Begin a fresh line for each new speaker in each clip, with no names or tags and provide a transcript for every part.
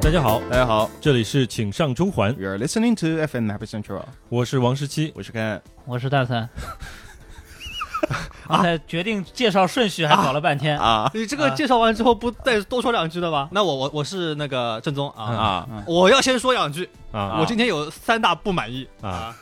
大家好，
大家好
这里是请上中环，
，You're listening to FM Happy Central，
我是王十七。
我是 Ken。
我是 大三。
啊
刚才决定介绍顺序还搞了半天，
啊
你这个介绍完之后不再多说两句的 吗？那我我我是那个正宗啊，
啊
我要先说两句，
啊
我今天有三大不满意
啊！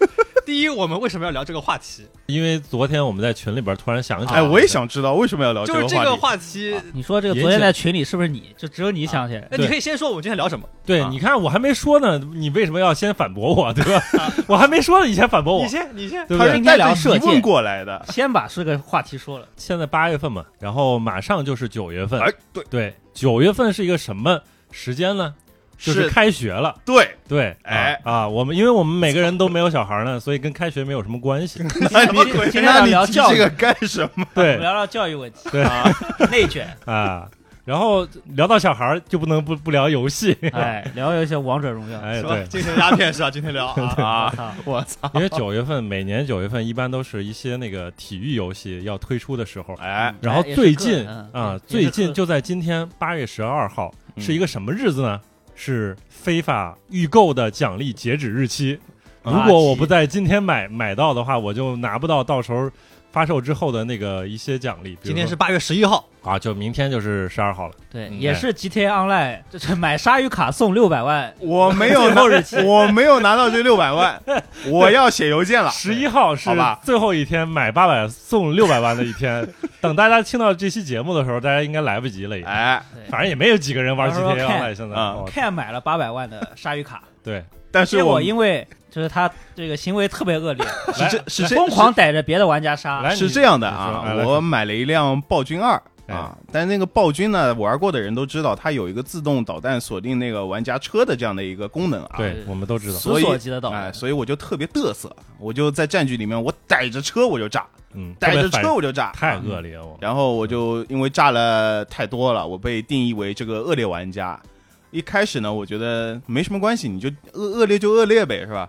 第一，我们为什么要聊这个话题？
因为昨天我们在群里边突然想起来，
哎，我也想知道为什么要哦聊这
就是
个
这个
话题。
话题，
你说这个昨天在群里是不是你？就只有你想起来。
那
对
你可以先说我们今天聊什么？
对，
啊
你看我还没说呢，你为什么要先反驳我，对吧？我还没说呢，你先反驳我
你，先，你先。
对不
他
对
是
应该聊
带着疑
射箭
问过来的。
先把这个话题说了，
现在八月份嘛，然后马上就是九月份，
哎，对
对，九月份是一个什么时间呢？就是
是
开学了，
对，
对，啊
哎
啊，我们因为我们每个人都没有小孩呢，所 以跟开学没有什么关系，
那你
今天今天
那
要
你
聊
提
教
这
育
个干什 么？
我
对
们聊聊教育问题，
对
啊，内 卷，
啊。然后聊到小孩儿就不能不不聊游戏，
哎，聊一些王者荣耀。
哎，
是吧？
对，
精神鸦片是吧？今天聊啊
我
啊，
操，
我 操！
因为九月份每年九月份一般都是一些那个体育游戏要推出的时候，
哎，
然后
也是
最
个
近
嗯
啊，
也是
最近
个
就在今天八月十二号
嗯
是一个什么日子呢？是非法预购的奖励截止日期。如
啊
果我
急
不在今天买买到的话，我就拿不到到时候发售之后的那个一些奖励。比如
今天
说
是八月十一号，
啊，就明天就是十二号了。
对，
嗯
也是 GTA Online，就是买鲨鱼卡送六百万，
我没有拿，我没有拿到这六百万，我要写邮件了。
十一号是
啊好吧
最后一天买八百送六百万的一天。等大家听到这期节目的时候，大家应该来不及了已经。
哎，
对
反正也没有几个人玩
到时候
GTA
看
了，现在。
啊
哦
Ken 买了八百万的鲨鱼 卡，
对，
但是
结
我
果因为就是他这个行为特别 恶劣，
是这是这
疯狂逮着别的玩家杀，
来
是
哎你
这样的
你
啊
说哎，来
我买了一辆暴君二
哎
啊，但是那个暴君呢，玩过的人都知道，它有一个自动导弹锁定那个玩家车的这样的一个功能啊。
对，我们都知道。
所以
搜索级的导弹
哎，所以我就特别嘚瑟，我就在战局里面，我逮着车我就炸，
嗯，
逮
特别
着
烦
车我就炸，
太
啊
恶劣了，我
然后我就因为炸了太多了，我被定义为这个恶劣玩家。一开始呢，我觉得没什么关系，你就恶恶劣就恶劣呗，是吧？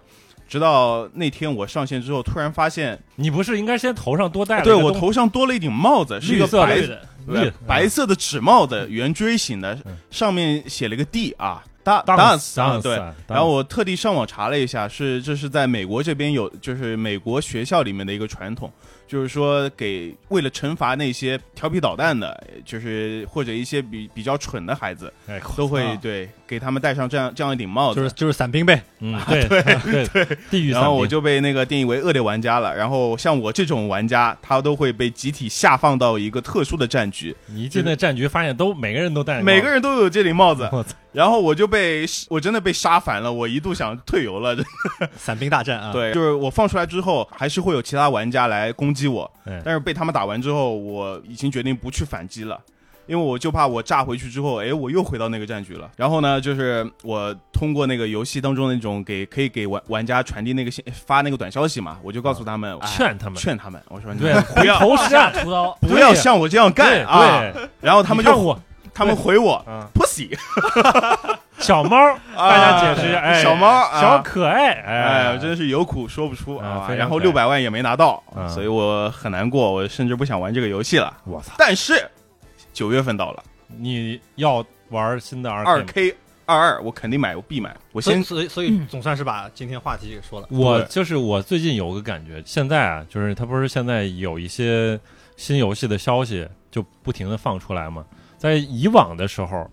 直到那天我上线之后，突然发现，
你不是应该先头上多戴了一
对
个
我
东
头上多了一顶帽子，是一
绿
个
色
白
的绿
对白色的纸帽子，圆锥形的
嗯，
上面写了一个 D 啊，da-
，dance
，dance 啊，
dance，
对。
dance
然后我特地上网查了一下，是这是在美国这边有，就是美国学校里面的一个传统，就是说给为了惩罚那些调皮捣蛋的，就是或者一些比比较蠢的孩子，
哎，
都会
啊
对给他们戴上这样这样一顶帽子，
就是就是伞兵呗。
嗯， 对 对对，地狱伞兵。
然后我就被那个定义为恶劣玩家了。然后像我这种玩家，他都会被集体下放到一个特殊的战局，
你一进那战局，发现都每个人都戴着帽子，
每个人都有这顶帽子
我操，
然后我就被我真的被杀烦了，我一度想退游了。
伞兵大战啊，，
对，就是我放出来之后，还是会有其他玩家来攻击我
嗯，
但是被他们打完之后，我已经决定不去反击了。因为我就怕我炸回去之后，哎，我又回到那个战局了。然后呢，就是我通过那个游戏当中那种给可以给玩玩家传递那个信发那个短消息嘛，我就告诉他们，
啊
哎
劝他们，
劝他们，我说你
对，
们不
回
要
头是岸，
屠刀，
不要像我这样干啊！
对，对
然后他们
你看
就
我
他们回我
嗯
pussy，
小 猫，大家解释一下，
啊
哎，
小猫啊
小可爱，
哎，我
哎，
真是有苦说不出
啊
啊！
非常
然后
可爱
六百万也没拿到
啊，
所以我很难过，我甚至不想玩这个游戏了。
我操，
但是九月份到了，
你要玩新的
二
R
K 二二我肯定买，我必买。我
所以
先
所以所以总算是把今天话题给说了。
我
对
就是我最近有个感觉，现在啊，就是它不是现在有一些新游戏的消息就不停的放出来嘛，在以往的时候，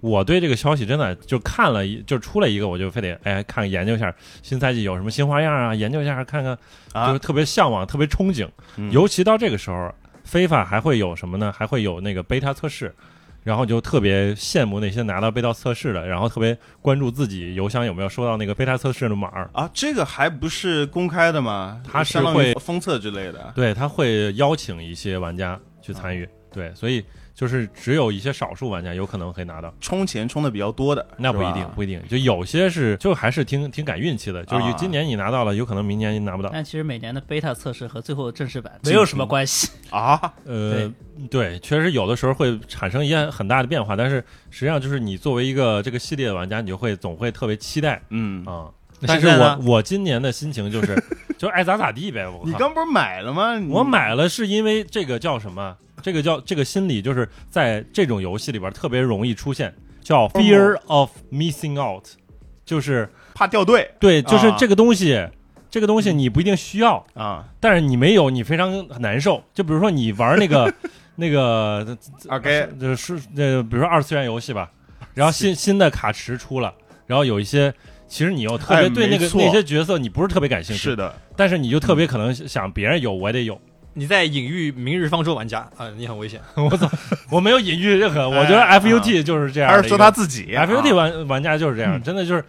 我对这个消息真的就看了一，就出了一个，我就非得哎看研究一下新赛季有什么新花样啊，研究一下看看，就
啊
是，特别向往，特别憧憬。
嗯
尤其到这个时候，非法还会有什么呢？还会有那个贝塔测试，然后就特别羡慕那些拿到贝塔测试的，然后特别关注自己邮箱有没有收到那个贝塔测试的码儿。
啊，这个还不是公开的吗？
它是
相当于
会
封测之类的。
对，他会邀请一些玩家去参
嗯
与，对，所以就是只有一些少数玩家有可能可以拿到，
充钱充的比较多的，
那不
是
一
吧
定，不一定，就有些是就还是挺挺赶运气的，就是有
啊
今年你拿到了，有可能明
哎
年你拿不到，
但其实每年的 beta 测试和最后的正式版没有什么关系。
啊。
呃
对，
对，确实有的时候会产生一些很大的变化，但是实际上就是你作为一个这个系列的玩家，你就会总会特别期待
嗯，
啊。
那
但是
现在呢
我我今年的心情就是 就爱咋咋地呗，我
你
靠
刚不是买了吗？你
我买了是因为这个叫什么？这个叫这个心理就是在这种游戏里边特别容易出现，叫 fear of missing out，就是
怕掉队
对，就是
啊
这个东西，这个东西你不一定需要，
啊，
但是你没有，你非常难受。就比如说你玩那 个那个
二 K
就是呃，比如说二次元游戏吧，然后新新的卡池出了，然后有一些，其实你又特
哎
别对那个、
没错
那些角色你不是特别感兴趣，
是嗯的，
但是你就特别可能想别人有我也得有，
你在隐喻明日方舟玩家啊、你很危险。
我没有隐喻任何，
哎
我觉得 FUT 就是这样的
还
一个，
是说他自己
FUT
啊
玩玩家就是这样，真的就是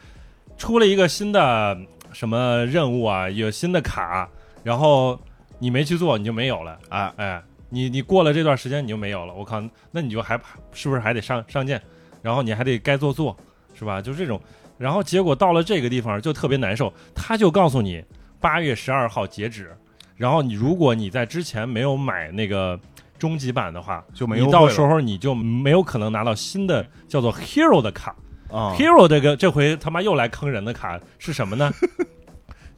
出了一个新的什么任务啊，有新的卡，然后你没去做你就没有了。
啊，
哎，你你过了这段时间你就没有了，我靠，那你就还是不是还得上上舰，然后你还得该做做，是吧？就这种，然后结果到了这个地方就特别难受，他就告诉你八月十二号截止，然后你如果你在之前没有买那个终极版的话，
就没
你
优
到
惠
时候你就没有可能拿到新的叫做 Hero 的卡。
了啊
Hero 这个这回他妈又来坑人的卡是什 么呢？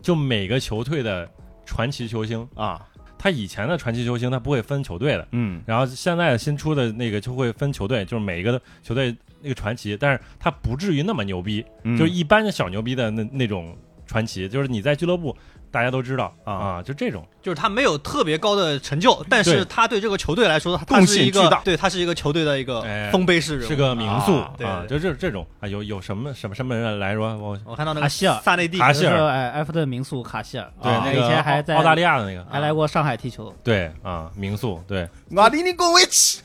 就每个球队的传奇球星，
啊，
他以前的传奇球星他不会分球队的。
嗯
然后现在新出的那个就会分球队，就是每一个球队那个传奇，但是他不至于那么牛逼，
嗯
就是一般的小牛逼的那那种传奇，就是你在俱乐部大家都知道
啊
就这种
就是他没有特别高的成就，但是
对
他对这个球队来说，他
贡
他是
献
一个
巨大
对他是一个球队的一个
哎
丰碑式人物。
是个名宿
啊
对
啊，就这这种啊，有有什么什么什么人来说，我
我看到那
卡
个
希尔
萨内蒂，
卡希尔
就是哎，埃弗顿名宿卡希尔，
对
啊
那
以
个
前还
澳
在
澳大利亚的那个
还来过上海踢球，
对啊，名宿对，
瓦迪尼贡维奇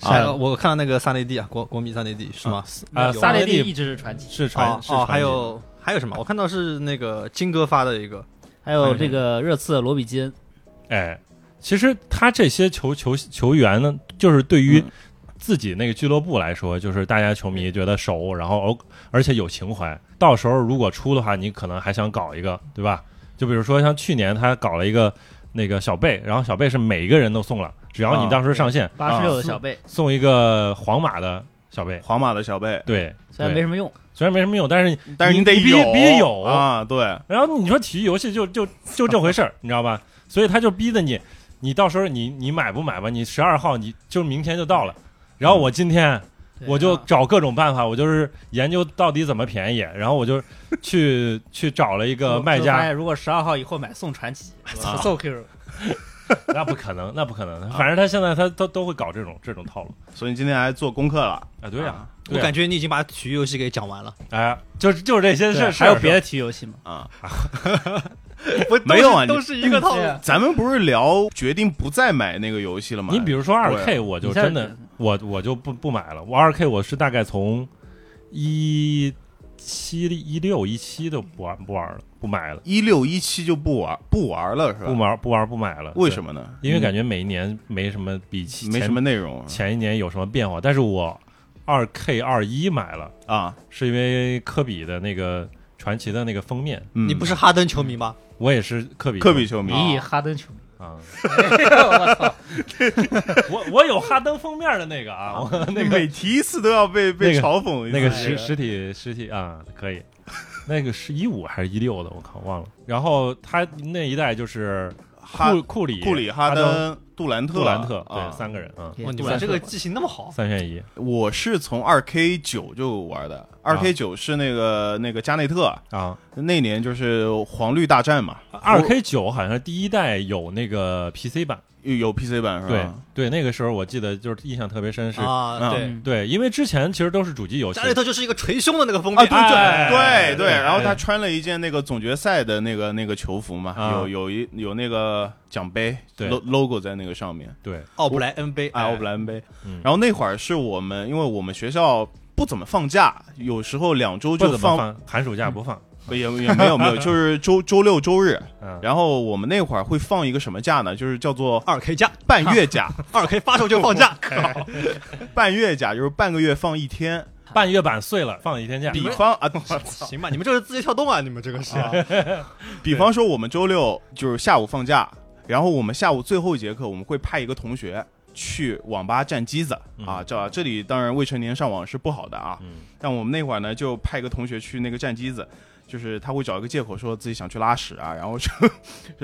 啊
啊
我看到那个萨内蒂啊，国国米萨内蒂是吗？
呃，
有
萨
内
雷
蒂
蒂
一直是传奇，
是传
哦
是
哦，
传
还
奇
有还有什么？我看到是那个金哥发的一个，
还有这个热刺的罗比金，
哎，其实他这些球球球员呢，就是对于
嗯
自己那个俱乐部来说，就是大家球迷觉得熟，然后哦而且有情怀。到时候如果出的话，你可能还想搞一个，对吧？就比如说像去年他搞了一个那个小贝，然后小贝是每一个人都送了，只要
啊
你当时上线，
八十六的小贝，
送一个皇马的小贝。
皇马的小贝，
对，
虽然没
对
什么用，
虽然没什么用，但是
但是
你
得
你必
有
必须有
啊，对，
然后你说体育游戏就就就这回事儿，你知道吧？所以他就逼着你，你到时候你你买不买吧？你十二号你就明天就到了，然后我今天
对
我就
啊
找各种办法，我就是研究到底怎么便宜，然后我就去去找了一个
就
卖
就发
家，
啊现如果十二号以后买送传奇，
啊
送 Q，
那不可能，那不可能，反正他现在他都都会搞这种这种套路
所以你今天还做功课了，
啊，对呀、
我
对呀
感觉你已经把体育游戏给讲完了。
哎，就是就是这些事儿，
还有别的体育游戏吗？
啊， 不没有啊，你
都是一个套路
对。啊
咱们不是聊决定不再买啊那个游戏了吗？
你比如说二 K，我
你
就
在
真的我我就不不买了。我二 K 我是大概从一七一六一七都不玩不玩了，不买了，
一六一七就不玩不玩了是吧？
不玩不玩不买了。
为什
么？
么呢？
因为感觉每一年没什么比起
没
前
什么内容啊
前一年有什么变化。但是我二 K 二一买了，
啊。
是因为科比的那个传奇的那个封面，
嗯
你不是哈登球迷吗？
我也是科比
科比球迷
你以哈登球迷，
啊，
哎我操，
我我有哈登封面的那个啊， 我
那每提一次都要被被
那个
嘲讽一次。
那个实实体实体啊，可以。 那个是一五还是一六的？我靠，忘了。然后他那一代就是
哈
库库里、
库里、哈
登、
登、杜兰特、
杜兰特，
啊
对，三个人，嗯，
哇，哦你
杜兰
们
特
这个记性那么好，
三选一
我是从二 K 九就玩的，二 K 九是那个那个加内特
啊。
那年就是黄绿大战嘛，
二 K 九好像第一代有那个 PC 版，
有有 PC 版是
对
吧？
对，那个时候我记得就是印象特别深是，
啊，对，
嗯
对，因为之前其实都是主机游戏
加，内特就是一个捶胸的那个封
啊，
面，
对
哎
对对对，
哎
然后他穿了一件那个总决赛的那个那个球服嘛，
啊
有有一有那个奖杯
对
lo-，logo 在那个上面，
对，
奥布莱恩杯，
啊，奥布莱
莱，
恩杯
嗯。
然后那会儿是我们，因为我们学校不怎么放假，有时候两周
不
就
怎么放，寒暑假不放，
也也没 有没有，就是周周六周日。
嗯，
然后我们那会儿会放一个什么假呢？就是叫做
二 K 加，
半月假，
二 K 发售就放假，
半月假就是半个月放一天，
半月板碎了，放一天假，
比方 啊，
行吧？你们这是字节跳动啊，你们这个是。
比方说我们周六就是下午放假，然后我们下午最后一节课，我们会派一个同学去网吧站机子啊，
嗯
这这里当然未成年上网是不好的啊，
嗯
但我们那会儿呢就派一个同学去那个站机子。就是他会找一个借口说自己想去拉屎啊，然后就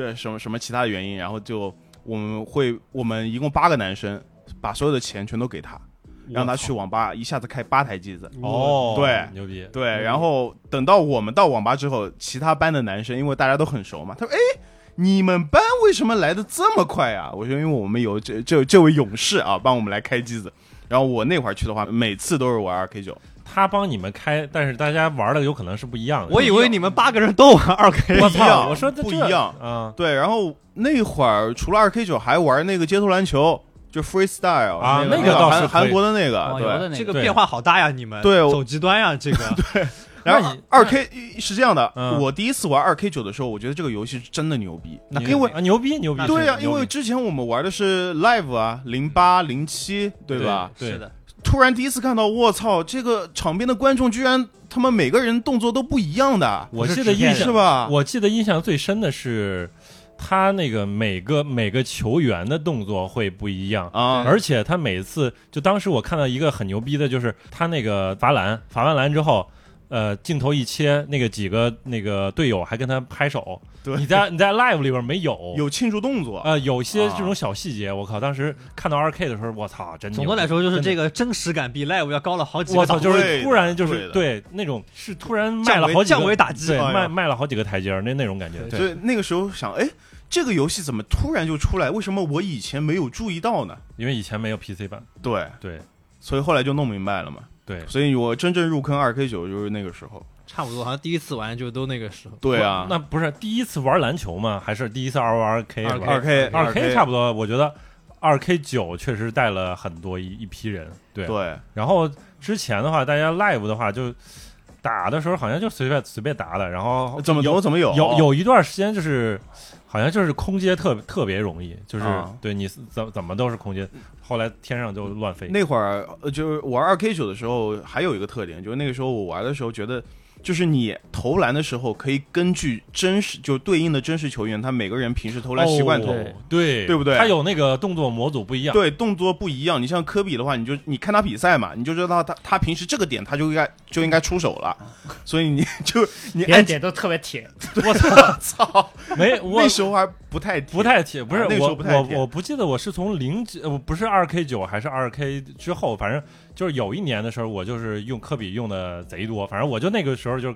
是什么什么其他的原因，然后就我们会我们一共八个男生，把所有的钱全都给他，让他去网吧一下子开八台机子。
哦，
对
牛逼，
对，然后等到我们到网吧之后，其他班的男生因为大家都很熟嘛，他说：“哎，你们班为什么来的这么快啊？”我说：“因为我们有这这这位勇士啊，帮我们来开机子。”然后我那会儿去的话，每次都是玩二 K 九，
他帮你们开，但是大家玩的有可能是不一样的。
我以为你们八个人都玩二 K，
我
不一样
操，我说这
不
这
一样
啊
对。然后那会儿除了二 K 九，还玩那个街头篮球，就 freestyle
啊
那
那个倒是可以
韩
哦
韩国的那个，
网游
对。
的那
这个
对
变化好大呀！你们
对我
走极端呀，这 个
然后
那
二
你
K 是这样的，
嗯
我第一次玩二 K 九的时候，我觉得这个游戏是真的牛逼，
那
因为
啊牛逼牛逼，
对呀、
是
因
牛
为
逼
之前我们玩的是 Live 啊，零八零七，对吧？
对
是的，
突然第一次看到，我操，这个场边的观众居然他们每个人动作都不一样的，
我
不是
记得
纸片
印
人
象
是吧？
我记得印象最深的是，他那个每个每个球员的动作会不一样，
啊，
而且他每次就当时我看到一个很牛逼的，就是他那个罚篮，罚完篮之后。呃，镜头一切，那个几个那个队友还跟他拍手。
对
你在你在 live 里边没有？
有啊庆祝动作，
呃，有些这种小细节，我靠，当时看到二 K 的时候，我操，真牛
总的来说就是
真的
这个真实感比 Live 要高了好几个
我操，
档
就
对
是
的
突然就
对
是
的
对那种是突然迈了
降维
好几个
降维打击
对，
哎呀
迈迈了好几个台阶儿，那那种感觉，对
所以那个时候想，哎，这个游戏怎么突然就出来？为什么我以前没有注意到呢？
因为以前没有 PC 版，
对，
对
所以后来就弄明白了嘛。
对，
所以我真正入坑二 K 九就是那个时候。
差不多，好像第一次玩就都那个时候。
对啊，
那不是第一次玩篮球吗？还是第一次玩玩 K？
2K
二 K
二 K 差不
不
多，我觉得二 K 九确实带了很多一一批人，对。
对，
然后之前的话，大家 live 的话就打的时候好像就随便随便打的，然后
怎么有怎么有
哦有有一段时间就是，好像就是空接特特别容易，就是、
啊
对你怎怎么都是空接，后来天上就乱飞。
那会儿呃就是玩二 K 九的时候，还有一个特点，就是那个时候我玩的时候觉得，就是你投篮的时候可以根据真实就对应的真实球员，他每个人平时投篮习惯投。
哦对
对不对
他有那个动作模组不一样。
对动作不一样，你像科比的话，你就你看他比赛嘛，你就知道他他平时这个点他就应该就应该出手 了，所以你就你
别的
按
点都特别铁，
我操，
操，
没我
那时候还不太
不太铁，不是、
那个时候
我
不太
我
铁
我不记得我是从零几，呃不是二 K 九还是二 K 之后，反正就是有一年的时候，我就是用科比用的贼多，反正我就那个时候就。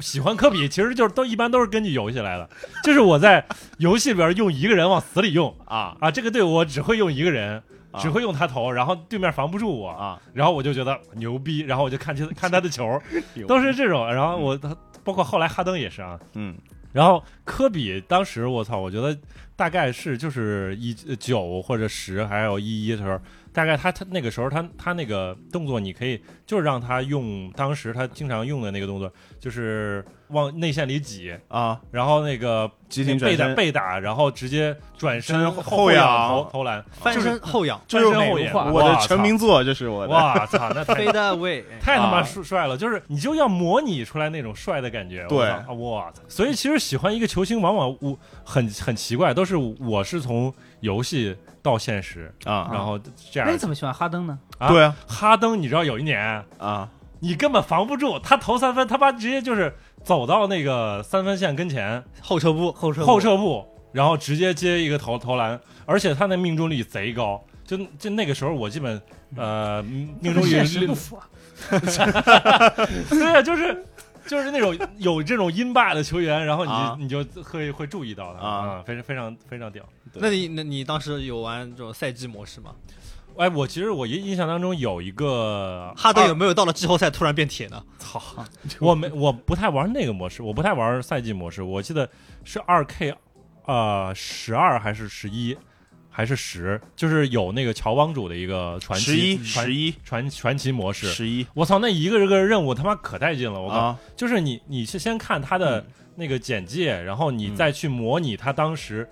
喜欢科比，其实就是都一般都是根据游戏来的，就是我在游戏里边用一个人往死里用
啊
啊，这个队伍我只会用一个人，
啊
只会用他投，然后对面防不住我，
啊，
然后我就觉得牛逼，然后我就看这看他的 球，都是这种，然后我包括后来哈登也是啊，
嗯
然后科比当时我操，我觉得大概是就是一呃九或者十，还有一一的时候，大概他他那个时候他他那个动作，你可以就是让他用当时他经常用的那个动作，就是往内线里挤，
啊，
然后那个
急停转
被打
身，
被打，然后直接转身
身
后
后
后仰
仰
投投篮，
翻身后仰
这就是
翻身后
我
仰
我的
哇
成名作，这是我的。
哇操， 那太
，fade away，
太他妈
啊
帅帅了，就是你就要模拟出来那种帅的感觉。
对
我操，我操！所以其实喜欢一个球星，往往我很很奇怪，都是我是从游戏到现实，
啊
然后这
那你
样。
怎么喜欢哈登呢？
啊
对啊
哈登，你知道有一年
啊
你根本防不住，他投三分，他妈直接就是走到那个三分线跟前
后撤步，后撤
后，撤步，然后直接接一个投投篮，而且他那命中率贼高。就就那个时候，我基本呃命中率
现实不符啊。
对啊，就是就是那种有这种阴霸的球员，然后你、
啊
你就会会注意到他
啊
非常非常非常屌。
那你那你当时有玩这种赛季模式吗？
哎，我其实我印印象当中有一 个
哈登有
啊
没有到了季后赛突然变铁呢？
操，我没我不太玩那个模式，我不太玩赛季模式，我记得是二 K，呃，十二还是十一还是十，就是有那个乔帮主的一个传
十
奇
一
传
十一
传传奇模式。
十一
我操，那一个一个任务他妈可带劲了，我靠！
啊嗯
就是你你是先看他的那个简介，然后你再去模拟他当时，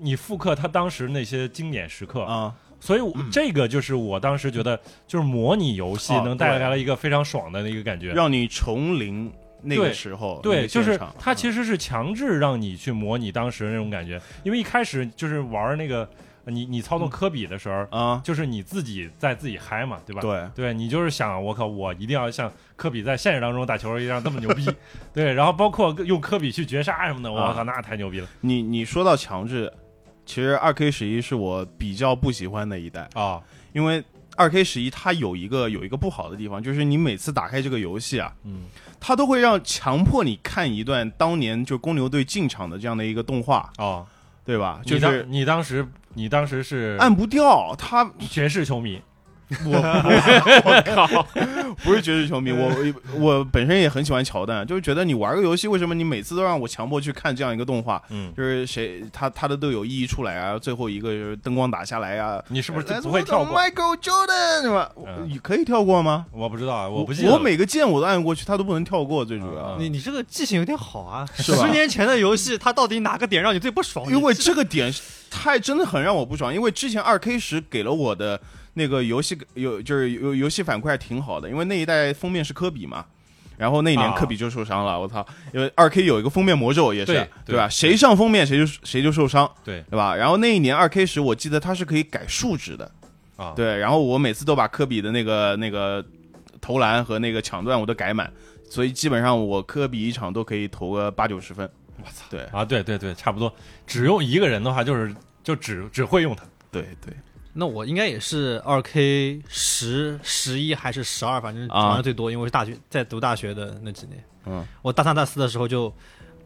你复刻他当时那些经典时刻。
啊！
所以我这个就是我当时觉得，就是模拟游戏
哦
能带来了一个非常爽的一个感觉。
让你从零那个时候，那
对，
个
就
现
是
场
它
嗯
其实是强制让你去模拟当时那种感觉，因为一开始就是玩那个呃你你
嗯
操纵科比的时候，
啊，
就是你自己在自己嗨嘛，对吧？
对，
对你就是想，我靠，我一定要像科比在现实当中打球一样这么牛逼， 对，然后包括用科比去绝杀什么的，我
啊
靠，那太牛逼了
你你说到强制，其实二 K 十一是我比较不喜欢的一代，
啊！
因为二 K 十一它有一个有一个不好的地方，就是你每次打开这个游戏啊，
嗯，
它都会让强迫你看一段当年就公牛队进场的这样的一个动画，
哦，
对吧？就
你
是
当你当时你当时是
哎
按不掉，他
爵士球迷，
不是爵士球迷，我我本身也很喜欢乔丹，就是觉得你玩个游戏，为什么你每次都让我强迫去看这样一个动画？
嗯，
就是谁他他的队友一一出来啊，最后一个就是灯光打下来啊，
你是不是就
Let's
不会跳
welcome
过？
Michael Jordan 是吧？
嗯
你可以跳过吗？
我不知道啊，我
我
不记得了。
每个键我都按过去，他都不能跳过，最主要。
嗯
你你这个记性有点好 啊！
是吧
十年前的游戏，它到底哪个点让你最不爽？
哦
因为
你
这个点是太真的很让我不爽，因为之前二 K 十给了我的那个游戏有就是游游戏反馈还挺好的，因为那一代封面是科比嘛。然后那一年
啊
科比就受伤了，我操！因为二 K 有一个封面魔咒也是，
对
对
对
吧？谁上封面谁就谁就受伤，
对
对吧？然后那一年二 K 十，我记得它是可以改数值的，
啊，
对，然后我每次都把科比的那个那个投篮和那个抢断我都改满，所以基本上我科比一场都可以投个八九十分。
我操！
对
啊，对对对，差不多。只用一个人的话，就是就只只会用它。
对对，
那我应该也是二 K 十、十一还是十二，反正
啊
玩的最多，因为我是大学在读大学的那几年。
嗯，
我大三、大四的时候就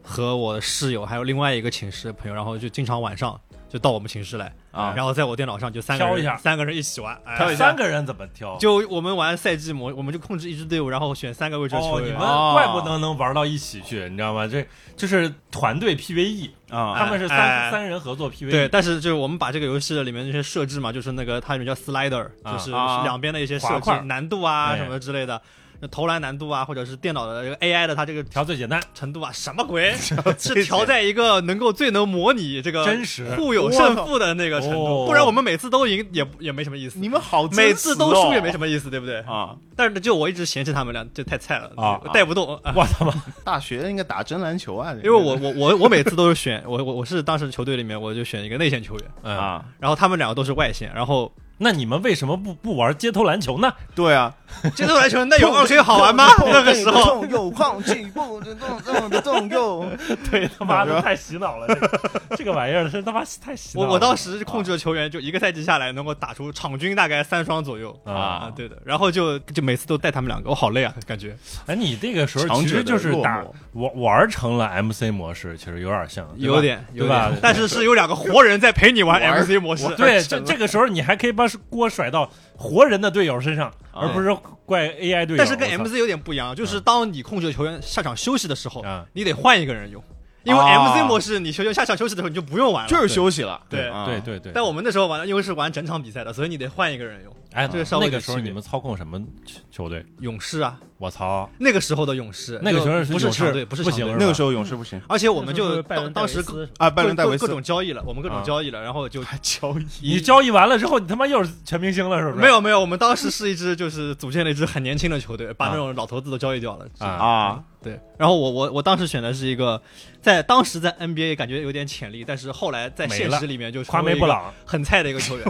和我室友还有另外一个寝室朋友，然后就经常晚上就到我们寝室来
啊
然后在我电脑上就三个
挑一下
人三个人一起玩，哎
挑一下
三个人怎么挑？
就我们玩赛季模，我们就控制一支队伍，然后选三个位置
哦，
的球
你们
员。
哦
怪不得能玩到一起去，你知道吗？这就是团队 PVE，
啊
他们是
哎
三
哎
三人合作 E PVE。
对，，但是就是我们把这个游戏里面那些设置嘛，就是那个它里面叫 slider，、
啊
就是
啊
两边的一些
滑
设置
块
难度啊
哎
什么之类的，那投篮难度啊，或者是电脑的这个 AI 的它这个
调最简单，
程度啊，什么 鬼？是调在一个能够最能模拟这个
真实
互有胜负的那个程
哦
度，不然我们每次都赢也也没什么意思，
你们好、
每次都输也没什
么
么意思，对不对？
啊。
但是就我一直嫌弃他们俩就太菜了
啊
我带不动。 啊
我他妈
大学应该打真篮球啊，因
因为我我我我每次都是选我我我是当时球队里面我就选一个内线球员，！
嗯
啊，
然后他们两个都是外线，然后
那你们为什么不不玩街头篮球呢？
对啊，
接头篮球那有二 K 好玩吗？那个时候，
右晃起步，这动动的动右，
对，他妈的太洗脑了，这个这个玩意儿是他妈太洗脑
我
了。
我当时
啊
控制的球员就一个赛季下来能够打出场均大概三双左右
啊
啊，对的，然后就就每次都带他们两个，我好累啊，感觉。
哎，你这个时候
强
其
者
实
的
就是
落
打
寞
玩玩成了 MC 模式，其实有点像，对吧
有点，有
对吧
点？ 但是是有两个活人在陪你玩
玩
MC 模式，
玩
对，这
成了
这个时候你还可以把锅甩到活人的队友身上，而不是怪 AI 队友。
啊但是跟
我操
MC 有点不一样，就是当你控制球员下场休息的时候
啊，
你得换一个人用，因为
啊
MC 模式你球员下场休息的时候你就不用玩了，
就是休息了。
对
啊
对对对，
但我们那时候玩的，因为是玩整场比赛的，所以你得换一个人用。
哎，
这个稍微
那个
有点
时候
区
你
别
们操控什么球球队？
勇士啊，
我操，
那个时候的勇士，
那个时候
就不
勇
是
士
强队，不是
不
强
行
队
是吧
那个时候勇士不行
而且我们
那时
就
候拜
当
伦戴
当
维
时
斯
各
是吧
啊，拜伦戴
各
维斯
各种交易了，我们各种交易了，然后就
还交易
你交易完了之后，你他妈又是全明星了，是不是？
没有没有，我们当时是一支就是组建了一支很年轻的球队，把那种老头子都交易掉了。
啊，
啊，
对，然后我我我当时选的是一个，在当时在 NBA 感觉有点潜力，但是后来在
没
现
了
实里面就成
夸
为
梅
一
布
个
朗
很菜的一个 球员。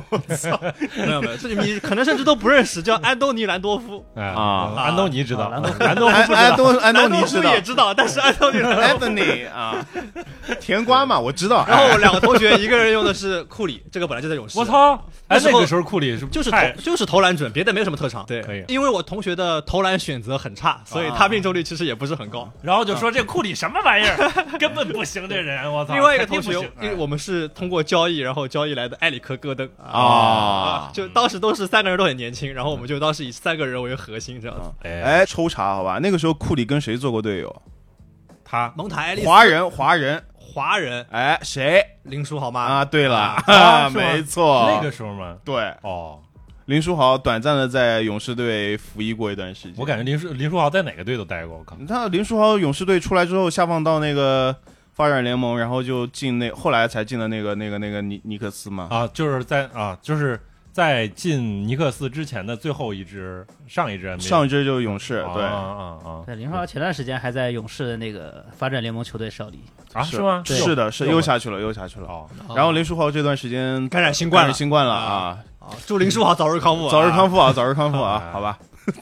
没有没有，这你可能甚至都不认识，叫安东尼·兰多夫。
哎
啊
安东尼知道，
啊
安
安
东
东
尼安 东尼不知
安
道
安东安
兰
东尼
多
知
夫
道
也知道，但是安东尼·兰多夫
Anthony 啊，甜瓜嘛，我知道。
然后我两个同学，一个人用的是库里，这个本来就在勇士。
我！操！哎，
那时
那
候
个时候库里是
就是投
太
就是投篮准，别的没什么特长。对
可以啊
因为我同学的投篮选择很差，所以他命中率其实也不是很高。
然后就说这库里什么玩意儿， 根本不行，这人我操！
另外一个
肯
同
定
学，
不
因为
行
我们是通过交易，然后交易来的埃里克·戈登
哎啊
就当时都是三个人都很年轻，然后我们就当时以三个人为核心这样子。
哎，
哎，抽查好吧，那个时候库里跟谁做过队友？
他
蒙塔埃利斯
华人，华人，
华人
哎，谁
林书豪吗？
啊？对了，
啊是吗
没错，
那个时候嘛，
对，
哦，
林书豪短暂的在勇士队服役过一段时间。
我感觉林书林书豪在哪个队都待过，我靠！
你看林书豪勇士队出来之后，下放到那个发展联盟，然后就进那，后来才进了那个那个那个尼尼克斯嘛。
啊，就是在啊，就是在进尼克斯之前的最后一支上一支 NBA
上一支就是勇士，对
啊啊啊！
对，林书豪前段时间还在勇士的那个发展联盟球队效力，
啊是吗？
对
是的，是
对
又下去了，又下去了。
哦，
然后林书豪这段时间
感啊染新冠了
感新冠了啊，
啊祝林书豪早日康复啊，
早日康复啊，早日康复啊
啊，
好吧。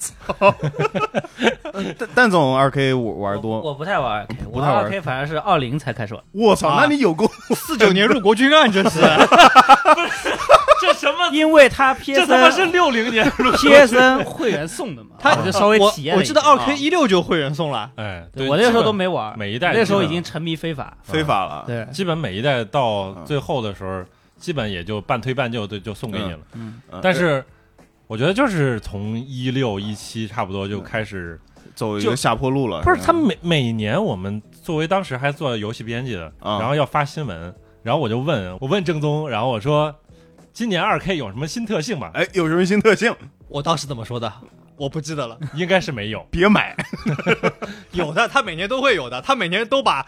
蛋蛋总二 K 玩
我
多，
我不太玩 2K，
不
我
太玩
2K 反而是二零才开始玩。
我操，
啊
那你有够
四九年入国军啊，你这是
这什么？
因为他 PSN
六零年
PSN 会员送的嘛， 啊
他
我就稍微
我
体验
我
了一
记
下。
得二 K 一六就会员送了，
哎，
对
对，
我那时候都
基
没玩，
本每一代
那时候
基
已
本
经沉迷非法。啊
非法了。
对
本，基本每一代到最后的时候，基本也就半推半就就就送给你了。
嗯，
嗯，
但是我觉得就是从一六一七差不多就开始，
走一个下坡路了。
不是
吧
他每每年我们作为当时还做游戏编辑的，
啊
然后要发新闻，然后我就问我问正宗，然后我说今年二 K 有什么新特性 吗？
哎，有什么新特性？
我当时怎么说的？我不记得了，
应该是没有。
别买，
有的，他每年都会有的，他每年都把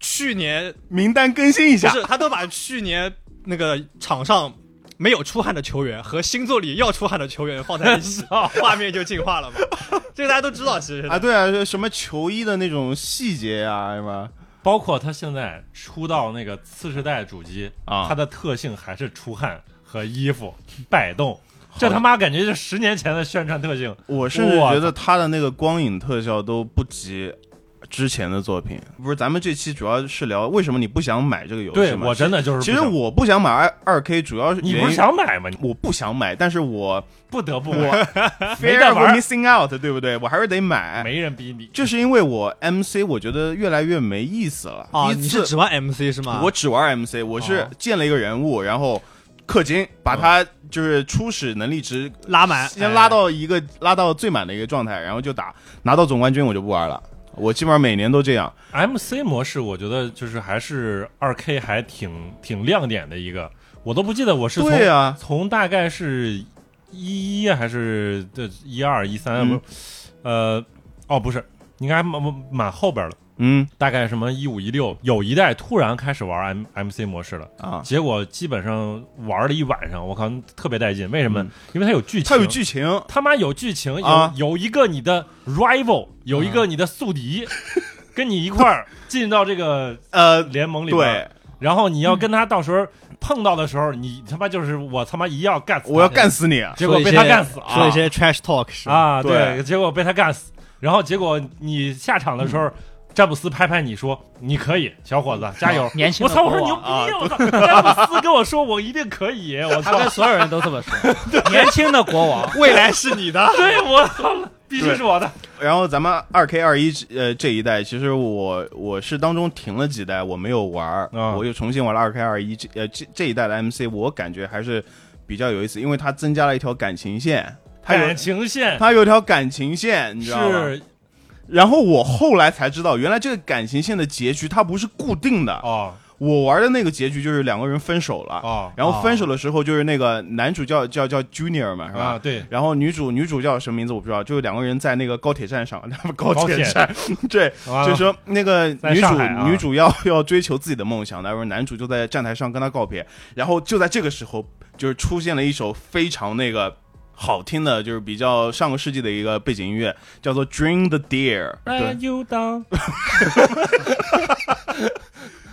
去年
名单更新一
不
下。
是，他都把去年那个场上没有出汗的球员和星座里要出汗的球员放在 一起，画面就进化了嘛。这个大家都知道，其实
啊，对啊，什么球衣的那种细节呀，什么
包括它现在出到那个次世代主机，
啊
它的特性还是出汗和衣服摆动，这他妈感觉是十年前的宣传特性。
我甚至
哇
觉得他的那个光影特效都不及之前的作品。不是，咱们这期主要是聊为什么你不想买这个游戏
对
嘛
我真的就是不
其
想，
实我不想买二二 K，主要是
你
原
不
因
是想买吗？你
我不想买，但是我
不得不 买，没
fear
在
of
玩
missing out，对不对？我还是得买，
没人逼你。
就是因为我 MC 我觉得越来越没意思了。
啊，
第
你
一次
是指玩 MC 是
啊
吗？
我只玩 MC，我是
哦
见了一个人物，然后氪金，把他
哦
就是初始能力值
拉
哎
满，
先拉到一个拉到最满的一个状态，然后就打，拿到总冠军我就不玩了。我基本上每年都这样，
MC 模式，我觉得就是还是二 K 还挺挺亮点的一个，我都不记得我是从
对啊，
从大概是一一还是这一二一三，
嗯
不是呃，哦不是，应该蛮蛮蛮后边了。
嗯
大概什么一五一六，有一代突然开始玩 M MC 模式了，
啊，
结果基本上玩了一晚上，我靠，特别带劲。为什么？
嗯
因为它有剧情，
它有剧情，
他妈有剧情，有、
啊
有一个你的 rival，有一个你的宿
啊
敌， 跟你一块儿进到这个
呃，
联盟里边，
对，
然后你要跟他到时候碰到的时候，你他妈就是我他妈一定要干死他，
我要干死你，啊
结果被他干死
说一些 trash talk 是吧？
啊，
对
结果被他干死，然后结果你下场的时候，詹姆斯拍拍你说：“你可以，小伙子，加油！”
哦年轻
我
的
操！我说
国
牛
王
逼！啊我操！
啊
詹姆斯跟我说我一定可以！我
他
操！，
跟所有人都这么说。年轻的国王，
哎
未来是你的
对，我操！必须是我的。
然后咱们二 K 二一呃这一代，其实我我是当中停了几代，我没有玩儿，
啊
我又重新玩了二 K 二一这呃这这一代的 MC，我感觉还是比较有意思，因为它增加了一条感情线，它有
感情线
它有一条感情线，你知道吗？
是
然后我后来才知道，原来这个感情线的结局它不是固定的，
哦
我玩的那个结局就是两个人分手了，
哦
然后分手的时候就是那个男主叫叫叫 Junior 嘛，是吧？
啊，对，
然后女主女主叫什么名字我不知道，就是两个人在那个高铁站上， 他们高
高
铁
铁
站，对，
就
就说那个
在
女主、
上海啊
女主要要追求自己的梦想，然后男主就在站台上跟她告别，然后就在这个时候，就是出现了一首非常那个好听的，就是比较上个世纪的一个背景音乐，叫做《Dream the Deer》，对，
you down？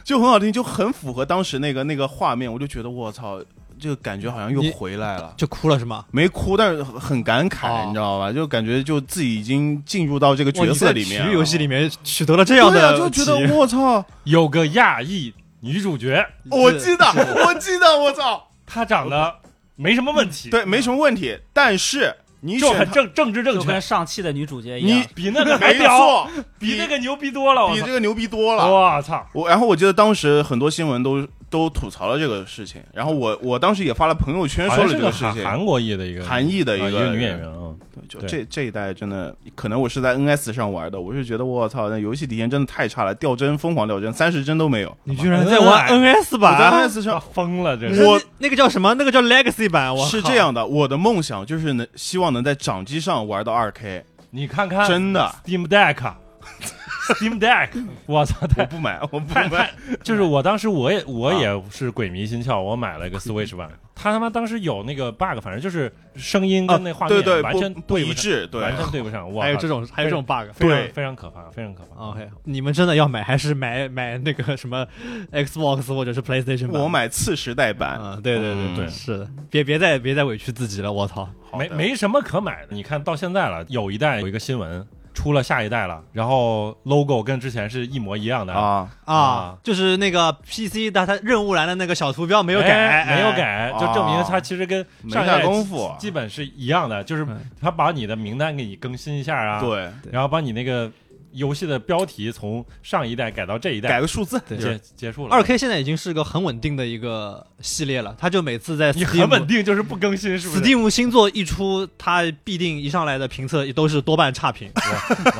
就很好听，就很符合当时那个那个画面，我就觉得我操，这个感觉好像又
你
回来了。
就哭了是吗？
没哭，但是很感慨，
哦
你知道吧？就感觉就自己已经进入到这个角色里面啊了，
哇你在体育游戏里面取得了这
对
样
啊，
的
就觉
奇遇
得我操，
有个亚裔女主角，
我记得，我记得，我操，
她长得没什么问题，
嗯对，没什么问题。但是你
就
选
很
他，
正政治正
就跟
确，
上期的女主角一样
你，
比那个还
没
屌，
错，
比那个牛逼多了。我
比
操
这个牛逼多了。
我操！
我然后我记得当时很多新闻都都吐槽了这个事情，然后我我当时也发了朋友圈
好
说
像
了
是
这个
个
事
韩
情。
韩国裔的一个
韩裔的
啊
一
一
个
女演员啊，
对就
对
这这一代真的，可能我是在 NS 上玩的，我是觉得我操，那游戏体验真的太差了，掉帧疯狂掉帧，三十帧都没有。
你居然 在玩 NS
我在
版，
NS
他
上
疯了，这
你
是
是
我
那个叫什么？那个叫 Legacy 版，我
是
靠
这。样的，我的梦想就是能希望能在掌机上玩到二 K，
你看看
真的，
Steam Deck，Steam Deck，我 操，
我
太
不买，我不
太
买啊
太，就是我当时我也我也是鬼迷心窍，我买了一个 Switch 版，他他妈当时有那个 bug，反正就是声音
啊
跟那画面
对对，
完全
不不
对
一
上，
致，对
完全对不上。我
还有这
种
种还有这种 bug。
非
对
常非常可怕，非常可怕。
OK，你们真的要买还是买买那个什么 Xbox 或者是 PlayStation 版？
我买次时代版，
啊，对对对
嗯
是的，别别再别再委屈自己了，我操！
好
没
的
没什么可买的。你看到现在了，有一代有一个新闻出了下一代了，然后 logo 跟之前是一模一样的，
啊，
啊
啊，就是那个 PC 的它任务栏的那个小图标没
没
有改，哎
没有，改，
哎
就证明它其实跟
没
上一
下
代
功夫，
基本是一样的，就是
嗯
他把你的名单给你更新一下啊，，
对，
然后把你那个游戏的标题从上一代改到这一代
改，个数字，
对
结结束了。
二 K 现在已经是个很稳定的一个系列了，它就每次在
你很稳
Steam
定，就是不更新，是不是？
Steam 星座一出，它必定一上来的评测都是多半差评，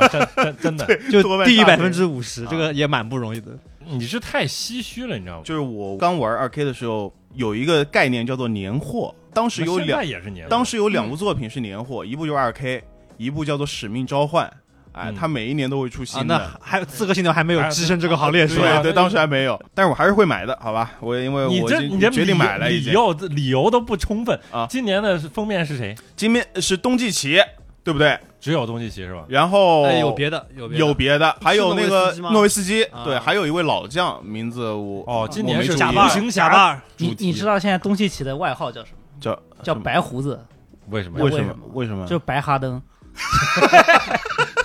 我真真真 的，
就
多半
低于
差
百
评
分之五
啊
十，这个也蛮不容易的。
你是太唏嘘了，你知道吗？
就是我刚玩二 K 的时候，有一个概念叫做年货，当时有
现在
两，
也是嗯年，
当时有两部作品是年货，一部就是二 K，一部叫做《使命召唤》，哎，
嗯
它每一年都会出
啊，
新
那
的。
还有《刺客信条》还没有
哎
跻身这个行列是吧？
啊
对对，
那
当时还没有，但是我还是会买的，好吧？我因为
你
呃我
这
已
你
经
这
决定
理
买了，已
理
经。
由理由都不充分
啊
今年的封面是谁？
今天是冬季棋，对不对？
只有东契奇是吧？
然后
哦
哎，有别的，有别的
有别的，还有那个
是诺维斯基吗
诺维斯基，
啊
对，还有一位老将，名字我
哦，今年
没注
是
意
无形
假
侠
巴尔，
你你知道现在东契奇的外号叫什么？
叫嗯
叫白胡子，
为什么
为
呀？
什
为什
么
么
为什么？
就白哈登。
嗯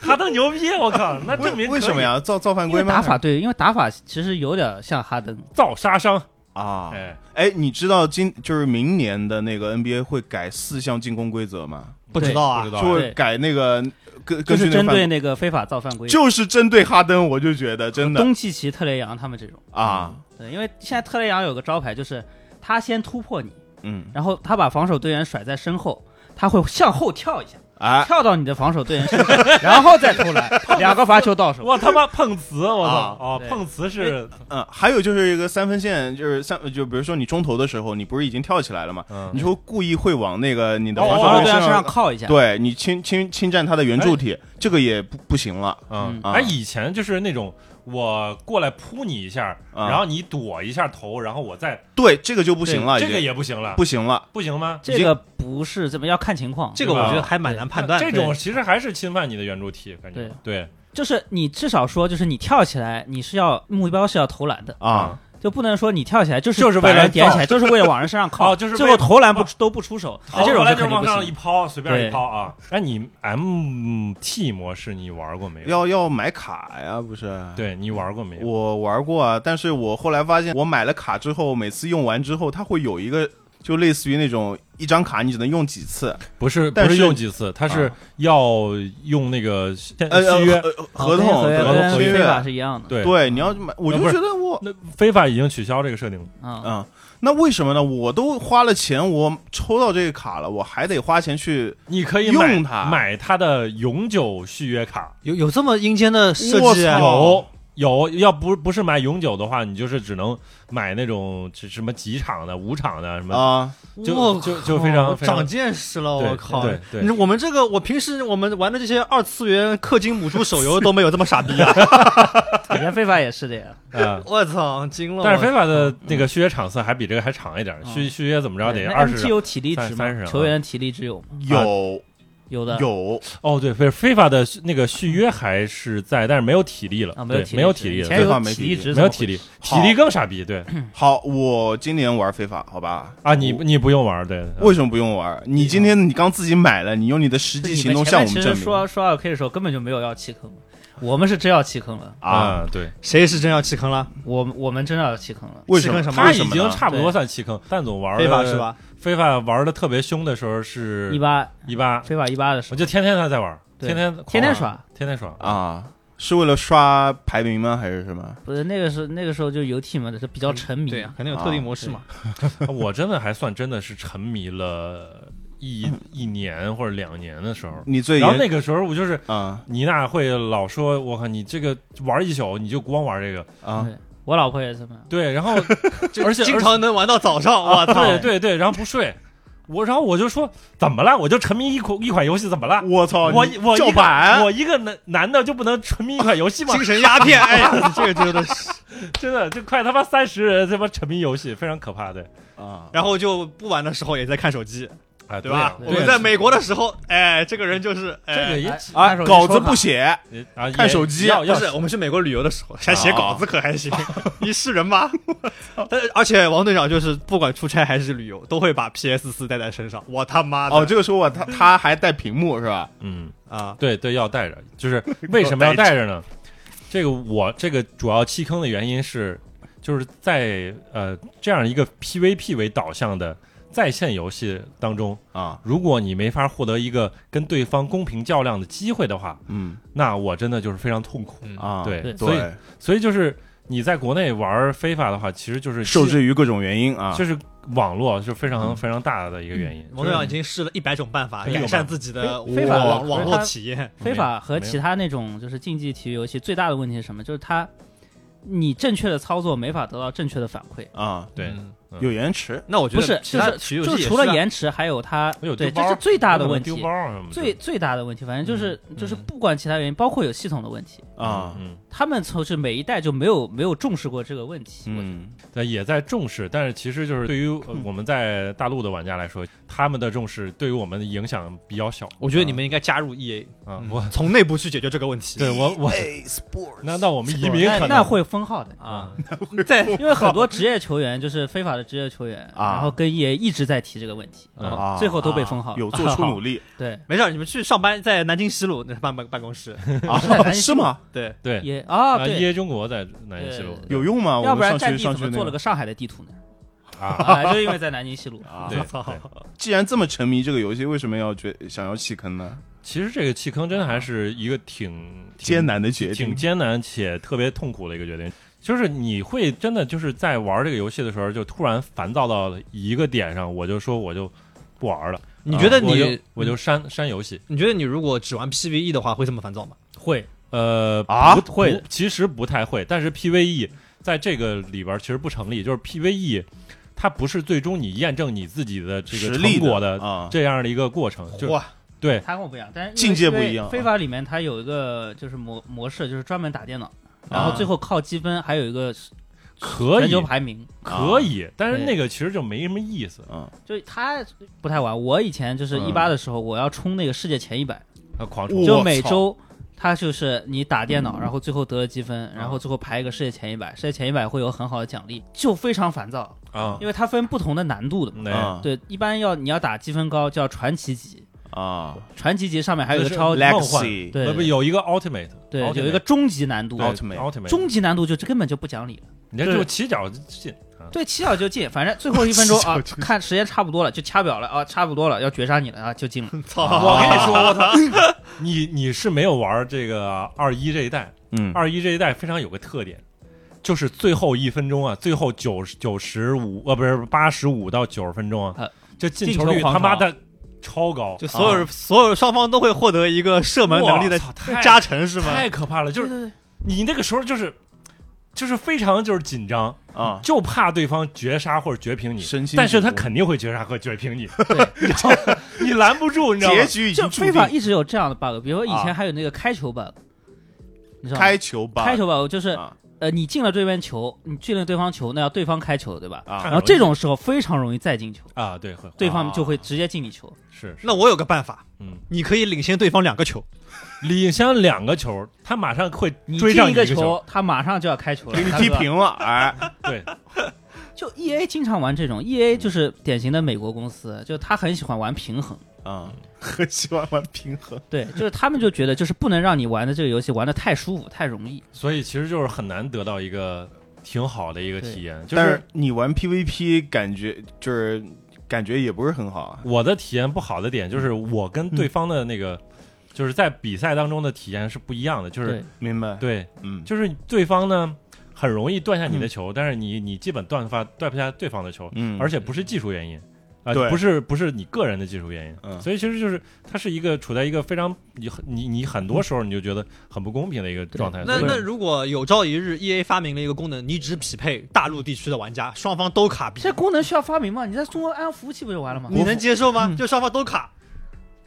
哈登牛逼！我靠，那证
为
明
为什么？呀？造造犯
因
规
为
吗？
打法对，因为打法其实有点像哈登，
造杀伤，
啊！
哎，
哎，你知道今就是明年的那个 NBA 会改四项进攻规则吗？
不知道
不
啊
知，道
就会改那个根根据
就是
那个
针
犯
对
规，
那个非法造犯规，
就是针对哈登，我就觉得真的
东契奇、特雷杨他们这种。
啊，
对，因为现在特雷杨有个招牌，就是他先突破你，
嗯，
然后他把防守队员甩在身后，他会向后跳一下，
哎
跳到你的防守队员身上， 然后再投篮，两个罚球到手。
我他妈碰瓷！我
啊
操！哦，
对
碰瓷是
嗯，还有就是一个三分线，就是三就比如说你中投的时候，你不是已经跳起来了吗？
嗯
你，就会故意会往那个你的
哦
防守
防守
队
队
员
员
身
身
上
啊上靠一下，
对你侵侵侵占他的圆柱
哎
体，这个也不不行了。
嗯，
嗯
哎，以前就是那种我过来扑你一下，
啊
然后你躲一下头，然后我再
对，这个就不行了，
这个
已经
也不行了，
啊不行了。
不行吗？
这个不是怎么要看情况，
这个我觉得还蛮难判断的。
这种其实还是侵犯你的圆柱体，感觉对，
就是你至少说，就是你跳起来，你是要目标是要投篮的，
啊，
就不能说你跳起来就是
就是为了
把人点
造
起来，就是为了往人身上 靠，
哦就是为
最后投篮不
哦
都不出手，
好
那啊这
后
种
来
是
就
肯定
往
不
上一
行。
抛，随便
对
一抛啊！哎，你 MT 模式你玩过没有？
要要买卡呀，不是？
嗯对你玩过没有？
我玩过啊，但是我后来发现，我买了卡之后，每次用完之后，它会有一个，就类似于那种一张卡你只能用几次，
不是
但
不
是
是啊用几次，它是要用那个签
呃，呃
续约。
合合同
合
哦合同
哦跟
合
约
非法是一样的，
对，
对，你要买，我就
呃不是
觉得我，
那非法已经取消这个设定了。
嗯，
嗯，那为什么呢？我都花了钱，我抽到这个卡了，我还得花钱去，
你可以买
用它
买它的永久续约卡。
有有这么阴间的设计啊？
我操
有有，要不不是买永久的话，你就是只能买那种什什么几场的、五场的什么，
啊，
就
我
就
靠
就非常非常
长见识了，
对
我靠！
对对
你我们这个，我平时我们玩的这些二次元氪金母猪手游都没有这么傻逼 啊！
以前非法也是这样。
呃。
我操，惊了！
但是非法的 那个续约场次还比这个还长一点，续
嗯
续约怎么着得
那
二十
MT。有体力
30
值吗？
啊
球员的体力值有吗？
有
有的，
有，
哦，对，非非法的那个续约还是在，但是没有体力了，
啊，
对
有体
没
没
有体力
以
了，
前
非法
有
没
体
体力
力值，
没有体力，体力更傻逼，对
好，我今年玩非法，好吧？
啊，你
我
你不用玩，对，
为什么不用玩？你今天你刚自己买了，你用你的实际行动向我们
其实
证明
说说二 K 的时候根本就没有要弃坑，我们是真要弃坑了，
啊？
啊，对，
谁是真要弃坑了？
我们我们真的要弃坑了。
为什么？
是跟什么
他
为
已
什么呢
经差不多算弃坑，蛋总玩
非法
的
是？吧？
非法玩的特别凶的时候是
一八
一八，
非法一八的时
我
候，
就天天他在玩，
对
天天
天天
狂玩，啊
耍，
天天耍！
啊？是为了刷排名吗？还是什么？
不是那个时候那个时候就游戏嘛，就是比较沉迷。
对啊呀，肯定有特定模式嘛。
啊我真的还算真的是沉迷了一一年或者两年的时 候，
你最
然后
严
那个时候我就是
啊
妮娜会老说，我靠，你这个玩一宿你就光玩这个，
啊
对我老婆也这么，
对，然后而且啊
经常能玩到早上，我操！
对对对，然后不睡。我然后我就说怎么了？我就沉迷一款一款游戏怎么了？
我操，
我
哦你
我一
叫
个
板，
我一个男男的就不能沉迷一款游戏吗？
精神鸦 片，哎呀，这个真的是。
真的，就快他妈三十人他妈沉迷游戏，非常可怕的
啊，
然后就不玩的时候也在看手机，
啊，
对吧？
对
我们在美国的时候，哎，这个人就是
这个
哎。
也
啊
拿手，机
稿子
说吧
不写，
也啊
看
也
手机
要
就
要
是我们去美国旅游的时候，还写
啊
稿子可还行， 你是人吗？但是而且王队长就是不管出差还是旅游，都会把 PS 四带在身上。我他妈的
哦，这个时候我他他还带屏幕是吧？
嗯，
啊！
对对，要带着，就是为什么要带着呢？这个我这个主要弃坑的原因是，就是在呃这样一个 PVP 为导向的在线游戏当中，
啊，
如果你没法获得一个跟对方公平较量的机会的话，
嗯
那我真的就是非常痛苦。
嗯
啊，
对
对
所以
对，
所以就是你在国内玩非法的话，其实就是
受制于各种原因啊，
就是网络是非
嗯
常非常大的一个原因。
王队长已经试了一百种办法
哎呦
改善自己的
非非法
网网
非
络
法
体验，
非法和其
他
他那种就是竞技体育游戏最大的问题是什么？就是它，你正确的操作没法得到正确的反馈。
啊，
对
嗯
有延迟，
那我觉
不是
得，其
就
他
是
体育游戏
就
也
除了
是啊
延迟，还有它，
有
对，
丢
这
包
是最
有
大的
可能
问
丢
题
包，啊什么的
最最大的问题，反正就是就是不管其他原因，包括有系统的问题，
啊，
嗯，
他们从是每一代就没有没有重视过这个问题。我觉得
嗯
但也在重视，但是其实就是对于呃
嗯
我们在大陆的玩家来说，他们的重视对于我们的影响比较小
我觉得你们应该加入 EA，
啊
嗯。
我
从内部去解决这个问题。
对我我，
哎
那那我们移民
那
可
那
能
会封号的，
啊，
对， 因为很多职业球员就是非法的职业球员，
啊
然后跟 EA 一直在提这个问题，
嗯
啊，
最后都被 封号。
有做出努力
对，
没事儿，你们去上班，在南京西路那办办办公室。
啊，是吗？
对，
对
也啊
啊，
对，
，EA 中国在南京西路
有用吗？
要
E 我
不
们
然
上
战
学
地怎
上学
么
那
做了个上海的地图呢？
啊，
啊，就因为在南京西路。
啊
对，
我操
对
既然这么沉迷这个游戏，为什么要觉想要弃坑呢？
其实这个弃坑真的还是一个挺挺
艰难的决
挺
定
艰难且特别痛苦的一个决定，就是你会真的就是在玩这个游戏的时候，就突然烦躁到了一个点上，我就说我就不玩了。啊
你觉得
我就
你，
我就删删游戏？
你觉得你如果只玩 PVE 的话，会这么烦躁吗？
会，
呃，
啊
不会，不其实不太会，但是 PVE 在这个里边其实不成立，就是 PVE 它不是最终你验证你自己的这
实
个
力
成果
的
的
啊，
这样的一个过程，就
哇，
对
它跟我不一样，但是因为
境界不一样啊
因为非法里面它有一个就是模模式，就是专门打电脑，然
啊
后最后靠积分，还有一个
可
全
以
球排名。
啊
可以，但是
对
那个其实就没什么意思
嗯
就他不太玩，我以前就是
嗯
一八的时候，我要冲那个世界前一百，
啊，狂
我
冲
就每周他就是你打电脑，然后最后得了积分，然后最后排一个世界前一百，世界前一百会有很好的奖励，就非常烦躁，
啊，
因为它分不同的难度的。
那
啊
对，一般要你要打积分高叫传奇级，
啊
传奇级上面还有一
那
个
是
超级，
梦幻
，Legacy
对
不不有一个 ultimate，
对，
Ultimate
有一个终极难度
对，
Ultimate
ultimate，
终极难度就这根本就不讲理了。
你这
对
就起脚就进啊，
对，起脚就进，反正最后一分 钟啊，看时间差不多了，就掐表了啊，差不多了，要绝杀你了啊，就进了。啊
操！
我跟你说，我操，你你是没有玩这个二一这一代，
嗯
二一这一代非常有个特点，就是最后一分钟啊，最后九十九十五呃不是八十五到九十分钟啊
呃，
这进
进
球
球
率
狂
他妈
潮
的超高，
就所有人、所有双方都会获得一个射门能力的
啊哇操太
加成是吗？
太可怕了，就
对
是
对对，
你那个时候就是就是非常就是紧张，
啊，
就怕对方绝杀或者绝平你。
身心
但是
紧
他
绷
肯定会绝杀和绝平你， 你知道吗你拦不住，你知道吗
结？局已经
就
注
非法
定，
一直有这样的 bug，比如说以
啊
前还有那个开球 bug，
啊
你知道吗？
开球吧，
开球 bug 就是
啊
呃，你进了对面球，你进了对方球，那要对方开球对吧？
太
啊
容
然
易
后这种时候非常容易再进球，
啊，对，会
对方就会直接进你球。
是是
那我有个办法，
嗯，
你可以领先对方两个球，
领先两个球，他马上会
你
追上
进一
个
个，球，他马上就要开球了，
给你
大
踢
哥。
平了，哎，
对，
就 E A 经常玩这种，E A 就是典型的美国公司，就他很喜欢玩平衡。
啊，很喜欢玩平衡，
对，就是他们就觉得就是不能让你玩的这个游戏玩的太舒服、太容易。
所以其实就是很难得到一个挺好的一个体验。就
但是你玩 PVP 感觉就是感觉也不是很好啊，
我的体验不好的点就是我跟对方的那个，就是在比赛当中的体验是不一样的，就是
对，
明白？
对，
嗯，
就是对方呢很嗯容易断下你的球，但是你你基本断发断不下对方的球，
嗯
而且不是技术原因，啊、
对
不是不是你个人的技术原因，
嗯
所以其实就是它是一个处在一个非常你很你你很多时候你就觉得很不公平的一个状态。
嗯那
所以
那如果有朝一日 E A 发明了一个功能，你只匹配大陆地区的玩家，双方都卡币，
这功能需要发明吗？你在中国安服务器不就完了吗？
你能接受
嗯
吗？就双方都卡，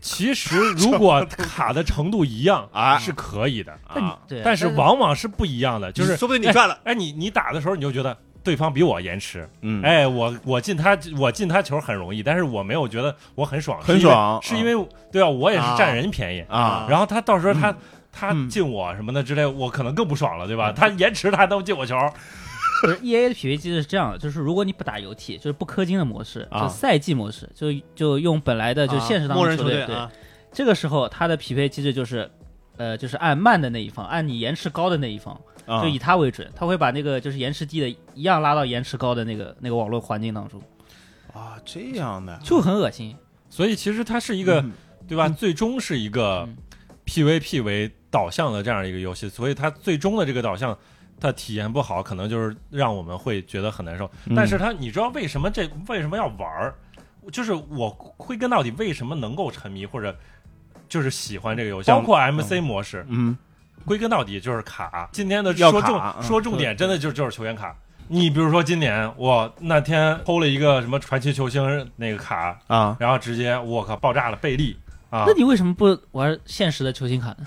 其实如果卡的程度一样
啊
是可以的，
啊，
对，
但是往往是不一样的，就是
说不定你赚了。
哎你你打的时候你就觉得对方比我延迟，
嗯，
哎我我进他我进他球很容易，但是我没有觉得我很爽，
很爽嗯
是因为是因为对啊我也是占人便宜，
啊，
然后他到时候他、他
嗯
进我什么的之类，我可能更不爽了，对吧？他延迟他还能进我球，
不是 E A 的匹配机制是这样的，就是如果你不打游踢，就是不氪金的模式，
啊
就赛季模式，就就用本来
哎
的就现实当
啊
中
默
的
认球
球
队
对，
啊，
这个时候它的匹配机制就是，呃，就是按慢的那一方，按你延迟高的那一方，
啊
就以它为准，它会把那个就是延迟低的一样拉到延迟高的那个那个网络环境当中，
啊这样的
就很恶心。
所以其实它是一个、
嗯
对吧？最终是一个
嗯
PVP 为导向的这样一个游戏，所以它最终的这个导向。它体验不好，可能就是让我们会觉得很难受。
嗯
但是它，你知道为什么这为什么要玩儿？就是我归根到底，为什么能够沉迷或者就是喜欢这个游戏？
包
包括 MC 模式，
嗯
归根到底就是卡。今天的
要
说
卡
重、
嗯
说重点，真的就就是球员卡。你比如说今年我那天抽了一个什么传奇球星那个卡，
啊，
然后直接我靠爆炸了贝利啊
那，你为什么不玩现实的球星卡呢？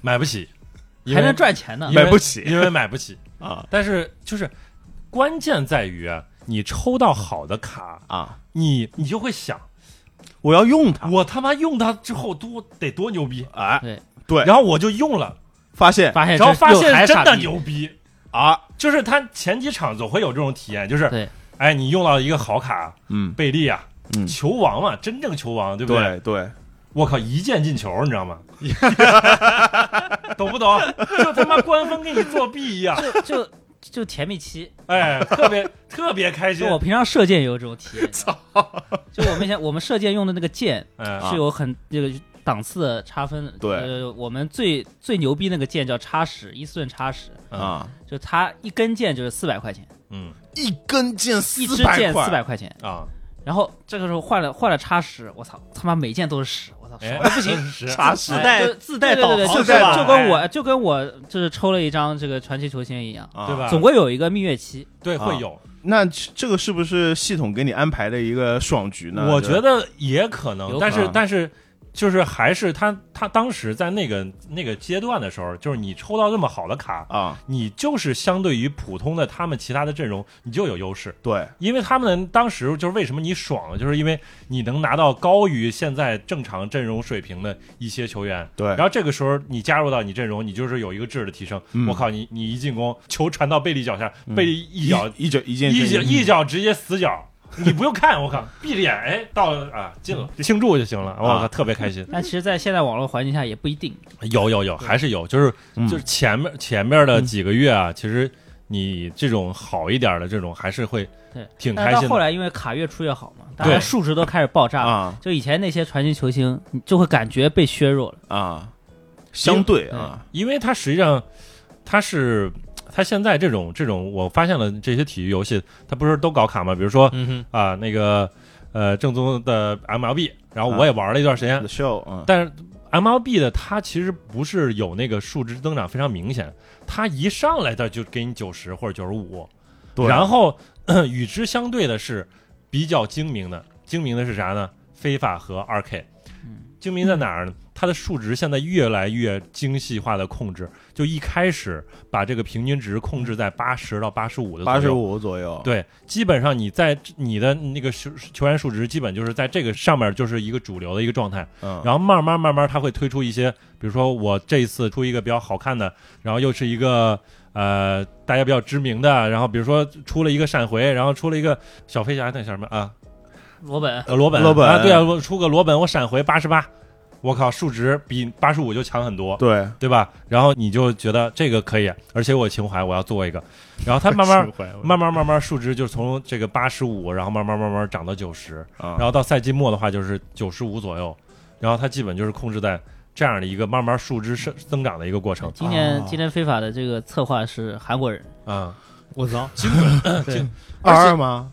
买不起，因为
还能赚啊钱呢
因？为
买不起
因为买不起。
啊
但是就是关键在于啊你抽到好的卡，
啊，
你你就会想，
我要用
啊
它，
我他妈用它之后多得多牛逼，
哎，
对，
对
然后我就用了，
发现
发现
然后发
哎这又
现
还是
真
傻
的
逼
牛逼，
啊，
就是他前几场总会有这种体验，就是
对，
哎，你用到一个好卡，
嗯，
贝利啊，
嗯
球王嘛，真正球王，对不
对对，
我靠，一键进球，你知道 吗？懂不懂？就他妈官方给你作弊一样，
就就就甜蜜期。
哎，特别特别开
就
心。
我平常射箭也有这种体验。操！就我们以前我们射箭用的那个箭
哎，
是有很这个档次的差分的。
对
呃，我们最最牛逼那个箭叫叉十，一寸叉十，
啊，
就它一根箭就是四百块钱，
嗯
一根箭
一
四
支
百
箭
块，
四百块钱。
啊，
然后这个时候换了换了叉十，我操，他妈每箭都是屎，我操，
哎
爽的 不行。
行，
啥
时
时
代
代
带
就
自带导
对对
航
对，就是
吧哎
跟就跟我就跟我就是抽了一张这个传奇球星一样，
对吧？
总归有一个蜜月期。
对
啊
会有，
哎那这个是不是系统给你安排的一个爽局呢？
我觉
得
得也可能，
有可
但
能
是但是就是还是他他当时在那个那个阶段的时候，就是你抽到这么好的卡，
啊，
你就是相对于普通的他们其他的阵容，你就有优势。
对，
因为他们当时就是为什么你爽，就是因为你能拿到高于现在正常阵容水平的一些球员，
对
然后这个时候你加入到你阵容，你就是有一个质的提升。
嗯
我靠，你你一进攻，球传到贝利脚下，
嗯
贝利一脚
一脚一箭
一脚
进
一脚直接死角，你不用看，我靠，闭着眼哎到了啊进 了，啊庆祝就行了，我靠，特别开心。
但其实，在现在网络环境下也不一定。
有有有，还是有，就是
嗯
就是前面前面的几个月啊，其实你这种好一点的这种还是会
对
挺
但
开
是
心的。
到后来，因为卡越出越好嘛，大
对
家数值都开始爆炸了。
啊
就以前那些传奇球星，你就会感觉被削弱了。
啊，相对啊，
因为它实际上它是它现在这种这种，我发现了这些体育游戏，它不是都搞卡吗？比如说
嗯哼，
啊、那个呃正宗的 MLB，然后我也玩了一段时间，
The show 嗯
但是 MLB 的它其实不是有那个数值增长非常明显，它一上来它就给你九十或者九十五，
对，
然后 咳与之相对的是比较精明的，精明的是啥呢？非法和二 K。
嗯，
精明在哪儿呢？它的数值现在越来越精细化的控制，就一开始把这个平均值控制在八十到八十五的左右
八十。五左右，
对，基本上你在你的那个球球员数值，基本就是在这个上面就是一个主流的一个状态。
嗯，
然后慢慢慢慢，它会推出一些，比如说我这一次出一个比较好看的，然后又是一个呃大家比较知名的，然后比如说出了一个闪回，然后出了一个小飞侠，那叫什么啊？
罗本
呃，罗本，
罗本
啊，对啊，我出个罗本，我闪回八十八，我靠，数值比八十五就强很多，
对，
对吧？然后你就觉得这个可以，而且我有情怀，我要做一个。然后它慢 慢慢慢慢慢数值就从这个八十五，然后慢慢慢慢涨到九十，
然
然后到赛季末的话就是九十五左右，然后它基本就是控制在这样的一个慢慢数值升增长的一个过程
今年、
哦
今年非法的这个
嗯
策划是韩国人，
啊。
我操，
二吗？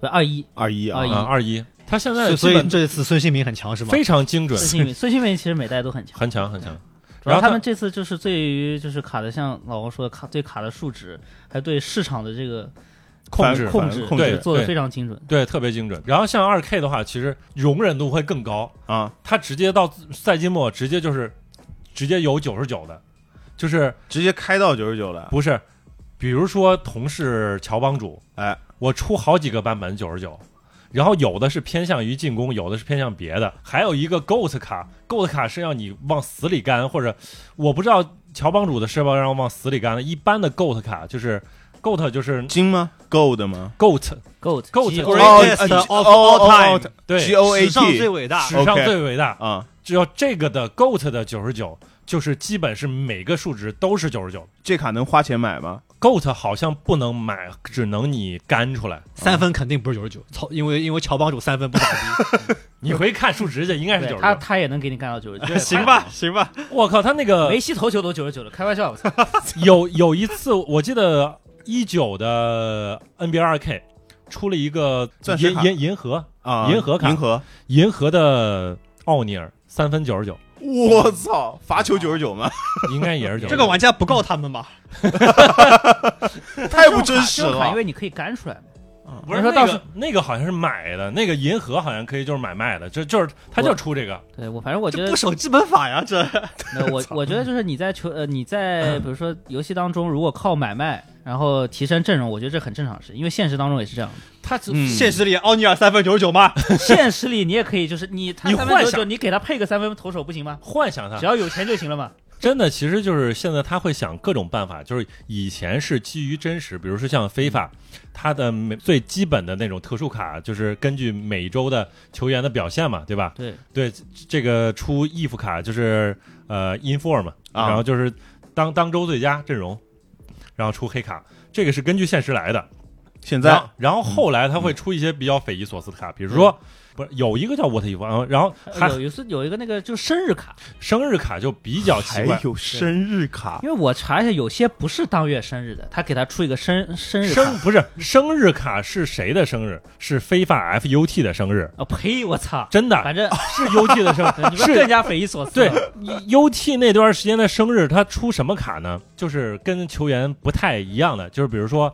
不二一，
二一啊，
二一
啊，二一，他现在
所以所
基
以
本
这次孙兴民很强是吗？
非常精准
孙，兴慜，孙兴慜其实每代都很强，
很强很强。
主
然
要
后
他们这次就是对于就是卡的，像老王说的卡对卡的数值，还对市场的这个
控制
反
控制
控
对
制
做的非常精准。
对特别精准。然后像二 K 的话，其实容忍度会更高，
啊，
他直接到赛季末直接就是直接有九十九的，就是
直接开到九十九了，
不是，比如说同是乔帮主，
哎，
我出好几个版本九十九，然后有的是偏向于进攻，有的是偏向别的，还有一个 GOAT 卡，GOAT 卡是让你往死里干，或者我不知道乔帮主的是要让我往死里干的，一般的 GOAT 卡就是 GOAT 就是
金吗？Gold 吗
GOAT，
Goat
Goat
G-
哦
Greatest
G-
of
all- all
all time，
对，
？G
史
O A
史上最
T
伟大。
上
啊 OK
最伟大。
啊，
只要这个的 GOAT 的九十九，就是基本是每个数值都是九十九。
这卡能花钱买吗？
GOAT 好像不能买，只能你干出来。
三分肯定不是九十九，操，因为因为乔帮主三分不咋地。
你回去看数值去，应该是九
对
十
他
九。
他也能给你干到九十 九，
行吧，行吧，
我靠，他那个
梅西头球都九十九了，开玩笑，我操
有有一次，我记得一九的 NBA 二 K 出了一个
钻石
银
卡
银银河
啊，
银河卡
银河，
银河的奥尼尔三分九十九，
我操，罚球九十九吗？
应该也是九。
这个玩家不告他们吧？
太不真实
这种 卡因
了。
为你可以干出来嘛，
不是
你说
那
到
个
时
那个好像是买的，那个银河好像可以就是买卖的，就就是他就
我
出这个
对我反正我觉
这
得
不守基本法呀，这
那我我觉得就是你在球呃你在比如说游戏当中，如果靠买卖然后提升阵容，我觉得这很正常的事，因为现实当中也是这样的。
他
嗯
现实里奥尼尔三分九十九吗？
现实里你也可以就是 你他
你
三
幻
分九
想啊
九，你给他配个三分投手不行吗？
幻想他
只要有钱就行了嘛。
真的，其实就是现在他会想各种办法，就是以前是基于真实，比如说像非法，它的每最基本的那种特殊卡就是根据每周的球员的表现嘛，对吧？
对，
对，这个出 if 卡就是呃 inform，
啊
然后就是当当周最佳阵容，然后出黑卡，这个是根据现实来的。
现
然
在嗯
后然后后来他会出一些比较匪夷所思的卡，比如说不是有一个叫 what if，然后然后还
呃有一次有一个那个就生日卡，
生日卡就比较奇
还
怪，
有生日卡，
因为我查一下，有些不是当月生日的，他给他出一个生生日
生
卡。
不是生日卡是谁的生日？是非法 FUT 的生日，
啊呸！我操，
真的
反正
是 UT 的 生
你
日，
们
是
更加匪夷所思
对
了。
UT 那段时间的生日，他出什么卡呢？就是跟球员不太一样的，就是比如说，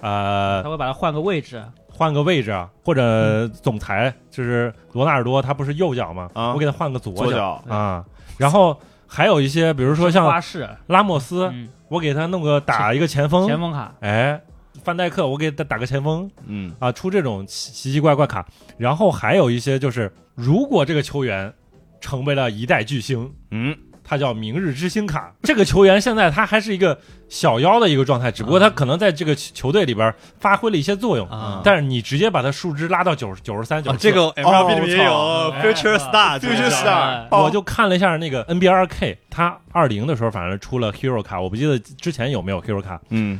呃
他，会把它换个位置，
换个位置啊，或者
嗯
总裁，就是罗纳尔多，他不是右脚吗？
啊
我给他换个左
左脚
啊。然后还有一些，比如说像
花式，
拉莫斯，
嗯，
我给他弄个打一个前锋，
前锋卡，
哎，范戴克，我给他打个前锋，
嗯，
啊，出这种奇奇奇怪怪卡。然后还有一些就是，如果这个球员成为了一代巨星，
嗯，
他叫明日之星卡。这个球员现在他还是一个小妖的一个状态，只
啊
不过他可能在这个球球队里边发挥了一些作用。
啊
但是你直接把他数值拉到九十九十三九
啊
十，
这个 MLB 里面也有
哦
操
Future Star，
这就是
哎
Star，
我就看了一下那个 NBA 二 K，他二零的时候反正出了 Hero 卡，我不记得之前有没有 Hero 卡。
嗯，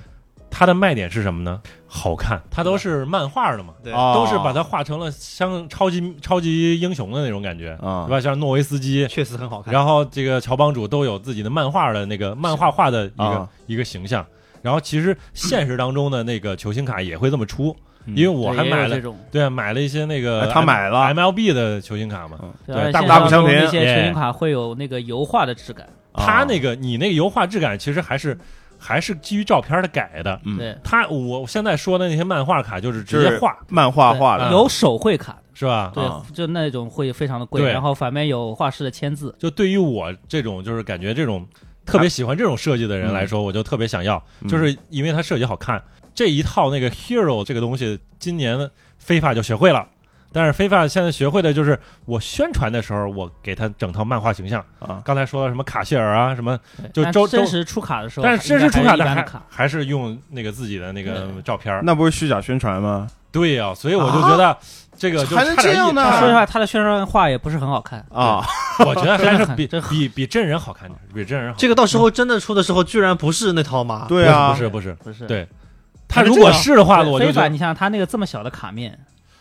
它的卖点是什么呢？好看，它都是漫画的嘛，
对啊
哦
都是把它画成了像超级超级英雄的那种感觉，
啊
对吧？像诺维斯基，
确实很好看。
然后这个乔帮主都有自己的漫画的那个漫画画的一个、
啊
一个形象。然后其实现实当中的那个球星卡也会这么出，
嗯
因为我
对
还
也有
买了
这，种。
对，买了一些那个
哎他买了
MLB 的球星卡嘛。
对
对
而且
大不
现
大
实
不相
当中
平
那些
哎
球星卡会有那个油画的质感，
他那
个
个你那个油画质感其实还是还是基于照片的改的。
嗯
对，
他我现在说的那些漫画卡就是直
就
接
是
画，
漫画画
对
的，
啊有手绘卡的，
是吧？
啊
对，就那种会非常的贵，
对
然后反面有画师的签字，
就对于我这种就是感觉这种特别喜欢这种设计的人来说，我就特别想要，
嗯
就是因为它设计好看。这一套那个 Hero 这个东西，今年非法就学会了。但是非法现在学会的就是我宣传的时候，我给他整套漫画形象。
啊，
刚才说了什么卡希尔啊，什么，就
对但
周
真
周
实出卡的时候应该
但
还
是真
是
实出卡
一
的
般
还
的卡，
还是用那个自己的那个
对
照片儿。
那不是虚假宣传吗？
对呀、所以我就觉
啊
得这个就
还能
差点
这样
意
呢
但
差
说
点
实话，他的宣传画也不是很好看，
啊，
我觉得还是比
真的很
比比真人好看点儿，比真人好看。
这个到时候真的出的时候，居然不是那套吗？
对啊，
不是不是不是，
不是
对他
反正
如
这
果
个
是的话，
对
我就
非
觉得
法，你想想他那个这么小的卡面，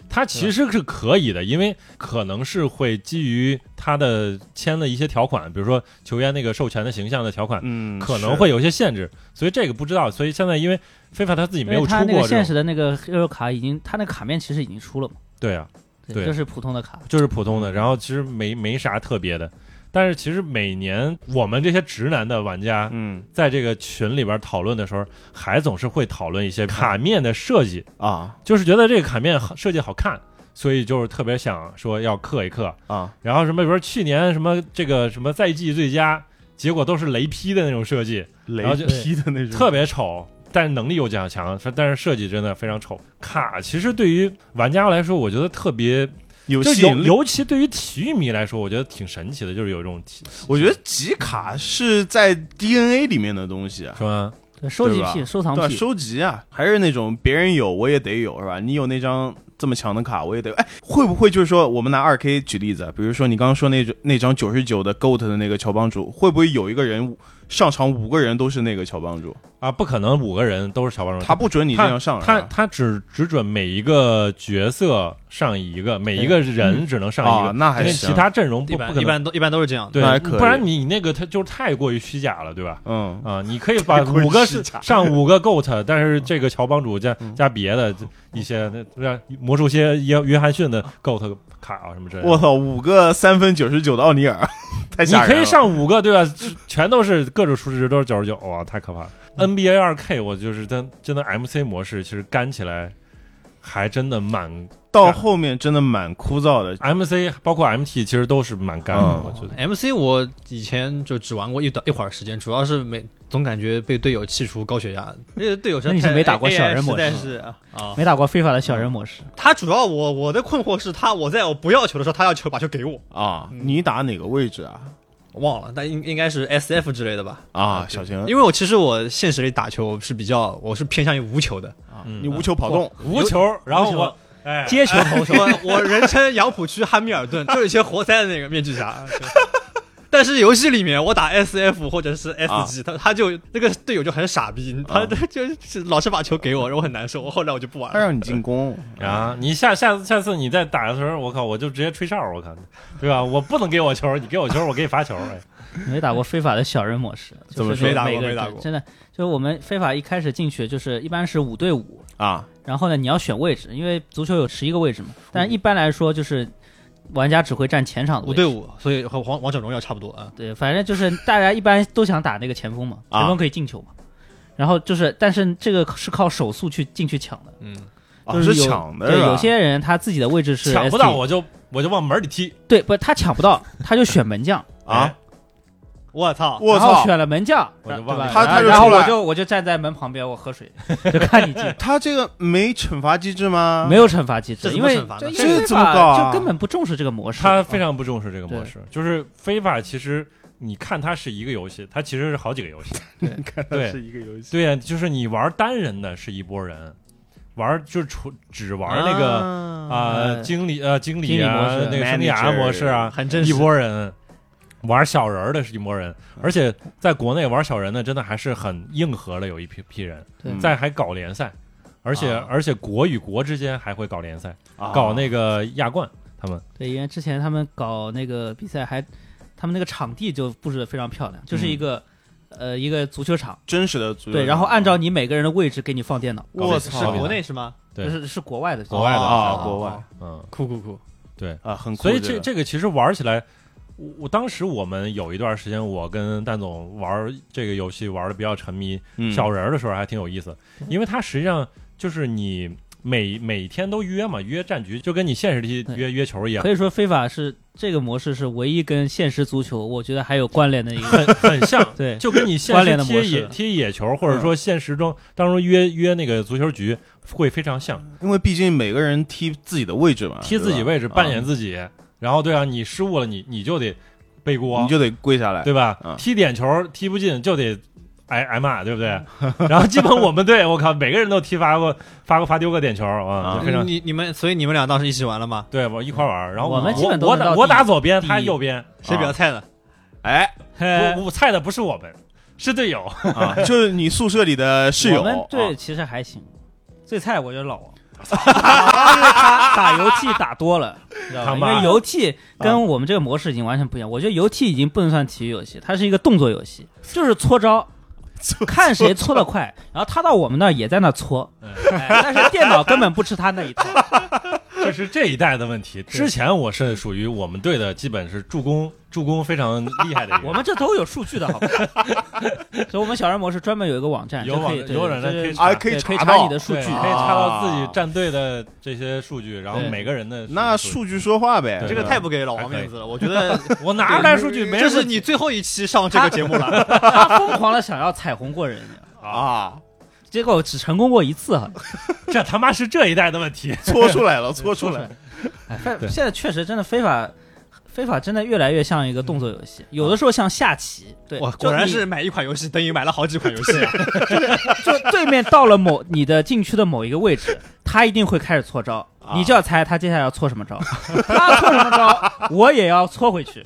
它其实是可以
嗯
的，因为可能是会基于他的签了一些条款，比如说球员那个授权的形象的条款，
嗯，
可能
是
会有一些限制，所以这个不知道。所以现在因为非法他自己没有出
他那
过
个
这
现
种，
实的那个 hero 卡已经，他那个卡面其实已经出了嘛，
对啊，对
就是普通的卡，
就是普通的，然后其实没没啥特别的。但是其实每年我们这些直男的玩家，
嗯
在这个群里边讨论的时候，还总是会讨论一些卡面的设计，
啊
就是觉得这个卡面好设计好看，所以就是特别想说要刻一刻。
啊，
然后什么，比如说去年什么这个什么赛季最佳，结果都是雷劈的那种设计，
雷
然后就
劈的那种，
特别丑，但是能力又强强，但是设计真的非常丑。卡其实对于玩家来说，我觉得特别，
有
就
吸
尤
引力。
尤其对于体育迷来说，我觉得挺神奇的，就是有这种体，
我觉得集卡是在 DNA 里面的东西啊，
是吧？
对收集
对吧
癖、收藏
对啊，
癖，
收集啊，还是那种别人有我也得有，是吧？你有那张这么强的卡，我也得有。哎，会不会就是说，我们拿二 K 举例子啊，比如说你刚刚说那种那张九十九的 GOAT 的那个乔帮主，会不会有一个人上场五个人都是那个乔帮主？
啊，不可能五个人都是小帮手，
他不准你这样上，啊
他
是吧
他只只准每一个角色上一个，每一个人只能上一
啊
个，，
那
因
还
为
行。
其他阵容不
一
不
般
可
一
能。
般都一般都是这样的。
对
那还，可以
不然你那个他就是太过于虚假了，对吧？
嗯，
啊，你可以把
太过于
五个
虚
是
假嗯
上五个 GOAT，但是这个乔帮主加加别的一些那让魔术些约约翰逊的 GOAT 卡啊什么之类的。
我操，五个三分九十九的奥尼尔， 太
你
吓人了。
可以上五个，对吧？全都是各种数值都是九十九，哇，太可怕了。NBA
嗯
二 K，我就是真真的 MC 模式，其实干起来还真的蛮
到后面真的蛮枯燥的，
MC，包括 MT，其实都是蛮干的
嗯，
我觉得。
MC 我以前就只玩过一段一会儿时间，主要是没总感觉被队友气出高血压，那个队友实 在
那你是
太
没打过
AI
小人模
实在
式吗
是啊。啊
没打过非法的小人模式，
他主要我我的困惑是他我在我不要球的时候，他要球把球给我，
啊，
嗯
你打哪个位置啊？
我忘了，但应应该是 SF 之类的吧。
啊，小晴，
因为我其实我现实里打球是比较，我是偏向于无球的。
嗯
你无球跑动，
无球，然后
无球
我哎，
接球投手，
我我人称杨浦区汉密尔顿， 就是以前活塞的那个面具侠。 但是游戏里面我打 SF 或者是 SG，、他他就那个队友就很傻逼，他
啊
就是老是把球给我，然后我很难受。我后来我就不玩
他
了。
让你进攻
啊！你下下次下次你再打的时候，我靠，我就直接吹哨，我靠，对吧？我不能给我球，你给我球，我给你发球。哎
没打过非法的小人 模式，
怎么
就是
说
每个
没
人
打过没打过
真的就是我们非法一开始进去就是一般是五对五，
啊，
然后呢你要选位置，因为足球有十一个位置嘛，
嗯
但一般来说就是玩家只会占前场的
五
位置
对。五，所以和王王者荣耀差不多啊。
对，反正就是大家一般都想打那个前锋嘛，
啊
前锋可以进球嘛。然后就是，但是这个是靠手速去进去抢的，
嗯，
啊
就是有
抢的
对，
是吧啊
有些人他自己的位置是
抢不到
SD
我就我就往门里踢
对，不，他抢不到，他就选门将，
哎
啊，，
我操！
我
啊然后
操，
选了门将，
我就
对
忘
吧
了
他他就
然后
出来
我就我就站在门旁边，我喝水， 就看你进，
他这个没惩罚机制吗？
没有惩罚机制，
这怎
因
么
为
惩罚呢
因
这
为
怎么搞啊
就根本不重视这个模式，
他非常不重视这个模式，就是非法。其实你看，它是一个游戏，它其实是好几个游戏。
你 看它
对
是一个游戏，
对呀、就是你玩单人的是一拨人，玩就是除只玩那个
个
啊、
呃
经理呃经理
经理
啊
模式
那个生涯
Manager
模式啊，
很真实
一拨人。玩小人儿的是一拨人，而且在国内玩小人的真的还是很硬核的，有一批批人
对
嗯
在还搞联赛，而且、
啊
而且国与国之间还会搞联赛，
啊
搞那个亚冠，他们
对，因为之前他们搞那个比赛还，他们那个场地就布置的非常漂亮，
嗯
就是一个、呃一个足球场，
真实的足
嗯
啊球
对，然后按照你每个人的位置给你放电脑，
我
搞
是
操，
国内是吗？
对
就是是国外的，哦
国外的
啊，国外
嗯，
酷酷酷！
对，
啊，很酷
所以
这
这
个
这个其实玩起来，我我当时我们有一段时间，我跟蛋总玩这个游戏玩的比较沉迷，
嗯
小人儿的时候还挺有意思，因为它实际上就是你每每天都约嘛，约战局，就跟你现实踢
对
约约球一样
可，以说非法是这个模式是唯一跟现实足球我觉得还有关联的一个，。
很很像
对，
就跟你现
关联
实
的模
踢
式嗯
野踢野球，或者说现实中当中约约那个足球局会非常像，
因为毕竟每个人踢自己的位置嘛，
踢自己
啊对吧啊
位置，扮演自己，然后对啊，你失误了，你你就得背锅，
你就得跪下来，
对吧？
嗯
踢点球踢不进就得挨挨骂，对不 对？然后基本我们队，我靠，每个人都踢罚过罚过罚丢过点球啊，
啊
就非常
嗯你你们所以你们俩当时一起玩了吗？
对，我一块玩。然后
我们基本都
我
能
打
到
我
第一
打左边，
第一
他右边。
谁比较菜呢？
哎
嘿
我我菜的不是我们，是队友。
啊，就是你宿舍里的室
我们
哦
友，
对
啊
其实还行，最菜我觉得老王，打打游戏打多了，知道吧？
他
因
妈啊
为游戏跟我们这个模式已经完全不一样。我觉得游戏已经不能算体育游戏，它是一个动作游戏，就是 搓招，看谁搓得快。然后他到我们那儿也在那搓，
嗯
哎但是电脑根本不吃他那一套。
这是这一代的问题。之前我是属于我们队的，基本是助攻，助攻非常厉害的一个。
我们这都有数据的，好吧？所以，我们小人模式专门有一个网站，
有
就可以
网
对
有网站
就是
可以
啊，
对
以
可
查
以
到
你的数
对
据啊
可。以查到自己战队的这些数据，然后每个人的
那
数
数据说话呗，
对
这个太不给老王面子了。我觉 得
据，我拿出来 数据没
这
人
是你最后一期上这个节目 了，
他疯狂的想要彩虹过人家，
啊，
结果只成功过一次， 哈。
这他妈是这一代的问题。
搓出来了，搓出来了，
哎，但
对
现在确实真的非法，非法真的越来越像一个动作游
啊
戏，有的时候像下棋。对，
我
就
果然
你
是买一款游戏等于买了好几款游戏啊。
就对面到了某 你的禁区的某一个位置，他一定会开始搓招，
啊
你就要猜他接下来要搓什么 招，他搓什么招，我也要搓回去，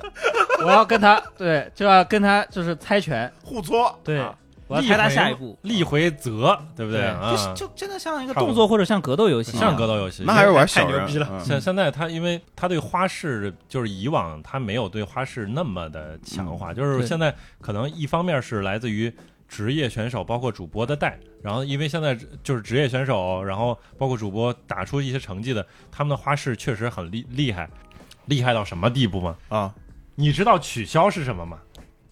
我要跟他对，就要跟他就是猜拳，
互搓，
对，
啊
我要猜他下一步，
立回则，对不对啊？
就是就真的像一个
差不多
动作或者像格斗游戏一样，
像格斗游戏，
那还是玩
太
小
牛
人
逼了
嗯
现现在他因为他对花式就是以往他没有对花式那么的强
嗯
化，就是
对
现在可能一方面是来自于职业选手包括主播的带，然后因为现在就是职业选手，然后包括主播打出一些成绩的，他们的花式确实很厉厉害，厉害到什么地步吗？
啊，
你知道取消是什么吗？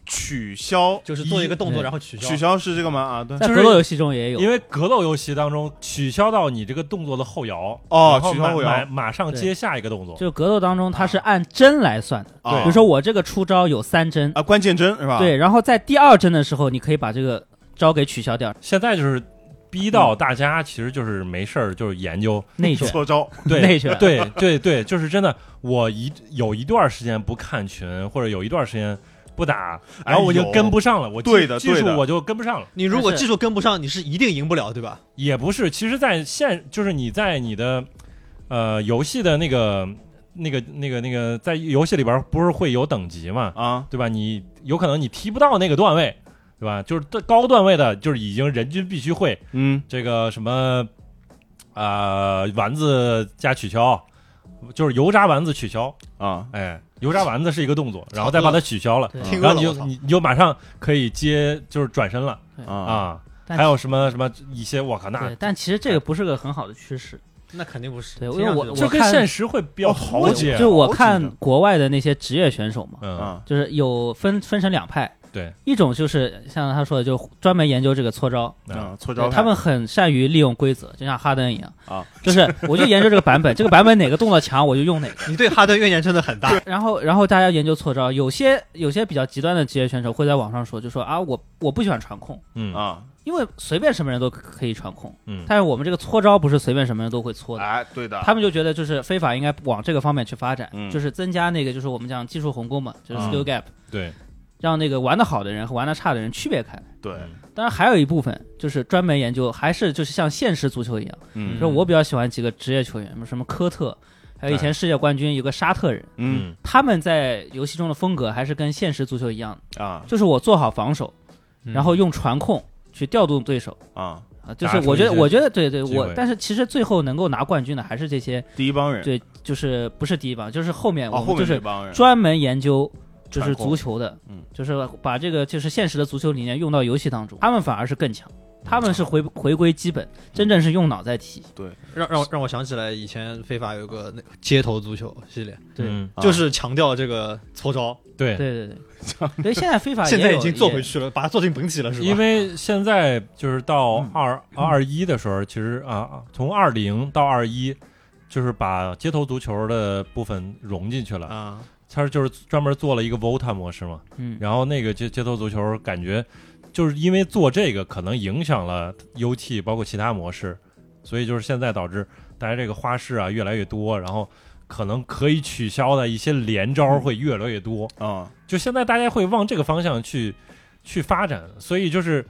取消
就是做一个动作
嗯
然后取消。
取消是这个吗？啊，对，
在
就是
格斗游戏中也有，
因为格斗游戏当中取消到你这个动作的后摇
哦
然后
取消
马
后摇
马马上接下一个动作，
就格斗当中它是按帧来算的，
哦
啊
比如说我这个出招有三帧，
啊，关键帧是吧？，
对，然后在第二帧的时候，你可以把这个招给取消掉，
现在就是逼
嗯
到大家，其实就是没事儿就是研 究
内卷。
搓招，
对
内卷
对对对，就是真的。我一有一段时间不看群，或者有一段时间不打，然后我就
有
跟不上了。我技
哎对的
技
对
术
的
我就跟不上了。
你如果
但是
技术跟不上，你是一定赢不了，对吧？
也不是，其实，在现就是你在你的呃游戏的那个那个那个那个，在游戏里边儿不是会有等级嘛，
啊，
对吧？你有可能你踢不到那个段位，对吧？就是高段位的，就是已经人均必须会，
嗯，
这个什么啊、呃丸子加取消，就是油炸丸子取消，
啊，
哎，油炸丸子是一个动作，然后再把它取消了，
对
听
然后
饿了，
你
我
就
操！
你你就马上可以接，就是转身了
啊
啊。
但
还有什么什么一些，我靠，那
对，但其实这个不是个很好的趋势。
那肯定不是。
对
听
因为
上去
我
就
这跟
看
现实会比较好
我
解
就。我
好解
看
的
国外的那些职业选手嘛，
嗯，
啊，
就是有分分成两派，
对，
一种就是像他说的，就专门研究这个搓招，
啊
啊，搓招
对
派，
他们很善于利用规则，就像哈登一样
啊，
就是我就研究这个版本， 这个版本哪个动作强我就用哪个。
你对哈登怨言真的很大。
然后，然后大家研究错招，有些有些比较极端的职业选手会在网上说，就说啊，我我不喜欢传控，
嗯
啊，
因为随便什么人都可以传控，
嗯
但是我们这个搓招不是随便什么人都会搓的。
哎，对的，
他们就觉得就是非法应该往这个方面去发展，
嗯
就是增加那个就是我们讲技术鸿沟嘛，就是
嗯
skill gap，、
对，
让那个玩得好的人和玩得差的人区别开来。
对，
当然还有一部分就是专门研究，还是就是像现实足球一样，就
嗯哎
是我比较喜欢几个职业球员，什么什么科特，还有以前世界冠军有个沙特人，
嗯
嗯
他们在游戏中的风格还是跟现实足球一样的。
啊
就是我做好防守，
嗯
嗯
然后用传控去调动对手
啊，
啊，就是
打出
我觉得，
一些
我觉得对对，
机
我
会
但是其实最后能够拿冠军的还是这些，
第一帮人，
对，就是不是第一棒，就是后面
啊，
我
后
们
面
就
这
是
帮人，
专门研究。就是
传控
足球的，
嗯
就是把这个就是现实的足球理念用到游戏当中，他们反而是更强，他们是回回归基本，真正是用脑在踢。
让让我让我想起来以前非法有个那街头足球系列，
对
嗯
啊
就是强调这个搓招，
对
对对对，所以现在非法
现在
啊也有
已经做
也
回去了，把它做进本体了，是吧？
因为现在就是到二二一的时候，其实啊，从二零到二一，就是把街头足球的部分融进去了。
啊，
它就是专门做了一个 VOTA 模式嘛，
嗯，
然后那个街街头足球感觉就是因为做这个，可能影响了 UT 包括其他模式，所以就是现在导致大家这个花式啊越来越多，然后可能可以取消的一些连招会越来越多。
啊，
就现在大家会往这个方向去去发展，所以就是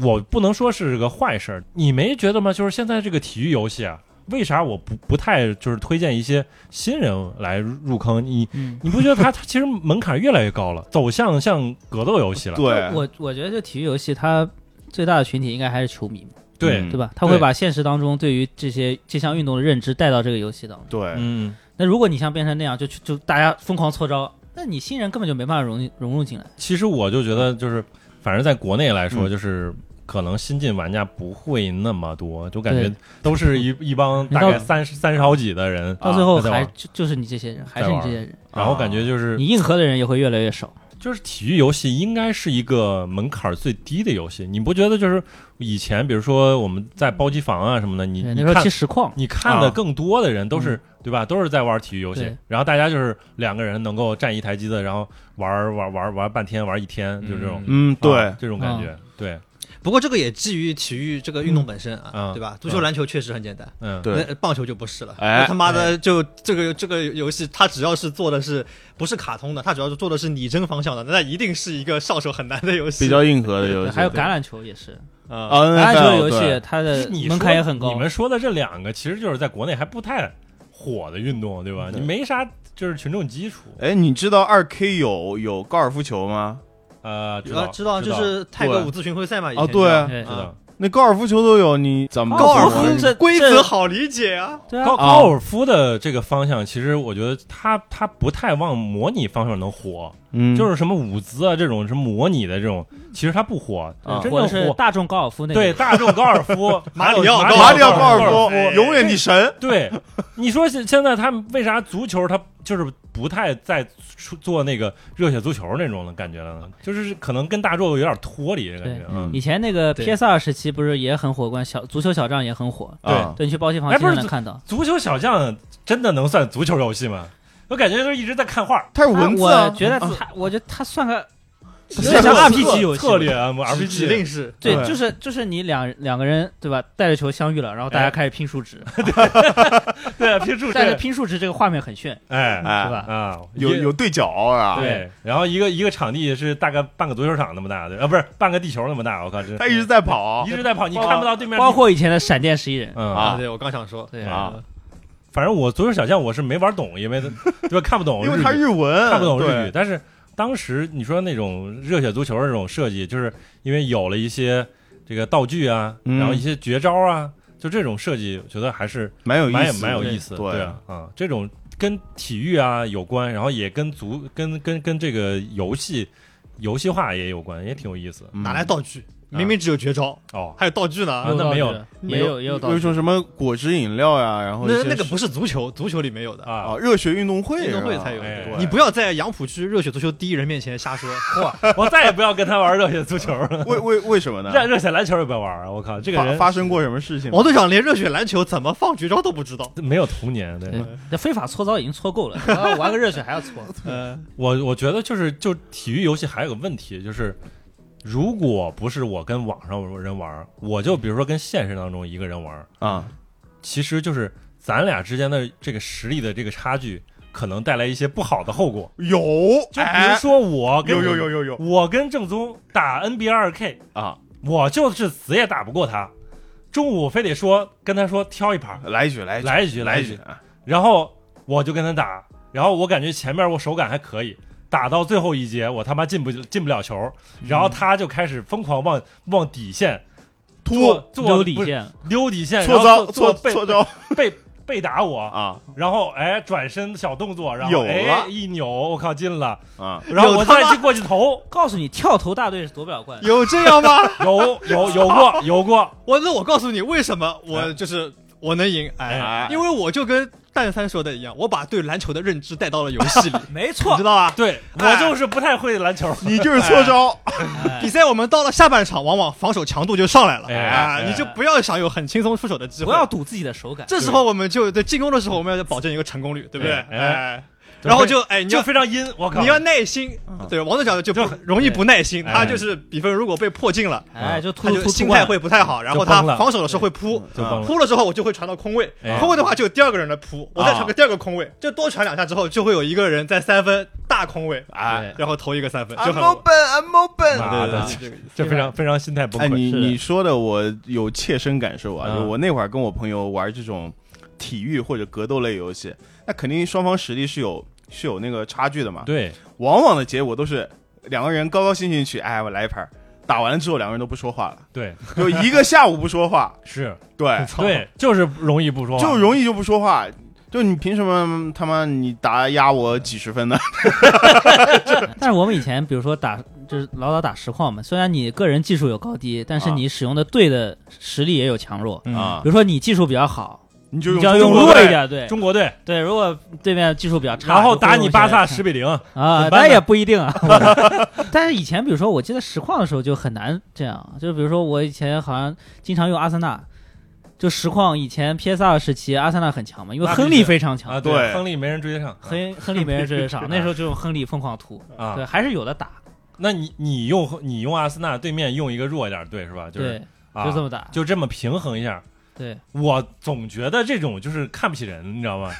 我不能说是个坏事儿，你没觉得吗？就是现在这个体育游戏啊，为啥我不不太就是推荐一些新人来入坑？你
嗯，
你不觉得 它它其实门槛越来越高了，走向像格斗游戏了？
对，
我我觉得这体育游戏它最大的群体应该还是球迷嘛，
对
嗯
对吧？他会把现实当中对于这些这项运动的认知带到这个游戏当中。
对，
嗯，
那如果你像变成那样，就去就大家疯狂搓招，那你新人根本就没办法融融入进来。
其实我就觉得就是，反正在国内来说，
嗯
就是可能新进玩家不会那么多，就感觉
对
都是一一帮大
你
概
到
三十三十好几的人，
到最后
啊在
还
玩
就就是你这些人，还是
在
你
玩
这些人，
然后感觉就是
你硬核的人也会越来越少。
就是体育游戏应该是一个门槛儿最低的游戏，你不觉得？就是以前比如说我们在包机房啊什么的，你
对，
你
那时候
看
踢实况，
你看的更多的人都是、对吧？都是在玩体育游戏
啊嗯对，
然后大家就是两个人能够站一台机子，然后玩儿玩儿玩儿玩儿半天，玩儿一天，就这种、
嗯，
啊
对，
这种感觉，对，
不过这个也基于体育这个运动本身啊，
嗯
对
嗯
吧？足球、篮球确实很简单，
嗯，
对
那呃棒球就不是了。
哎
那他妈的就这个这个游戏，它只要是做的是不是卡通的，它只要是做的是拟真方向的，那一定是一个上手很难的游戏。
比较硬核的游
对
戏，
还有橄榄球也是，
啊，
啊，NFL
橄榄球游戏
对
它
就是
的
你
呃门
说
槛也很高。
你们说的这两个其实就是在国内还不太火的运动，对吧？
对
你没啥就是群众基础，
哎，你知道二 K 有有高尔夫球吗？
呃，知
啊
道
知道，就是泰国五字巡回赛嘛。以前
啊，对啊，
对
知道。
那高尔夫球都有，你怎么
高尔
玩
夫
儿
这
规
这
则好理解啊。
对啊，
高
啊
高尔夫的这个方向，其实我觉得它它不太往模拟方向能火，
嗯，
就是什么舞姿啊这种什么模拟的这种，其实它不火，
啊
真
或者
正
是
火。
大众高尔夫那个
对大众高尔夫、
马
还有
里奥
马
马里奥
高
高
尔
尔夫
哎
永远的神，
对，你说现现在他们为啥足球他就是不太在出做那个热血足球那种的感觉了呢？就是可能跟大众有点脱离的感觉
对。
嗯，
以前那个
对
PS 二时期不是也很火，关小足球小将也很火。
对
啊
对，你去包机房
哎
经
不是
常能看到。
足球小将真的能算足球游戏吗？我感觉就是一直在看画，
它是
他
文字
我
啊，
觉得他，我觉得他算个有
这
点像 RPG 游戏。
策略啊
指
，RPG
令是
对，
对
就是就是你两两个人对吧，带着球相遇了，然后大
哎
家开始拼数值，
对拼数
但是
对，
拼数值这个画面很炫，
哎
是
哎，
吧？
啊，
有
一
有对角啊，
对，然后一个一个场地是大概半个足球场那么大，对，啊，不是半个地球那么大，我靠，这
他一直在跑
一，直在跑，你
包
看不到对面，
包括以前的闪电十一人，
嗯
啊
对我刚想说，
对
啊
反正我足球小将我是没玩懂，因 为对吧看不懂
因为
语
他日文
看不懂日语，
对
但是当时你说那种热血足球这种设计，就是因为有了一些这个道具啊，
嗯
然后一些绝招啊，就这种设计，我觉得还是
蛮有意
蛮有
思，
蛮有意思，
对
对啊，啊这种跟体育啊有关，然后也跟足跟跟跟这个游戏游戏化也有关，也挺有意思
嗯
哪来道具？
啊
明明只有绝招，
哦。
还有道具
啊
呢。
那没有
也有也有道
有一
理。
种什么果汁饮料呀，然后一
那
些
那个不是足球，足球里没有的。
啊
啊，，热血运动会
运动会
是吧
才有
哎
的，你不要在杨浦区热血足球第一人面前瞎说。
我再也不要跟他玩热血足球 了，
为为为什么呢？
热热血篮球也不要玩啊！我靠，这个
啊发
人
发生过什么事情吗？
王队长连热血篮球怎么放绝招都不 知道。
没有童年，
嗯
对
对，这非法搓澡已经搓够了，然后 玩个热血还要搓，
嗯，
我我觉得就是就体育游戏还有个问题，就是如果不是我跟网上人玩，我就比如说跟现实当中一个人玩，
啊，
其实就是咱俩之间的这个实力的这个差距，可能带来一些不好的后果。
有，
就比如说我跟
哎有有有有有
我跟正宗打 NBA 二 K，
啊，
我就是死也打不过他，中午非得说跟他说挑一盘
来一局来一局
来一局
来
来
一
一
局
局，
啊
然后我就跟他打，然后我感觉前面我手感还可以，打到最后一节我他妈进不进不了球，然后他就开始疯狂往往底线
突
做
有
做
底
不是
线。
溜底线，
错
哎然后
招
做
错
做
错招
背背背打我，
啊
然后哎转身小动作，然
有
后
了
哎一扭，我靠进了，
啊，
然后
有
我
他
再
妈
去过去投，
告诉你，跳投大队是夺不了冠的。
有这样吗？
有有有过有过，
我那我告诉你，为什么我就是我能赢？
哎
哎，因为我就跟蛋三说的一样，我把对篮球的认知带到了游戏里，
没
你
错
知，道吧？
对我就是不太会篮球，
你就是错招，
哎比赛我们到了下半场，往往防守强度就上来了，
哎
啊，
哎
你就不要想有很轻松出手的机
不
会。
要赌自己的手感。
这时候我们就对进攻的时候，我们要保证一个成功率，对不对？
哎
哎，然后就哎，你
就
要
非常阴，我靠，
你要耐心，对，王队长就不容易不耐心，
对
他就是比分如果被迫进了，
哎，就突
他
突
就
突
心态会不太好，然后他
崩了
防守的时候会扑，
就崩了，
扑的时候我就会传到空位
哎，啊
空位的话就有第二个人来扑，我再传个第二个空位，就多传两下之后，就会有一个人在三分大空位，
哎
然后投一个三分，就
I'm
很啊稳
open, I'm open。
妈的，
对对对
这非常非常心态崩
哎，
溃。
你
是的
你说的我有切身感受啊，
嗯
就我那会儿跟我朋友玩这种体育或者格斗类游戏，那肯定双方实力是有是有那个差距的嘛。
对，
往往的结果都是两个人高高兴兴去，哎，我来一盘儿。打完了之后，两个人都不说话了，
对，
就一个下午不说话，
是，
对，
对，就是容易不说话，
就容易就不说话。就你凭什么他妈你打压我几十分呢？
但是我们以前比如说打就是老打打实况嘛，虽然你个人技术有高低，但是
啊
你使用的队的实力也有强弱。
嗯
啊
比如说你技术比较好，
你就
你
用
就要
中
用
国
弱
队
一点，对
中国队，
对。如果对面技术比较差，
然后
就
打
会用
你
一
巴
些
萨十比零，
啊，
怎么办呢
那也不一定啊。 但是以前，比如说，我记得实况的时候就很难这样，就比如说我以前好像经常用阿森纳，就实况以前 PSR 时期，阿森纳很强嘛，因为
那必须
亨利非常强，
啊，
对
亨利没人追得上，
亨亨利没人追得上，那时候就用亨利疯狂突，
啊
对，，还是有的打，
那你你用你用阿森纳对面用一个弱一点队是吧？就是
对，
啊
就这么打，
就这么平衡一下。
对，
我总觉得这种就是看不起人，你知道吗？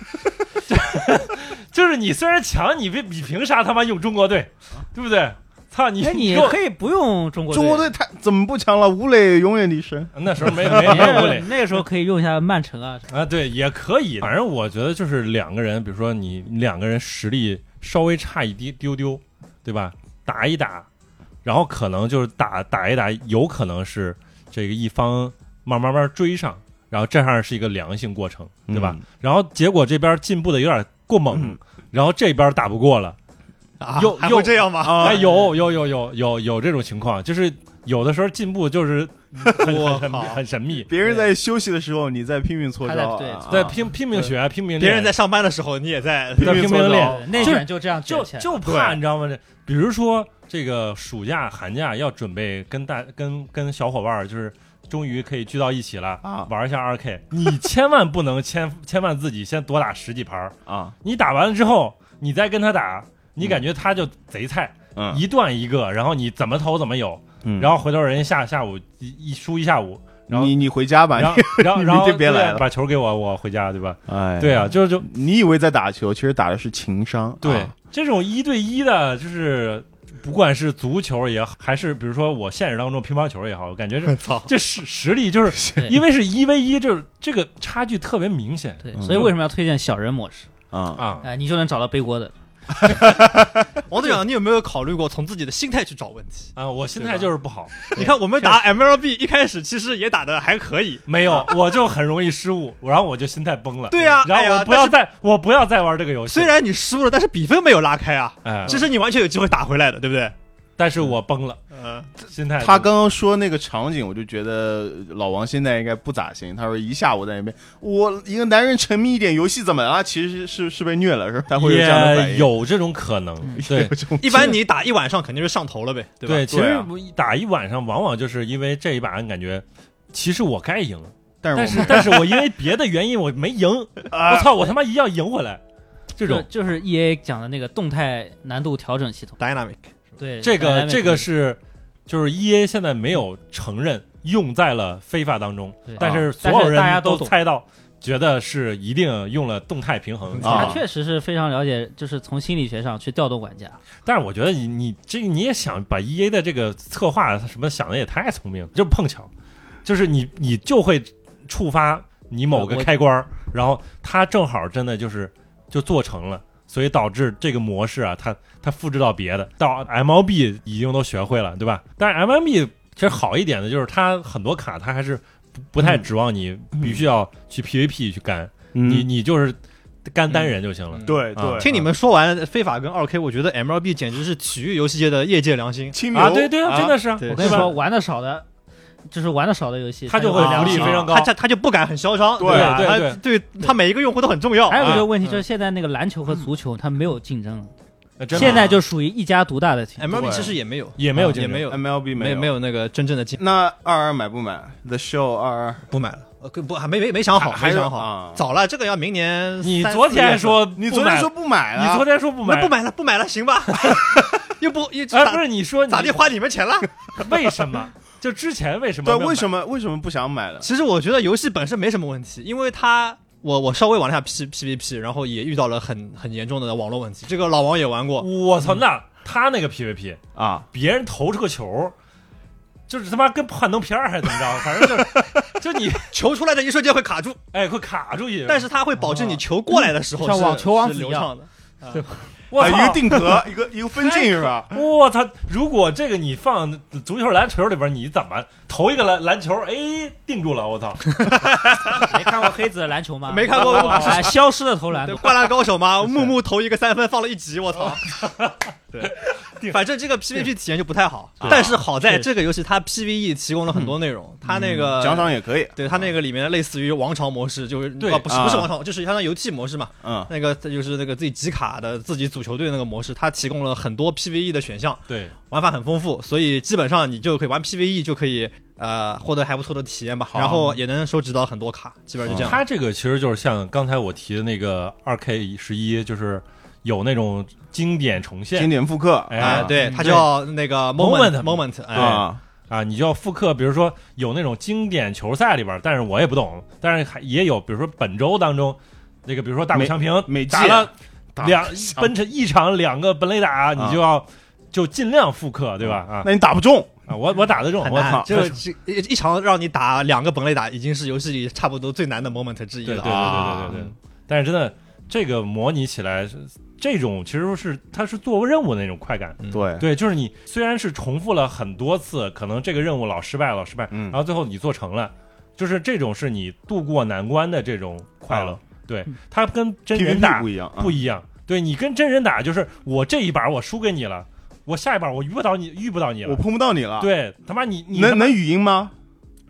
就是你虽然强，你别你凭啥他妈用中国队，对不对？操你
那哎你
给我
可以不用中国
中 国队太怎么不强了？吴磊永远的神。
那时候没没没有
那
吴磊
个那个时候可以用一下曼城啊，
啊，对，也可以。反正我觉得就是两个人，比如说你两个人实力稍微差一丢丢丢，对吧？打一打，然后可能就是打打一打，有可能是这个一方慢慢慢慢追上，然后这样是一个良性过程，
嗯
对吧？
嗯
然后结果这边进步的有点过猛，然后这边打不过了，
啊
又
还
又
会这样吗？
哎，有有有有有有这种情况，就是有的时候进步就是很
我
很
靠
很很神秘，
别人在休息的时候，你在拼命搓
他在
招啊，
对
啊
在拼拼命学，拼命
别人
练
在上班的时候，你也在
在拼命练，
对内卷就这样
就
卷起来
就怕
对
你知道吗？这比如说这个暑假、寒假要准备跟大跟跟小伙伴儿，就是终于可以聚到一起了，
啊
玩一下二 K。你千万不能千千万自己先多打十几盘儿，
啊，
你打完了之后，你再跟他打，你感觉他就贼菜，
嗯
一段一个，然后你怎么投怎么有，
嗯
然后回头人家下下午一一输一下午，然后
你你回家吧，
然后然后
你
然后
就别来
对啊
了
把球给我，我回家对吧？
你哎，
对啊，就是就
你以为在打球，其实打的是情商。
对
啊，
这种一对一的，就是不管是足球也好，还是比如说我现实当中乒乓球也好，我感觉 这
操，
这实实力就是
对
因为是一 v 一，就是这个差距特别明显
对，
嗯
所以为什么要推荐小人模式？
啊，
啊。
哎，你就能找到背锅的，
王队长，你有没有考虑过从自己的心态去找问题？
啊，我心态就是不好，
你看我们打 MLB 一开始其实也打的还可以，
没 有，我就很容易失误，然后我就心态崩了。
对
啊
呀
啊然
哎
后
呀
我不要再，我不要再玩这个游戏。
虽，然你输了，但是比分没有拉开啊，
哎，
其实你完全有机会打回来的，对不对？
但是我崩了，
嗯，
心态。
他刚刚说那个场景，我就觉得老王现在应该不咋行。他说一下午在那边，我一个男人沉迷一点游戏怎么了？其实是是被虐了，是吧？他会有这样的反
也
应。 嗯
有这种可能，对，
一般你打一晚上肯定是上头了呗，对吧？
对，其实
对啊
我一打一晚上，往往就是因为这一把感觉，其实我该赢，
但
但
是我
是
们啊
但是我因为别的原因我没 赢，我操，我他妈一定要赢回来。这种
就就是 E A 讲的那个动态难度调整系统。
，dynamic
对，
这
本来
个
没
这
考虑
个是，就是 E A 现在没有承认用在了非法当中
对，啊
但是所
但
有
是大家
人
都
都
懂
猜到，觉得是一定用了动态平衡
啊
他确实是非常了解，就是从心理学上去调动玩家。
但是我觉得你你这你也想把 E A 的这个策划什么想的也太聪明了，就是碰巧，就是你你就会触发你某个
我
开关儿，然后它正好真的就是就做成了，所以导致这个模式啊，它它复制到别的，到 MLB 哎已经都学会了，对吧？但是 MLB 其实好一点的就是它很多卡它还是不不太指望你必须要去 PVP 去干，你你就是干单人就行了。
嗯
嗯
对
啊
对，
听你们说完非法跟二 K，我觉得 MLB 简直是体育游戏界的业界良心。
清流
啊，对对啊，真的是啊，
对
我
对
跟你
吧
说，？玩的少的，就是玩的少的游戏，
它就
就
会
量
福利
级
非常高
啊他他他就不敢很嚣张，
对
吧？
对
他
对
对他每一个用户都很重要。
还有一个问题
嗯
就是，现在那个篮球和足球它没有竞争，
呃真的
现在就属于一家独大的体。
MLB
对
其实也没有，
也没有
啊
竞
也
争
没有，
MLB
没
嗯有
没。有那个真正的进，
那二二买不买？The Show 二二
不买了，呃不还没没没想好，
还
没
是
想
啊
好，早了，这个要明年。
你昨天还，说不买，
你昨天说不买啊了，
你昨天说不买
那不，买了，不买了，行吧？又不又
哎，不
咋
是你说你
咋地花你们钱了？
为什么？就之前为什么没
对
有买？
为什么为什么不想买了？
其实我觉得游戏本身没什么问题，因为它我我稍微玩了一下 P P V P，然后也遇到了很很严重的网络问题。这个老王也玩过，
我操，那他那个 PVP，
啊，
别人投这个球，就是他妈跟幻灯片儿还是怎么着？反正就是，就你
球出来的一瞬间会卡住，
哎，快卡住一，
但是它会保证你球过来的时候
像
是
网球王子
是流
一样
畅的。啊
我
啊一
操
个！定格，一个一个分镜是吧？
我操！如果这个你放足球篮球里边，你怎么投一个篮篮球？哎，定住了！我操！
没看过黑子的篮球吗？
没看过
啊，哎消失的投篮
对，，灌篮高手嘛，木木投一个三分放了一集，我操！ 对，反正这个 PVP 体验就不太好，但是好在
对
这个游戏它 PVE 提供了很多内容，它那个
奖赏也可以，
对它那个里面类似于王朝模式，就是
对
啊不是不是
啊
王朝，就是相当于游戏模式嘛。
嗯，
那个就是那个自己集卡的自己组球队那个模式，它提供了很多 PVE 的选项，
对，
玩法很丰富，所以基本上你就可以玩 PVE 就可以呃获得还不错的体验吧，然后也能收集到很多卡，基本上就这样。
它这个其实就是像刚才我提的那个二 K 十一，就是有那种经典重
经
现
典复刻，
哎
哎，
啊
对，它
对
叫那个
Moment
moment moment，哎，
啊，
啊，你就要复刻，比如说有那种经典球赛里边，但是我也不懂，但是还也有，比如说本周当中，那个比如说大谷
每
翔平
每
打
届
了
打
两奔驰一场两个本垒打，你就要就尽量复刻，对吧？啊
那你打不中，
啊，我我打得中，
很
我
难
操，
就这一一场让你打两个本垒打，已经是游戏里差不多最难的 moment 之 一
对对
了。啊
对对对对对。但是真的，这个模拟起来是这种，其实是它是做任务的那种快感。
嗯
对，
对，就是你虽然是重复了很多次，可能这个任务老失败，老失败，
嗯
然后最后你做成了，就是这种是你度过难关的这种快
啊
乐。对，它跟真人
PVP
打
不一样，啊
不一样。对你跟真人打，就是我这一把我输给你了，我下一把我遇不到你，遇不到你
我
了。
碰不到你了，，
对，他妈你你他
能
妈
能语音吗？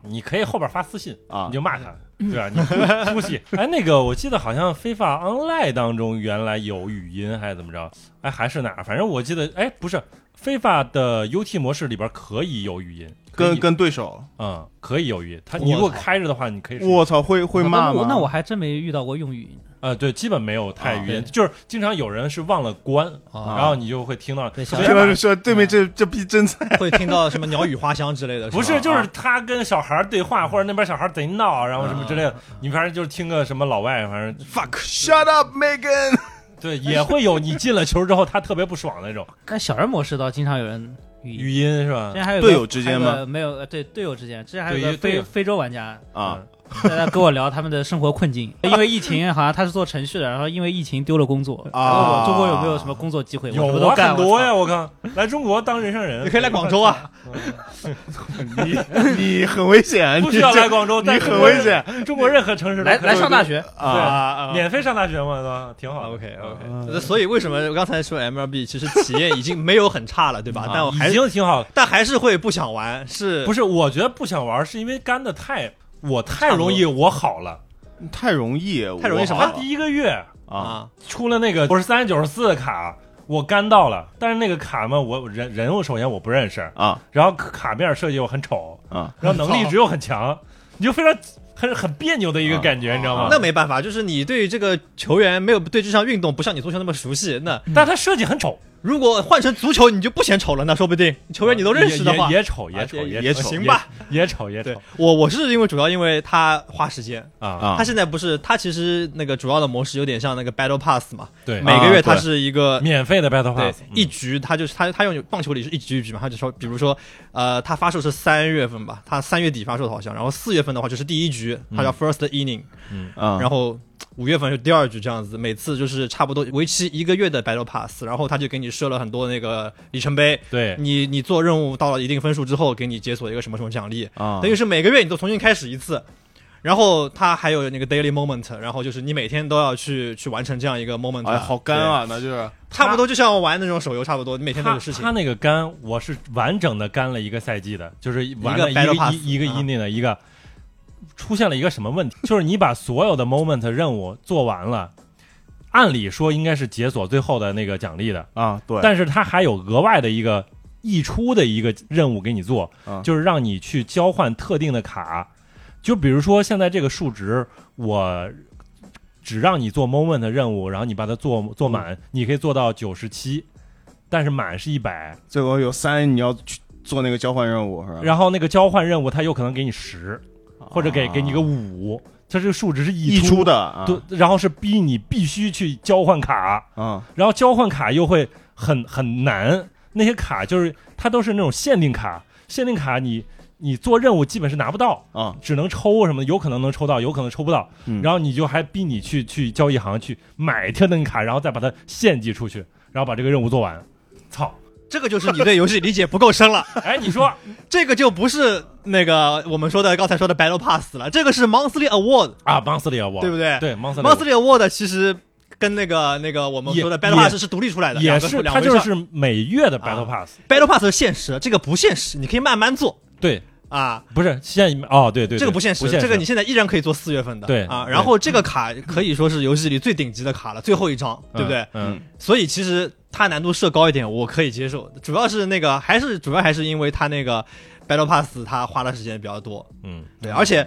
你可以后边发私信，
啊
你，就骂他，
嗯
对吧？ 你出息。哎，那个我记得好像《非法 Online》当中原来有语音还是怎么着？哎，还是哪儿？反正我记得，哎，不是非法的 UT 模式里边可以有语音，可以
跟跟对手，
嗯可以有语音。它
我
你如果
操
开着的话，你可以试
我操，会会骂吗？
哦那我还真没遇到过用语音。
呃对，基本没有太
啊
语音，
对
就是经常有人是忘了关，
啊，
然后你就会听到。
对
所
小
以
听到就说对面这这逼真 菜，
会听到什么鸟语花香之类的，
不
是吧
是，就是他跟小孩对话，或者那边小孩贼闹，然后什么之类
啊
的，你反正就是听个什么老外，反正
fuck shut up Megan，
对也会有你进了球之后他特别不爽那种
那小人模式倒经常有人语音
语，音啊是吧
之？前还有
队
个
友之间？
还有
吗
个没有，呃对队友之间，之前还有
对
个
于队
非
友
非洲玩家，
啊，
在那跟我聊他们的生活困境，因为疫情， 好像他是做程序的，然后因为疫情丢了工作，
啊
然后哦我中国有没有什么工作机会？
有
我什么都
啊
干
很多呀！
我
我靠，来中国当人上
你
人，
可以来广州啊，
你 你很危 险，
不需要
你这
来广州，
你
但
很危险
中国任何城市
操来来上大，学，
啊
啊，
啊
免费上大学嘛，都挺好的。
OK 啊 OK，所以为什么刚才说 MLB 其实体验已经没有很 差了，对吧？但我还
啊已
是
经挺好。
但还是会不想玩，是
不
是？
是，我觉得不想玩，是因为干的太我太容易我好了。
太容易，
太容易
我
什
他
么
第一个月
啊？
啊？
出了那个不是三十九十四的卡，我干到了，但是那个卡嘛，我人人物首先我不认识，
啊
然后卡面设计又很丑，
啊！
然后能力值又很强，你就非常很很别扭的一个感觉，你知道吗？
啊那没办法，就是你对这个球员没有对这项运动不像你足球那么熟悉。那
但它设计很丑，
如果换成足球，你就不嫌丑了，那说不定球员你都认识的话，
也也也丑，也
啊
丑，
也
也
也
丑，
丑
行吧？
也，也丑，也
对
丑
我我是因为主要因为他花时间，
啊！
啊
他现在不是他其实那个主要的模式有点像那个 Battle Pass 嘛，
对，
每个月
啊
它
对
是一个
免费的 Battle
对
Pass，嗯
一局，他就是他他用棒球里是一局一局嘛，他就说，比如说，呃，他发售是三月份吧，他三月底发售的好像，然后四月份的话就是第一局，它叫 first inning，、
嗯啊，
然后五月份是第二局这样子，每次就是差不多为期一个月的 battle pass，然后他就给你设了很多那个里程碑，
对
你你做任务到了一定分数之后，给你解锁一个什么什么奖励，
啊
等于是每个月你都重新开始一次。然后它还有那个 daily moment，然后就是你每天都要去去完成这样一个 moment，、
哎，好干啊，那就是
差不多就像玩那种手游差不多，你每天都
他
有事情
他。那个干，我是完整的干了一个赛季的，就是玩了一
个
个
Battle Pass，
一一个
啊
inning 的一个，出现了一个什么问题？就是你把所有的 moment 任务做完了，按理说应该是解锁最后的那个奖励的，
啊，对，
但是它还有额外的一个溢出的一个任务给你做，
嗯
就是让你去交换特定的卡。就比如说现在这个数值，我只让你做 moment 的任务，然后你把它做做
嗯
满，你可以做到九十七，但是满是一百。
最后有三，你要去做那个交换任务是吧？
然后那个交换任务，它有可能给你十，或者给
嗯啊
给你个五，它这个数值是溢
溢出的啊，
对，然后是逼你必须去交换卡。
啊
然后交换卡又会很很难，那些卡就是它都是那种限定卡，限定卡你你做任务基本是拿不到，
啊，
只能抽什么的，有可能能抽到，有可能抽不到，
嗯
然后你就还逼你去去交易行去买特定卡，然后再把它献祭出去，然后把这个任务做完。操！
这个就是你对游戏理解不够深了，
哎，你说
这个就不是那个我们说的刚才说的 Battle Pass 了，这个是 Monthly Award，
啊，邦斯利我
对不对？
对，邦斯利
，Monthly Award 其实跟那个那个我们说的
也
Battle Pass 是独立出来的，
也
两个
是，
两
它
回
就
事儿
是每月的 Battle
啊
Pass。
Battle Pass 是现实，这个不现实，你可以慢慢做
对，
啊。
不是现哦，对对，
这个
对
不现实，这个你现在依然可以做四月份的，
对
啊。
对
然后这个卡可以说是游戏里最顶级的卡了，最后一张，对不对？？
嗯，嗯
所以其实它难度设高一点，我可以接受。主要是那个还是主要还是因为它那个 Battle Pass 它花的时间比较多，
嗯，
对，而且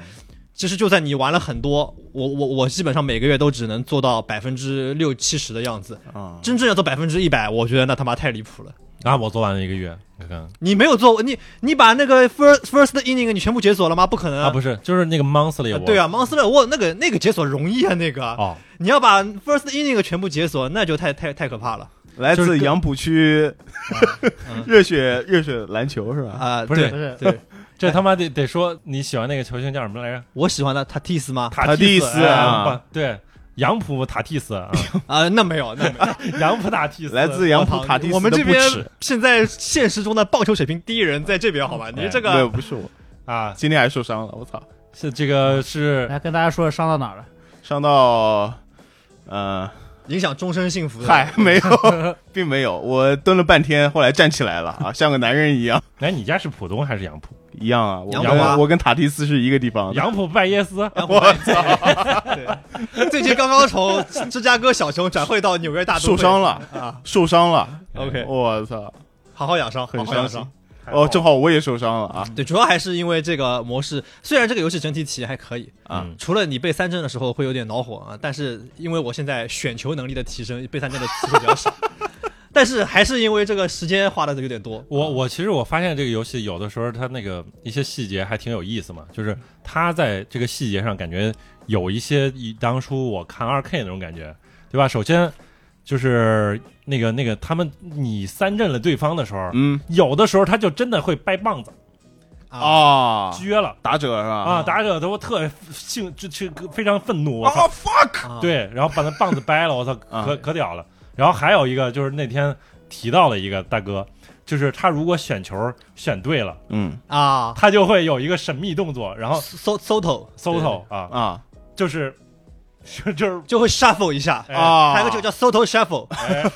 其实就算你玩了很多，我我我基本上每个月都只能做到百分之六七十的样子，
嗯
啊，
真正要做百分之一百，我觉得那他妈太离谱了。
啊，我做完了一个月，你看
你没有做，你你把那个 first first inning 你全部解锁了吗？不可能
啊，不是，就是那个 monthly
啊
我
对啊，Monster 我那个那个解锁容易啊，那个
哦，
你要把 first inning 全部解锁，那就太太太可怕了
来
就是
自
跟啊
杨浦区
嗯
热血热血篮球是吧？
啊！
不是
不
对
是
对，
这他妈得得说你喜欢那个球星叫什么来着？
我喜欢的塔蒂斯吗？
塔蒂斯
哎
啊，
不对，杨浦塔蒂 斯啊，
啊，那没有，那没有。
杨浦塔蒂斯，
来自杨浦塔蒂斯
我们
的
这
不
边
耻
现在现实中的棒球水平第一人在这边，好吧？你这
哎没有
个
不是我，
啊，
今天还受伤了，我操，
是这个是
来跟大家说伤到哪儿了？
伤到呃，
影响终身幸福的。
嗨，没有，并没有，我蹲了半天，后来站起来了啊，像个男人一样，
哎，你家是浦东还是杨浦？
一样啊，我
杨
华
跟我跟塔蒂斯是一个地方的，
杨浦拜耶斯，
然后我操！最近刚刚从芝加哥小熊转会到纽约大都
受
会，
伤了，
啊！
受伤了，
OK，
我操，
好好养伤，
很
好好养
伤
伤。
哦，正好我也受伤了啊
对，主要还是因为这个模式，虽然这个游戏整体体验还可以，
啊，
嗯
除了你被三振的时候会有点恼火啊，但是因为我现在选球能力的提升，被三振的次数比 较少，但是还是因为这个时间花的有点多。
我我其实我发现这个游戏有的时候它那个一些细节还挺有意思嘛，就是它在这个细节上感觉有一些以当初我看二 K 那种感觉，对吧？首先就是那个那个他们你三振了对方的时候，
嗯
有的时候他就真的会掰棒子
啊，
啊，
撅了
打者是吧？
啊，打者都特兴就这个非常愤怒，我操
啊，fuck，
啊，
对，然后把那棒子掰了，我 操，
啊
可可屌了。然后还有一个就是那天提到了一个大哥，就是他如果选球选对了。
嗯
啊
他就会有一个神秘动作，然后
，so soto
soto 啊，
啊
就是 就就是
就会 shuffle 一下，
哎
啊，
还有一个就叫 soto shuffle，
哎，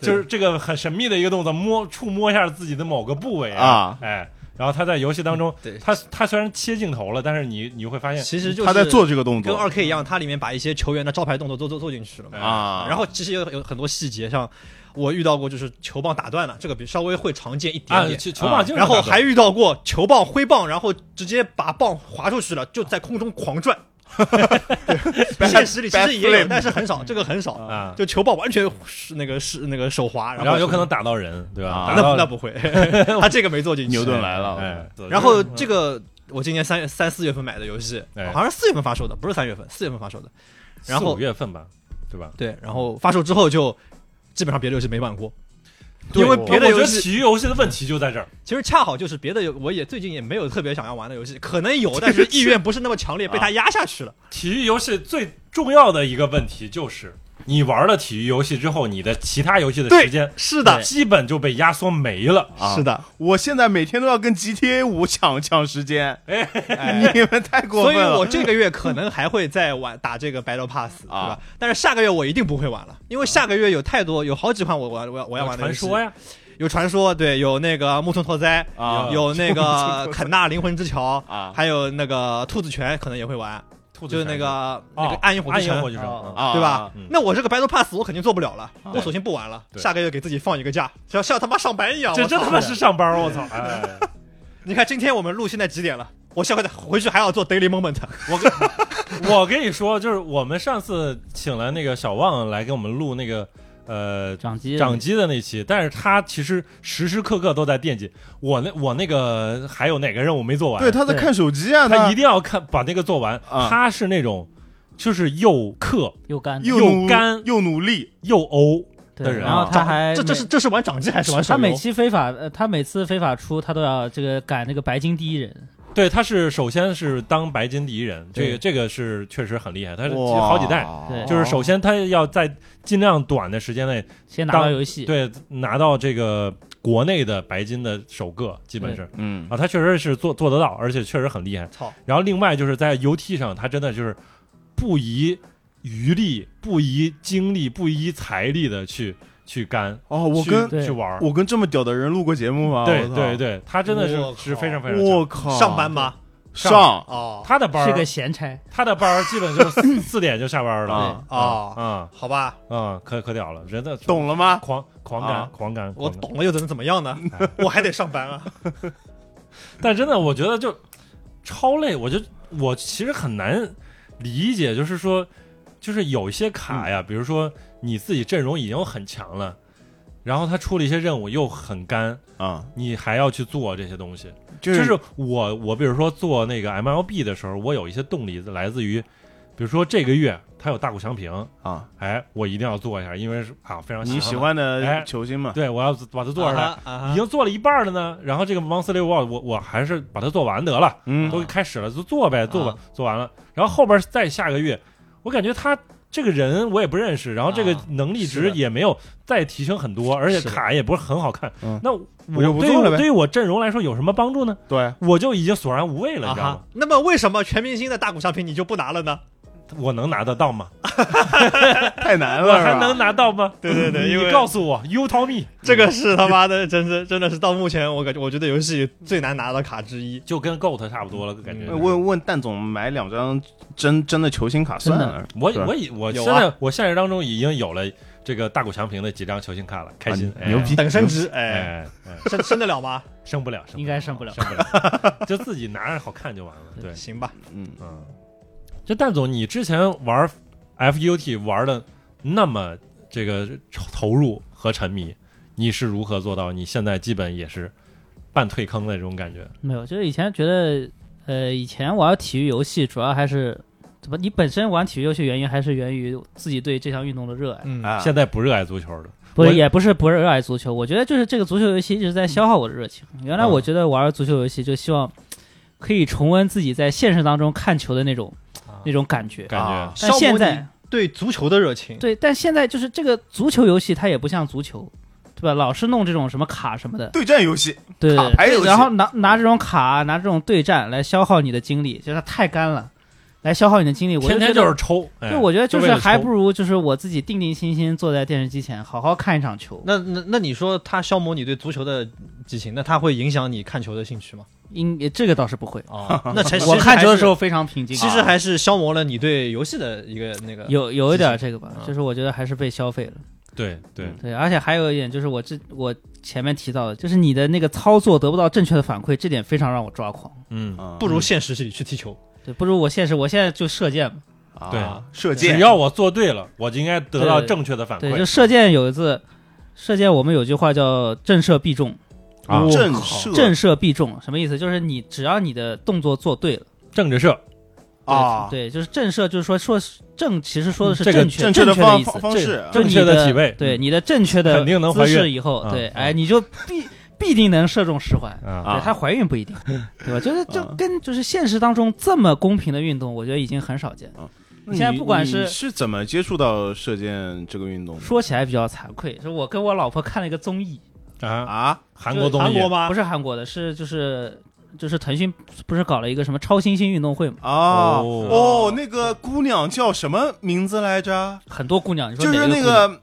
就是这个很神秘的一个动作，摸触摸一下自己的某个部位
啊
哎，然后他在游戏当中，
对
他他虽然切镜头了，但是你你会发现，
其实就是
他在做这个动
跟
作
二 K 一样，它里面把一些球员的招牌动作都都做进去了嘛。
哎
啊，
然后其实有有很多细节，像我遇到过就是球棒打断了，这个比稍微会常见一点
啊，
点。
球球棒经常
然后
打断
还遇到过球棒挥棒，然后直接把棒划出去了，就在空中狂 转。对现实里其实也
backflip
有，但是很少，这个很少。
啊，
就球棒完全是那个是那个手滑，
然
后
后有可能打到人，对吧？
啊
打
那
到
那 不会，他这个没做进去。
牛顿来了，
哎，
然后这个我今年三三四月份买的游戏，
哎
好像是四月份发售的，不是三月份，四月份发售的。然
四
后
五月份吧，对吧？
对，然后发售之后就基本上别的游戏没玩过，
对
因为
我
别的
我觉
游
得
戏
体育游戏的问题就在这儿，
其实恰好就是别的游，我也最近也没有特别想要玩的游戏，可能有，但是意愿不是那么强
啊
烈，被它压下去了。
体育游戏最重要的一个问题就是，你玩了体育游戏之后，你的其他游戏的时间
是的，
基本就被压缩没了。
啊
是的，
我现在每天都要跟 GTA 五抢抢时间，
哎
你们太过
所
分
以
了。
我这个月可能还会再玩打这个 Battle Pass，对吧
啊？
但是下个月我一定不会玩了，因为下个月有太多有好几款我玩我要
啊
我要
有
玩的游
传
戏，
说呀，
有传说，对，有那个木村拓哉，
啊
有那个肯纳灵魂之桥，
啊
还有那个兔子拳可能也会玩，
兔子
就是那个那个
哦
暗影火之
暗
城
影火。之城
哦
嗯
啊，
对吧？
嗯
那我这个 Battle Pass 我肯定做不了了，
啊
我索性不玩了，
对
下个月给自己放一个假，像像他妈上班一样。
这
我
这
操
他妈是上班， 我操！哎，
你看今天我们录现在几点了？我下回再回去还要做 daily moment。
我跟我跟你说，就是我们上次请了那个小旺来给我们录那个呃
掌机
掌机的那期，但是他其实时时刻刻都在惦记我那我那个还有哪个任务没做完，
对，他在看手机啊，
他一定要看把那个做完。
啊
他是那种就是又氪
又干
又
又
努
干
又努力
又欧，的
对，
人
然后
啊
他还
这这是这是玩掌机还是玩手
他
游
每？期非法，呃，他每次非法出，他都要这个赶那个白金第一人，
对，他是首先是当白金第一人，这
对
个这个是确实很厉害，他是
哇
好几代，
对
就是首先他要在尽量短的时间内，
哦
先拿到
当
游戏，
对拿到这个国内的白金的首个，基本是
嗯
啊，他确实是做做得到，而且确实很厉害。
操，
然后另外就是在 UT 上，他真的就是不遗余力、不遗精力、不遗财力的去去干，
哦，我
去
跟
对
去玩儿。
我跟这么屌的人录过节目吗？
对
我操
对，对，他真的
我
是
靠
是非常非常
我
强。
靠，
上班吗？
上
哦
他的班
是个
儿，
闲差。
他的班儿基本就是四点就下班了
啊。
哦，
啊
好吧，
啊，可可屌了，人的
懂了吗？
狂狂
啊
干狂干，
我
狂干
懂了又能怎么样呢？ 我还得上班啊。
但真的，我觉得就超累。我就我其实很难理解，就是说，就是有一些卡呀，比如说你自己阵容已经很强了，然后他出了一些任务又很干，
啊，
你还要去做这些东西。
就
就是我我比如说做那个 MLB 的时候，我有一些动力来自于，比如说这个月它有大谷翔平，
啊，
哎，我一定要做一下，因为是啊非常
你
喜
喜
欢
欢
哎
的球星嘛
他，对我要把它做出来。
啊哈，啊
已
哈
经做了一半了呢，然后这个 Monthly Wall 我我还是把它做完得了，
嗯
都开始了，就做呗，做吧，做完了，然后后边再下个月，我感觉他这个人我也不认识，然后这个
啊
能力
是
值
的
也没有再提升很多，而且卡也不是很好看
嗯。
那
我就不
对于
做了呗
对于我阵容来说有什么帮助呢？
对，
我就已经索然无味了，
啊
你知道吗
哈？，那么为什么全明星的大股商品你就不拿了呢？
我能拿得到吗？
太难
我
了，
还
是吧
能拿到吗？
对对对，因
你
为
告诉我，You tell me，
这个是他妈的，真是真的是到目前我感觉我觉得游戏最难拿的卡之一。
就跟 GOAT 差不多了，感觉
嗯
是。
问问蛋总买两张真真的球星卡算了，
我
是吧
我已我
有
现
啊
在我现实当中已经有了这个大谷翔平的几张球星卡了，开心，
啊
哎
牛逼，
等升职，哎，
哎，哎
升升得了吗？
升不了，
应该升不了
升不了，就自己拿着好看就完了。对，
行吧，
嗯，
嗯，就蛋总，你之前玩 FUT 玩的那么这个投入和沉迷，你是如何做到？你现在基本也是半退坑的这种感觉。
没有，就是以前觉得，呃，以前玩体育游戏主要还是怎么？你本身玩体育游戏原因还是源于自己对这项运动的热爱，
嗯
啊，
现在不热爱足球的，
不
我
是也不是不热爱足球。我觉得就是这个足球游戏一直在消耗我的热情。原来
嗯
我觉得玩足球游戏就希望可以重温自己在现实当中看球的那种那种感觉，
感
啊
觉
但现在
对足球的热情，
对，但现在就是这个足球游戏它也不像足球。对吧？老是弄这种什么卡什么的，
对战游戏，
对
卡牌游戏
然后拿拿这种卡，拿这种对战来消耗你的精力，就是太干了，来消耗你的精力。我
天天
就
就
觉
是
得，
抽。哎
对，我觉得
就是为了
还
抽
不如就是我自己定定心心坐在电视机前，好好看一场球，
那那那你说它消磨你对足球的激情，那它会影响你看球的兴趣吗？
应这个倒是不会。
哦， 那才
我看球的时
候，
候非常平静，
其实
啊
还是消磨了你对游戏的一个那个。
有有一点这个吧
嗯
啊，
就是我觉得还是被消费了。
对对
对，而且还有一点就是我这我前面提到的，就是你的那个操作得不到正确的反馈，这点非常让我抓狂。
嗯，
嗯
不如现实里去踢球，
对，不如我现实，我现在就射箭吧。
啊
对
射
只
箭，
要我做对了，我就应该得到
对
正确的反
对，就
馈。
射箭有一次，射箭我们有句话叫“震射必中”，
啊
震射
震射必中什么意思？就是你只要你的动作做对了
正着射，
对
啊，
对，就是震射，就是说说是正，其实说的
嗯
是
这个
正确、
正
确
的
的
方
意思
方，方式啊
就
正
你
确的体位嗯
对你的正确的
肯定能怀
姿
孕
势以后，
啊
对，
啊
哎，你就必必定能射中十环。
啊，
对，
啊，
她怀孕 不一定，对吧？就是就
啊
跟就是现实当中这么公平的运动，我觉得已经很少
啊
见。
那你
现在不管
你
是
是怎么接触到射箭这个运动的
说起来比较惭愧，是我跟我老婆看了一个综艺，
啊，
啊？
韩国综
韩
艺
国吗
不？是韩国的，是就是就是腾讯不是搞了一个什么超新星运动会嘛？
啊
哦
哦，那个姑娘叫什么名字来着？
很多姑娘，你说
就
哪
是
个
那
姑娘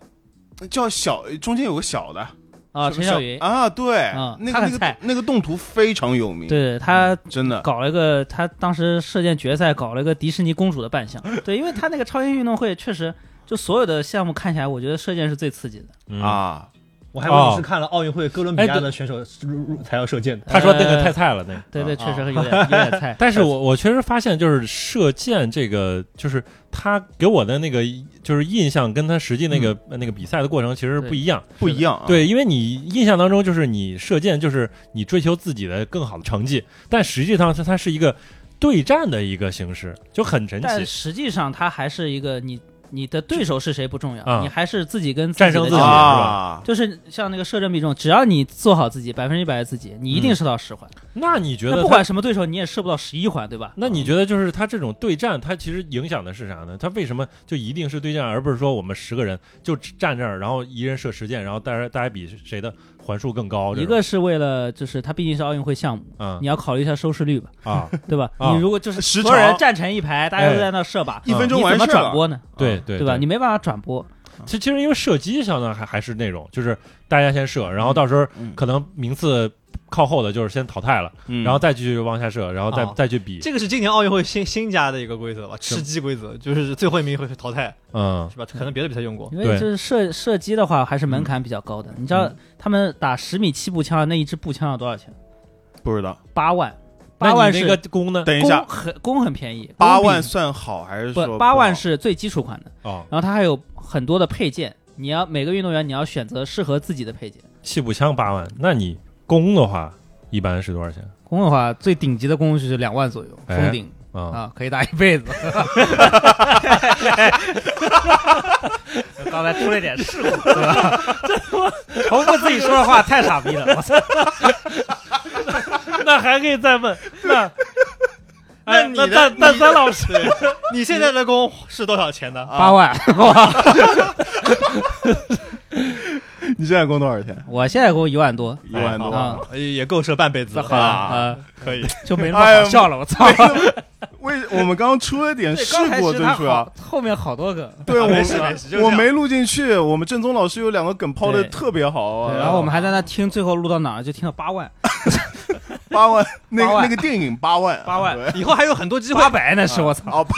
个叫小，中间有个小的
啊，
是不
陈
是
小云，
啊，对
嗯，
那
她
个那
很
个
菜
那个动图非常有名，
对她
真的
搞了一个，她当时射箭决赛搞了一个迪士尼公主的扮相，对，因为她那个超新星运动会确实。就所有的项目看起来，我觉得射箭是最刺激的。
嗯
啊，
我还以为
哦
你是看了奥运会哥伦比
哎
亚
对
的选手入入才要射箭的。
他说那个
呃
太菜了，那个。。
对对，确
啊
实有点有点菜
但是我我确实发现，就是射箭这个，就是他给我的那个就是印象，跟他实际那个、
嗯
那个比赛的过程其实不一样。
不一样啊，
对，因为你印象当中就是你射箭，就是你追求自己的更好的成绩，但实际上它它是一个对战的一个形式，就很神
但
奇。
实际上它还是一个你你的对手是谁不重要，
啊
你还是自己跟
战
己
胜
的
自己
较量
啊，
就是像那个射正比重，只要你做好自己，百分之百的自己，你一定
嗯
射到十环。
那你觉
那
得
不
他？
管什么对手，你也射不到十一环，对吧？啊
那你觉得就是他这种对战，他其实影响的是啥呢？他为什么就一定是对战，而不是说我们十个人就只站这儿，然后一人射十箭，然后大家大家比谁的环数更高？这
一
种
个是为了，就是它毕竟是奥运会项目，
嗯
你要考虑一下收视率吧，
啊，
对吧？
啊
你如果就是
时
所有人
长
站成一排，大家
哎
都在那射靶，
一分钟
你
完
怎
事儿
么转
了。
播呢？
对对
啊对吧？你没办法转播，
其其实因为射击相当还还是那种，就是大家先射，然后到时候
嗯
可能名次靠后的就是先淘汰了，
嗯
然后再去往下射，然后再、
哦
再去比。
这个是今年奥运会新新加的一个规则吧，吃鸡规则，就是最后一名会淘汰，
嗯
是吧？可能别的比赛用过。
因
对
为就是射射击的话，还是门槛比较高的。你知道他们打十米气步枪那一支步枪要多少钱？
不知道，
八万，
那
八
你
万
那
是
个弓呢？
等一
弓
下，
很弓很便宜，
八
弓比
万算好还是说
不啊八万
好
是最基础款的，
哦，
然后它还有很多的配件，你要每个运动员你要选择适合自己的配件。
气步枪八万，那你弓的话一般是多少钱
弓的话，最顶级的弓是两万左右，
哎
封顶、
啊？
啊，可以打一辈子。刚才出了点事故， 对吧？这他妈重复自己说的话太傻逼了，我操！
那还可以再问，那
哎
哎，
那
那
蛋
蛋
蛋
蛋
三
三老师，
你现在的工是多少钱呢？
八万，哇！
你现在工多少钱？
我现在给我一万多
一万多。
啊，
哎也够射半辈子
这
了
好
啊
啊，
可以。
就没那么好笑了，我操！
为我们刚出了点
对
事
刚才
故，
其
对
实他
主要
好，后面好多个，
对 我
没事没事就这样
我没录进去。我们正宗老师有两个梗抛的
对
特别好啊，
对然后我们还在那听，最后录到哪儿就听到八万，
八万那
八万
那个电影八万
八万
对
以后还有很多机会
八。百那是我操！
哦，不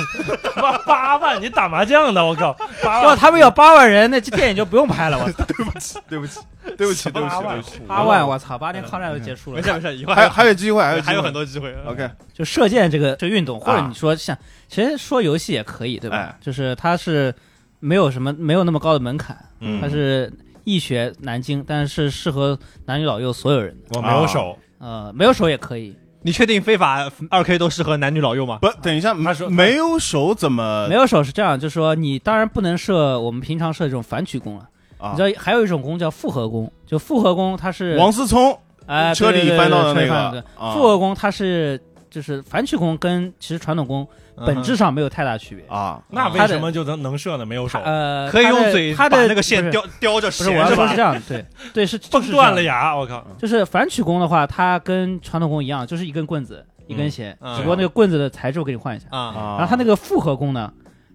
八八万，你打麻将呢？我靠，八
要他们有八万人，那这电影就不用拍了，我操！
对不起，对不起，对不起，对不起。
八万，我操！八年抗战就结束
没
了
事。没事，以后
还
还
有还有机会，还有
还有很
多。
多机会。
OK，
就射箭这个这个运动，或者
啊
你说像，其实说游戏也可以，对吧？
哎
就是它是没有什么没有那么高的门槛，
嗯
它是易学难精，但是适合男女老幼所有人的。
我没有
啊
手，
呃，没有手也可以，
你确定非法二 K 都适合男女老幼吗？
不，等一下，
他说
没有手怎么
没有手是这样，就是说你当然不能射我们平常射这种反曲弓了。
啊
你知？道还有一种弓叫复合弓，就复合弓它是
王思聪
哎
车
对
里
对对
翻到的
车
那
里翻
个
的
啊
复合弓它是就是反曲弓跟其实传统弓本质上没有太大区别。
啊，
那为什么就能能射呢？没有手，
呃，
嗯可以
它
用
的
嘴
它
把
的
那个
不
线
是
叼叼着
不是，我
弦
要
是
说是
吧
这？样，对对 是
蹦断了。
就是这样
牙，我靠！
就是反曲弓的话，它跟传统弓一样，就是一根棍子一根弦，
嗯
只不过那个棍子的材质我给你换一下。
啊，
然
然后它那个复合弓呢，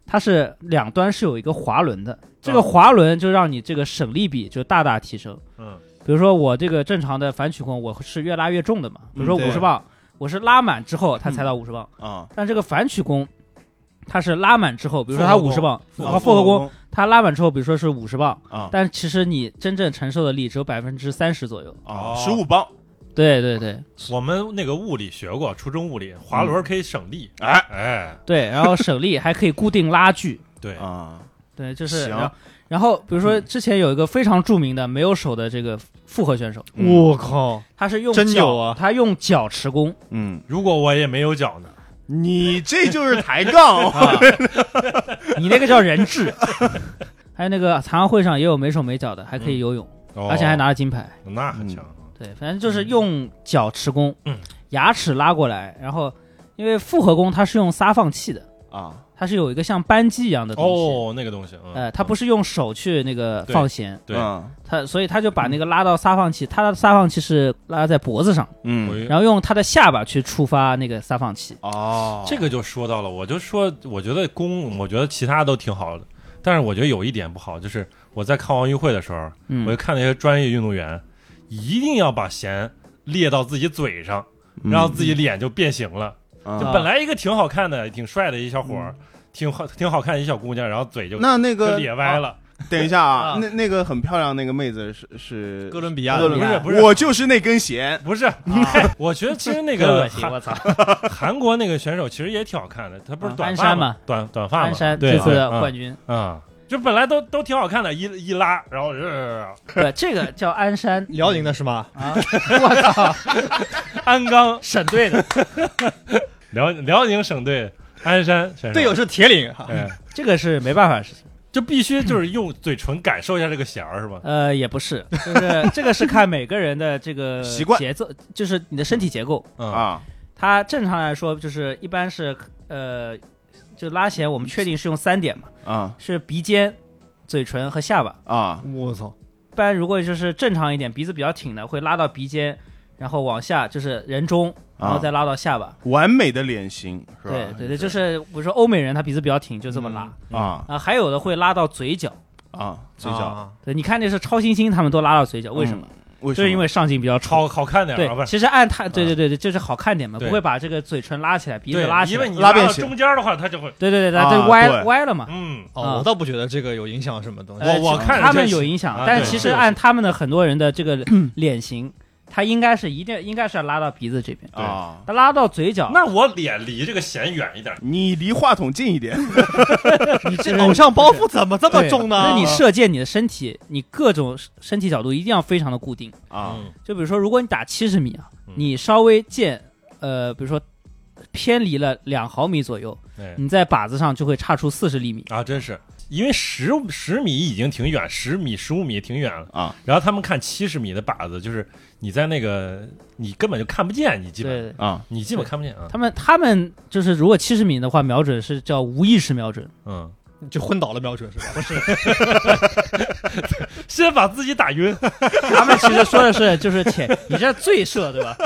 它是两端是有一个滑轮
啊
的，这个滑轮就让你这个省力比就大大提升。
嗯，
比如说我这个正常的反曲弓，我是越拉越重的嘛，比如说
嗯对嗯
五十磅，我是拉满之后它才到五十磅，
啊，
但这个反曲弓。它是拉满之后，比如说它
复合
五
弓
十磅，然后
啊
复合弓
弓
它拉满之后，比如说是五十磅，
啊
但其实你真正承受的力只有百分之三十左右。
啊，
哦
十五磅，
对对对
我们那个物理学过，初中物理滑轮可以省力，
嗯哎
哎，
对，然后省力还可以固定拉距。
对，
啊，
对，就是
行
然后然后比如说之前有一个非常著名的没有手的这个复合选手，
嗯
我靠，
他是用
真有
脚
啊
他用脚持弓，
嗯，
如果我也没有脚呢，
你这就是抬杠，
啊、你那个叫人质。还有那个残奥会上也有没手没脚的，还可以游泳，而且还拿了金牌。
哦，那很强，
对，反正就是用脚持弓，
嗯
牙齿拉过来，然后因为复合弓它是用撒放器的，
啊，
它是有一个像扳机一样的东西。
哦，那个东西，嗯
呃，它不是用手去那个
对
放弦，
对
嗯
它所以它就把那个拉到撒放器，它的撒放器是拉在脖子上，
我
嗯，
一
然后用它的下巴去触发那个撒放器。
哦，
这个就说到了，我就说，我觉得弓，我觉得其他都挺好的，但是我觉得有一点不好，就是我在看奥运会的时候，我
嗯
就，看那些专业运动员，一定要把弦列到自己嘴上，
嗯
让自己脸就变形了。
嗯
就
啊
本来一个挺好看的、挺帅的一小伙儿，
嗯
挺好、挺好看的一小姑娘，然后嘴就
那那
就
个
咧歪了。
等一下啊
啊，
那那个很漂亮那个妹子是是
哥伦比亚
哥
的
伦比亚
不是不是
我就是那根弦
不 是，嗨我觉得其实那个
恶心，我操！
韩韩国那个选手其实也挺好看的，他不是
啊
短
鞍
发
山
吗
嘛？
短短发
鞍
嘛？
山
对
这次的
对
冠军，
啊，就本来都都挺好看的，一一拉，然 后呃
对，这个叫鞍 山
辽宁的是吗？
啊！我操，
鞍 钢
省队的
辽辽宁省队鞍山选手
队友是铁岭，
哎
这个是没办法的事情。
这必须就是用嘴唇感受一下这个弦儿，是吧？
呃，也不是，就是这个是看每个人的这个
习惯
节奏，就是你的身体结构。
嗯，
啊，
它正常来说就是一般是呃，就拉弦我们确定是用三点嘛，
啊
是鼻尖、嘴唇和下巴。
啊
我操，
一般如果就是正常一点，鼻子比较挺的，会拉到鼻尖，然后往下就是人中，
啊
然后再拉到下巴。
完美的脸型是吧？
对对对，就是比如说欧美人他鼻子比较挺，就这么拉啊、
嗯
啊
还有的会拉到嘴角。
啊，嘴
最
角
小
对，你看那是超新星，他们都拉到嘴角，
嗯
为什么？？
嗯为什
就
么？
是因为上镜比较丑。
超好看点
对
儿啊，不，是
其实按他，对对对对，就是好看点嘛，
对
不会把这个嘴唇拉起来，鼻子
对
拉起
因为
来。
你
拉
拉
变
到
形
中间儿的话，它就会，
对对对，
啊
它就歪
对
歪了嘛。
嗯，
啊
哦，我倒不觉得这个有影响什么东西
我。
呃
我
其
看着
他
这
们
是
有影响
啊，
但
对
是其
是
实
是
按他们的很多人的这 个脸型，他应该是一定应该是要拉到鼻子这边，
对
啊，
他拉到嘴角，
那我脸离这个弦远一点儿，
你离话筒近一点
你这 偶像包袱怎么这
啊
么
对
重呢？
那你射箭，你的身体，你各种身体角度一定要非常的固定。
啊
嗯
就比如说，如果你打七十米啊
嗯，
你稍微箭，呃，比如说偏离了两毫米左右，
哎
你在靶子上就会差出四十厘米。
啊，真是，因为十十米已经挺远，十米、十五米挺远了。
啊
然后他们看七十米的靶子，就是你在那个你根本就看不见，你基本
对，
啊
你基本看不见啊。
他们他们就是如果七十米的话，瞄准是叫无意识瞄准。
嗯，
你 就昏倒了瞄准是吧？
先把自己打晕，
他们其实说的是就是潜，你这醉射对吧？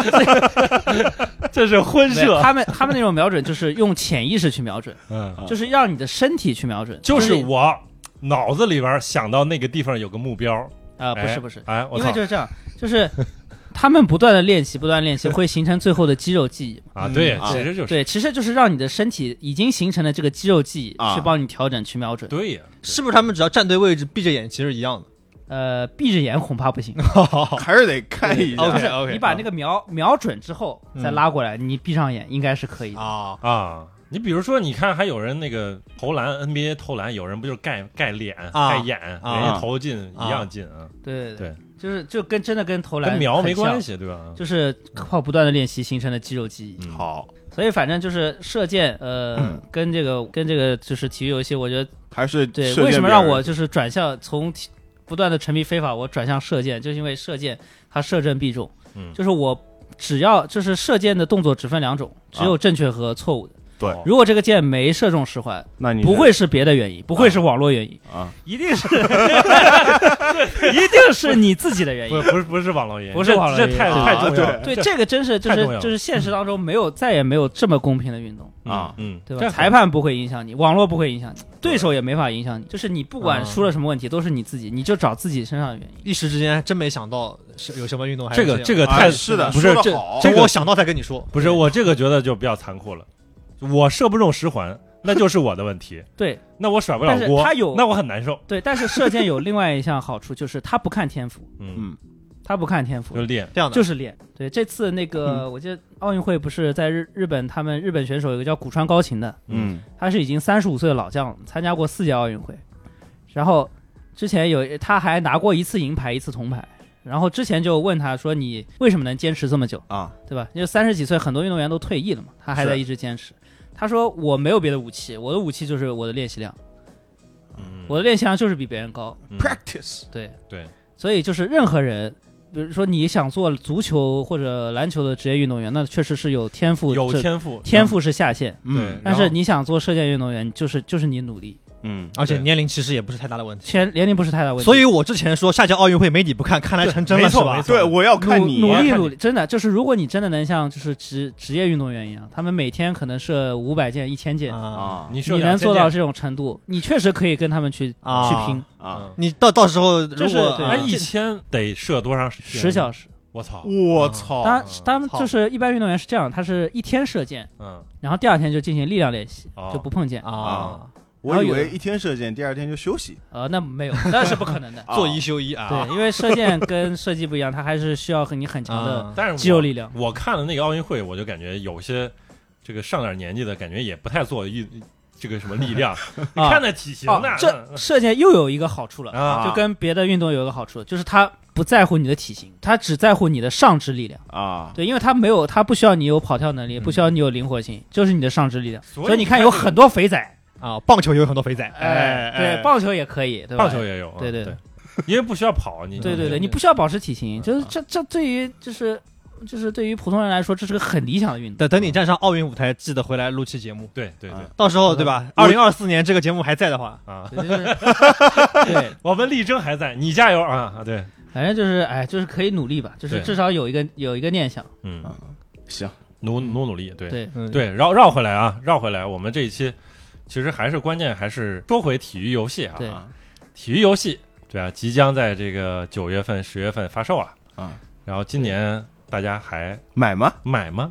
这是昏
没
啊
有。他们他们那种瞄准就是用潜意识去瞄准，
嗯，
就是让你的身体去瞄准。
就是
因为
我脑子里边想到那个地方有个目标，
啊，不
哎
是不是，
哎，我
因为
操
就是这样，就是他们不断的练习，不断地练习，会形成最后的肌肉记忆。
啊，对
嗯，
其实就是
对，其实就是让你的身体已经形成了这个肌肉记忆，
啊
去帮你调整去瞄准。
对呀，
是不是他们只要站对位置，闭着眼其实一样的
呃，闭着眼恐 怕不行。
还是得看一下
对对
就
对
是
OK，OK，
你
啊
把那个瞄瞄准之后再拉过来，你闭上眼应该是可以的。
啊？
嗯啊。你比如说，你看还有人那个投篮 NBA 投篮，有人不就是盖盖脸、
啊
盖眼，人家投进
啊
一样进啊，
对对
对，
就是就跟真的跟投篮
跟瞄没
很像
关，系，对吧？
就是靠不断的练习形成的肌肉记忆。
嗯，
好，
所以反正就是射箭，呃
嗯，
跟这个跟这个就是体育游戏，我觉得
还是
对，
射
为什
箭
么
比
让
较
我就是转向从体不断的沉迷非法，我转向射箭，就是因为射箭它射正必中，
嗯
就是我只要就是射箭的动作只分两种，只有正确和错误的。
对
哦
如果这个箭没射中十环，
那你
不会是别的原因，不会是网络原因，
啊
一定是 一定是你自己的原
不
因。
不是不是网络原因，
不是
这
网络
这
原因
太
啊
太重要了，
对，这个真是就
太重要
是
了
就是现实当中没有再也没有这么公平的运动。
啊
嗯，
对
这
吧？
很
裁判不会影响你，网络不会影响你，对手也没法影响你。就是你不管
嗯
出了什么问题，都是你自己，你就找自己身上的原因。
一时之间还真没想到是有什么运动还
这个这
个，
个
啊
太
是的
不
说
是
得
这
好
这
等我
个
想到再跟你说。
不是我这个觉得就比较残酷了，我射不中十环，那就是我的问题，
对
那我甩不了
但是
锅，
他有
那我很难受，
对，但是射箭有另外一项好处，就是他不看天赋，
嗯，
嗯
他不看天赋
就，练
这样的，
就是练。嗯对，这次那个我记得奥运会不是在日日本，他们日本选手有个叫古川高琴的，
嗯
他是已经三十五岁的老将了，参加过四届奥运会，然后之前有他还拿过一次银牌，一次铜牌。然后之前就问他说：“你为什么能坚持这么久？”
啊
对吧？因为三十几岁，很多运动员都退役了嘛，他还在
是
一直坚持。他说：“我没有别的武器，我的武器就是我的练习量，
嗯
我的练习量就是比别人高。
嗯
，practice
对”
对
所以就是任何人，比如说你想做足球或者篮球的职业运动员，那确实是有天赋，
有
这
天赋，
天赋是下限。
嗯
哎
但
然
是
后
你想做射箭运动员，就是就是你努力，
嗯
而且
对
年龄其实也不是太大的问题。
前年龄不是太大问题。
所以我之前说下届奥运会没你不看，看来成真了
没
是
错
吧啊
没？错
对我要看
努
你
努
我要
力
看
努
你
力，真的就是如果你真的能像就是职职业运动员一样，他们每天可能射五百箭、一千箭，
啊
啊
你射
你能
2000
做到
箭
这种程度，你确实可以跟他们去、
啊
去拼
嗯
啊！
你到到时候如
就是
果
对
啊
哎，一千得射多长时间？
十小时。
我操！嗯
我操
嗯当然
哦，
当然
好
就是一般运动员是这样，他是一天射箭，
嗯，
然后第二天就进行力量练习，
哦
就不碰箭。
啊，
我以为一天射箭，第二天就休息，。
呃，那没有，那是不可能的
啊
做一休一啊，
对，因为射箭跟射击不一样，它还是需要很你很强的
啊，
但是我
肌肉力量。
我看了那个奥运会，我就感觉有些这个上点年纪的感觉也不太做运这个什么力量， 你看那体型
哦
那，
这射箭又有一个好处了，
啊
就跟别的运动有一个好处，就是它不在乎你的体型，它只在乎你的上肢力量。
啊
对，因为它没有，它不需要你有跑跳能力，
嗯
不需要你有灵活性，就是你的上肢力量。
所以
所以你看，有很多肥仔，
啊，棒球有很多肥仔，
哎，对，棒球也可以，对吧？
棒球也有啊，
对
对
对
因为不需要跑，你
对对对，
对
你不需要保持体
嗯
型，就是这这对于就是就是对于普通人来说，这是个很理想的运动。
等等你站上奥运舞台，记得回来录期节目。
对对对
啊
到时候对吧？
我
二零二四年这个节目还在的话，
啊！
对，就是 对，
我们力争还在，你加油啊！啊对，
反正就是哎，就是可以努力吧，就是
对
至少有一个有一个念想。
嗯，
行，
努努努力，对
啊对，
嗯，
对，绕绕回来啊，绕回来，我们这一期其实还是关键，还是说回体育游戏啊，
对
啊
体育游戏对啊，即将在这个九月份、十月份发售啊，
啊，
然后今年大家还
买吗？
买吗？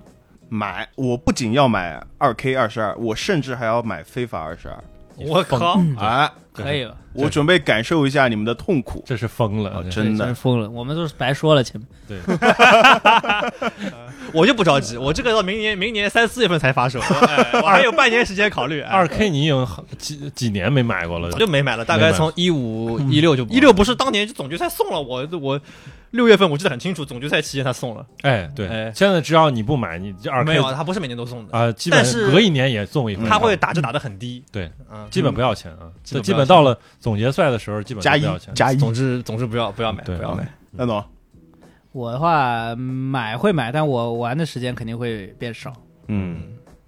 买！我不仅要买二 K 二十二，我甚至还要买非法二十二。
我靠，
啊！
对
可以了，
我准备感受一下你们的痛苦，
这是疯了，
哦
啊
这
真
是
的。
疯了，我们都是白说了前面。
对，
我就不着急，我这个到明年明年三四月份才发 售，哎我还有半年时间考虑。哎
二 K 你已经好几几年没买过了
早，就没买了，大概从一五一六就
嗯
一六不是当年总决赛送了我我六月份我记得很清楚，总决赛期间他送了，
哎，对，
哎
现在只要你不买，你这二
没
K
有
啊、
他不是每年都送的，
基本
但是
隔一年也送一回，
他会打折打得很低。
对，
嗯，
基本不要钱啊，
基本不要钱
基本到了总决赛的时候，基本都
加
不
一
要钱，
加一，
总之总之不要不要买
对
不要买，
那总，
我的话买会买，但我玩的时间肯定会变少。
嗯，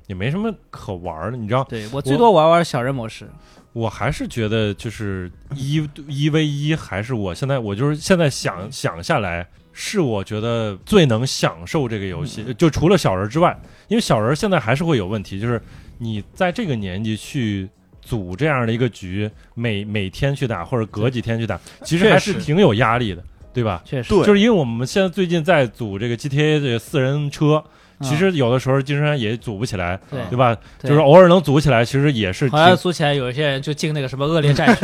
也没什么可玩儿的，你知道。
对我最多玩玩小人模式，
我还是觉得就是一一 v 一，还是我现在我就是现在想想下来，是我觉得最能享受这个游
嗯
戏，就除了小人之外，因为小人现在还是会有问题，就是你在这个年纪去组这样的一个局，每每天去打或者隔几天去打，其实还是
确实
挺有压力的，对吧？
确实。
对，
就是因为我们现在最近在组这个 GTA 这个四人车，
嗯
其实有的时候经常也组不起来，
对
对吧？
对
就是偶尔能组起来，其实也是
好像
挺
组起来，有一些人就进那个什么恶劣战 区，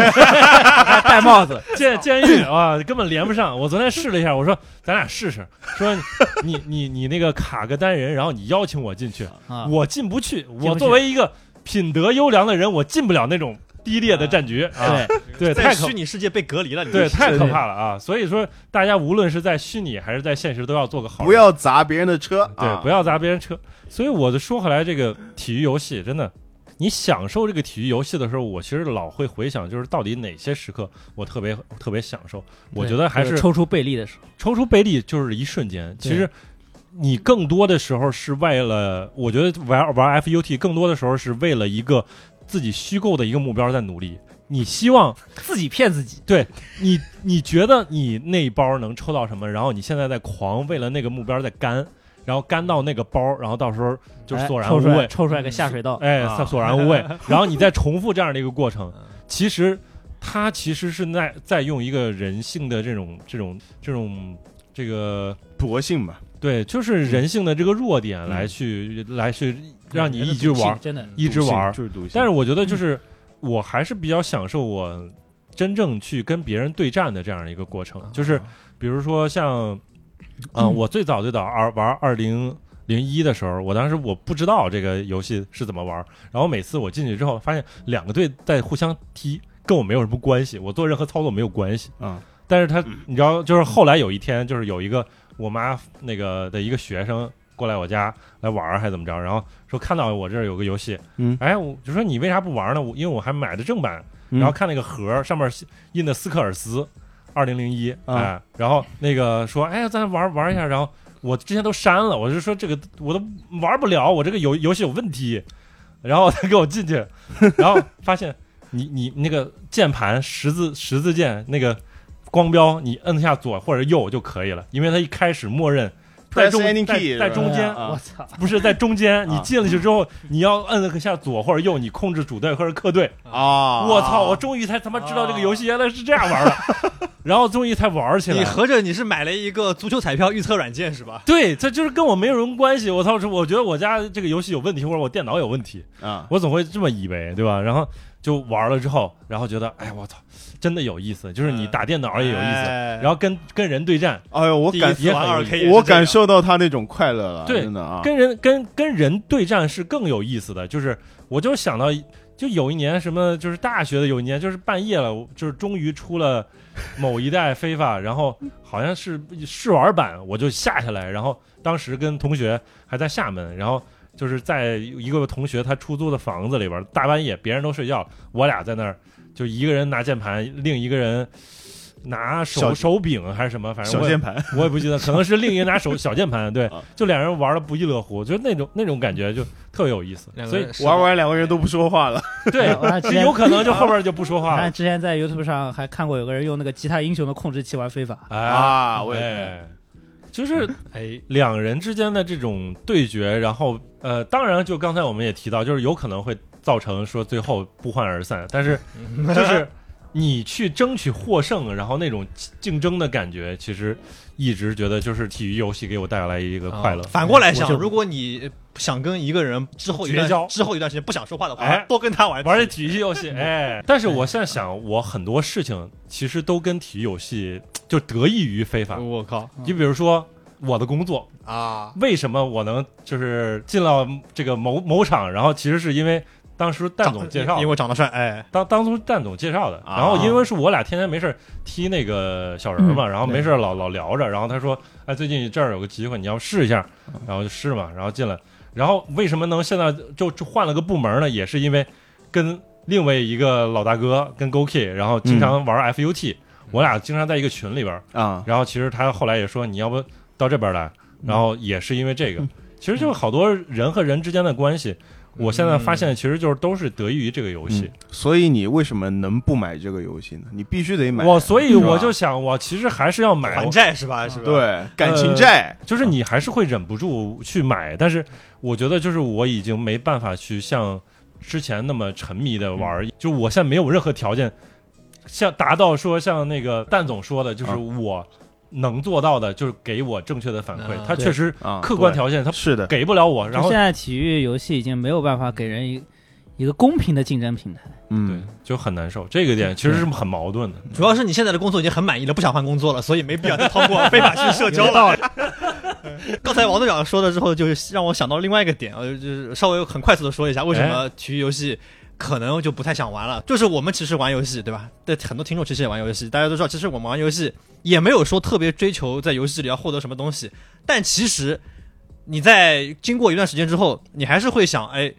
戴帽子，
监监狱啊，根本连不上。我昨天试了一下，我说咱俩试试，说你你你那个卡个单人，然后你邀请我进去，
啊，
我进不去。
去
我作为一个品德优良的人，我进不了那种低劣的战局啊。
对，
对，
在
太可
虚拟世界被隔离了，你
对太可
对
怕了啊！所以说，大家无论是在虚拟还是在现实，都要做个好人。
不要啊砸别人的车，
对，不
要。
要砸别人车。所以我就说回来，这个体育游戏真的，你享受这个体育游戏的时候，我其实老会回想，就是到底哪些时刻我特别特别享受。我觉得还
就是抽出贝利的时候，
抽出贝利就是一瞬间，其实。你更多的时候是为了，我觉得玩玩 FUT 更多的时候是为了一个自己虚构的一个目标在努力。你希望
自己骗自己，
你你觉得你那包能抽到什么，然后你现在在狂为了那个目标在干，然后干到那个包，然后到时候就是
哎
索然
抽
无
出来
味，
抽出来个下水道，
哎，
啊
索索然无 味。然后你再重复这样的一个过程，
嗯
其实他其实是在在用一个人性的这种这种这种这个
惰性嘛，
对，
嗯
就是人性的这个弱点来去、来去让你一直玩，
哎真的
一直
毒性嗯
玩。
就是毒性。
但是我觉得就是我还是比较享受我真正去跟别人对战的这样一个过程，
啊
就是比如说像，嗯、我最早最早二玩二零零一的时候，我当时我不知道这个游戏是怎么玩，然后每次我进去之后，发现两个队在互相踢，跟我没有什么关系，我做任何操作没有关系。
啊，
但是他，你知道，就是后来有一天，就是有一个我妈那个的一个学生过来我家来玩儿，还怎么着，然后说看到我这儿有个游戏，
嗯
哎，我就说你为啥不玩呢？我因为我还买的正版，
嗯
然后看那个盒儿上面印的斯科尔斯，二零零一，
啊
哎，然后那个说，哎呀，咱玩玩一下，然后我之前都删了，我就说这个我都玩不了，我这个游游戏有问题，然后他给我进去，然后发现你你那个键盘十字十字键那个光标，你摁下左或者右就可以了，因为它一开始默认在
Press
中
any
在
key，
在
是吧
中间
啊
哎我操，
不是在中间，你
啊
进了去之后，你要摁一下左或者右，你控制主队或者客队。
啊，
我操！我终于才他妈知道这个游戏原来是这样玩的，
啊
然后终于才玩起
你
来。
合着你是买了一个足球彩票预测软件是吧？
对，这就是跟我没有什么关系。我操！是我觉得我家这个游戏有问题，或者我电脑有问题，
啊，
我总会这么以为，对吧？然后就玩了之后，然后觉得，哎，我操，真的有意思，就是你打电脑也有意思，
哎
然后跟跟人对战，
哎呦，我
第一
感
次玩
也很
二
有意思
K，
我感受到他那种快乐了，
对
真的啊，
跟人跟跟人对战是更有意思的。就是我就想到，就有一年什么，就是大学的有一年，就是半夜了，我就是终于出了某一代非法，然后好像是试玩版，我就下下来，然后当时跟同学还在厦门，然后就是在一个同学他出租的房子里边，大半夜别人都睡觉了，我俩在那儿就一个人拿键盘，另一个人拿手
小
手柄还是什么，反正
小
我也
键盘，
我也不记得，可能是另一个拿手小键盘，对
啊，
就两人玩的不亦乐乎，就那种那种感觉就特有意思，
两个
所以
人
玩玩两个人都不说话了，
对，
哎我还之
就
前
有可能就后边就不说
我
话
还
了，
之前在 YouTube 上还看过有个人用那个吉他英雄的控制器玩非法，
哎，
啊，我也
哎，就是
哎，
两人之间的这种对决，然后呃，当然就刚才我们也提到，就是有可能会造成说最后不欢而散，但 是就是你去争取获胜，然后那种竞争的感觉，其实一直觉得就是体育游戏给我带来一个
啊
快乐。
反过来
我
想，
就
如果你想跟一个人之后一
绝交
段之后一段时间不想说话的话
哎，
多跟他玩
玩这体育游 戏，哎，但是我现在想，我很多事情其实都跟体育游戏就得益于非法。
我靠
你比如说我的工作，
啊！
为什么我能就是进到这个某某厂，然后其实是因为当时蛋总介绍
因为，我长得帅，哎，
当当初蛋总介绍的，
啊
然后因为是我俩天天没事儿踢那个小人儿嘛，然后没事儿老老聊着，然后他说，哎，最近这儿有个机会，你要试一下，然后就试嘛，然后进来，然后为什么能现在就就换了个部门呢？也是因为跟另外一个老大哥跟 Goki，然后经常玩 FUT，、我俩经常在一个群里边儿，
啊，
然后其实他后来也说，你要不到这边来，然后也是因为这个，其实就是好多人和人之间的关系，我现在发现其实就是都是得益于这个游
嗯
戏。
所以你为什么能不买这个游戏呢？你必须得买，
我所以
是吧
我就想，我其实还是要买
还，债是吧？是吧？，
呃
对感情债，
就是你还是会忍不住去买，但是我觉得就是我已经没办法去像之前那么沉迷的玩
嗯
儿，就我现在没有任何条件，像达到说像那个蛋总说的，就是
啊
我能做到的，就是给我正确的反馈
啊，
他
对
确实
啊，
客观
对
条件他
是的，
给不了我，然
就
后
现在体育游戏已经没有办法给人一一个公平的竞争平台。
对
嗯，，
就很难受。这个点其实是很矛盾的。
主要是你现在的工作已经很满意了，不想换工作了，所以没必要再通过非法去社交了。 刚才王队长说了之后，就是让我想到另外一个点，呃，就是稍微很快速的说一下，为什么体育游戏可能就不太想玩了。就是我们其实玩游戏，对吧？对，很多听众其实也玩游戏，大家都知道，其实我们玩游戏也没有说特别追求在游戏里要获得什么东西，但其实你在经过一段时间之后，你还是会想，哎。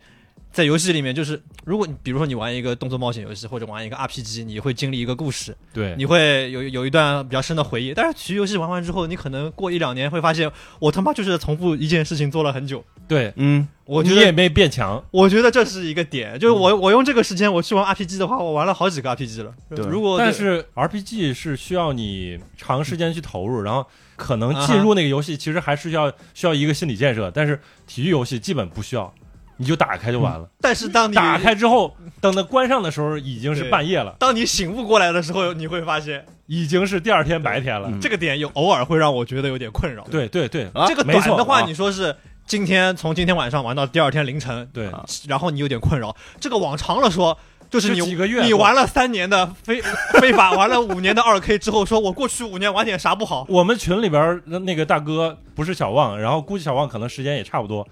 在游戏里面，就是如果你比如说你玩一个动作冒险游戏或者玩一个 RPG，你会经历一个故事，
对，
你会有有一段比较深的回忆。但是体育游戏玩完之后，你可能过一两年会发现，我他妈就是在重复一件事情做了很久。
对，
嗯，
我
你
觉
也嗯
得，
没变强。
我觉得这是一个点，就是我我用这个时间我去玩 RPG 的话，我玩了好几个 RPG 了。
对
如果
但是 RPG 是需要你长时间去投入，然后可能进入那个游戏，其实还是需要需要一个心理建设。但是体育游戏基本不需要，你就打开就完了。
但是嗯当你
打开之后，等它关上的时候已经是
对
半夜了，
当你醒悟过来的时候，你会发现
已经是第二天白天了。
嗯
这个点有偶尔会让我觉得有点困扰。
对对对
啊
这个
没
短
错
的话，
啊
你说是今天从今天晚上玩到第二天凌晨，
对，
啊
然后你有点困扰。这个往长了说，就是
就
你
几个月
你玩了三年的非非法，玩了五年的二 K 之后，说我过去五年玩点啥不好？
我们群里边儿的那个大哥不是小旺，然后估计小旺可能时间也差不多。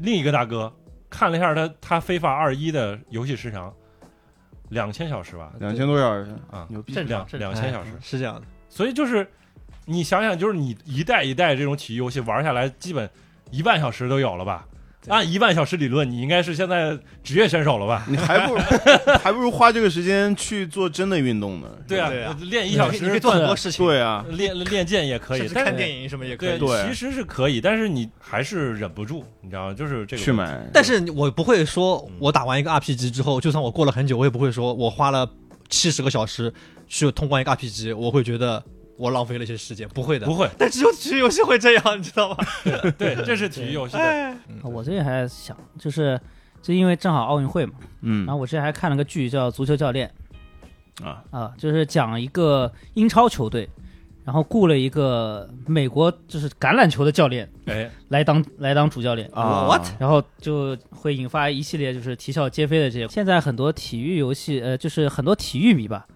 另一个大哥看了一下他他非法二一的游戏时长，两千小时吧，
两千多小时
啊
牛逼，
正
两
常正常
两千小时。
哎是这样的，
所以就是你想想，就是你一代一代这种体育游戏玩下来，基本一万小时都有了吧？
对
按一万小时理论，你应该是现在职业选手了吧？
你还不 如还不如花这个时间去做真的运动呢。
对啊，
对啊
练一
你
小
可以你可以
时，
做很多事情，
对啊，
练练剑也可以
甚，至
但
看
是
电影什么也可以。
对
其实是可以，但是你还是忍不住，你知道吗？就是这个
去买。
但是我不会说，我打完一个 RPG 之后，就算我过了很久，我也不会说我花了七十个小时去通关一个 RPG，我会觉得我浪费了一些时间，不会的
不。会，
但只有体育游戏会这样，你知道吗？
对，这是体育游戏的。
哎，
啊我最近还在想，就是就因为正好奥运会嘛，
嗯
然后我之前还看了个剧叫《足球教练
啊》
啊，就是讲一个英超球队，然后雇了一个美国就是橄榄球的教练
哎，
来当来当主教练，
啊
What？
然后就会引发一系列就是啼笑皆非的这些。现在很多体育游戏，呃，就是很多体育迷吧，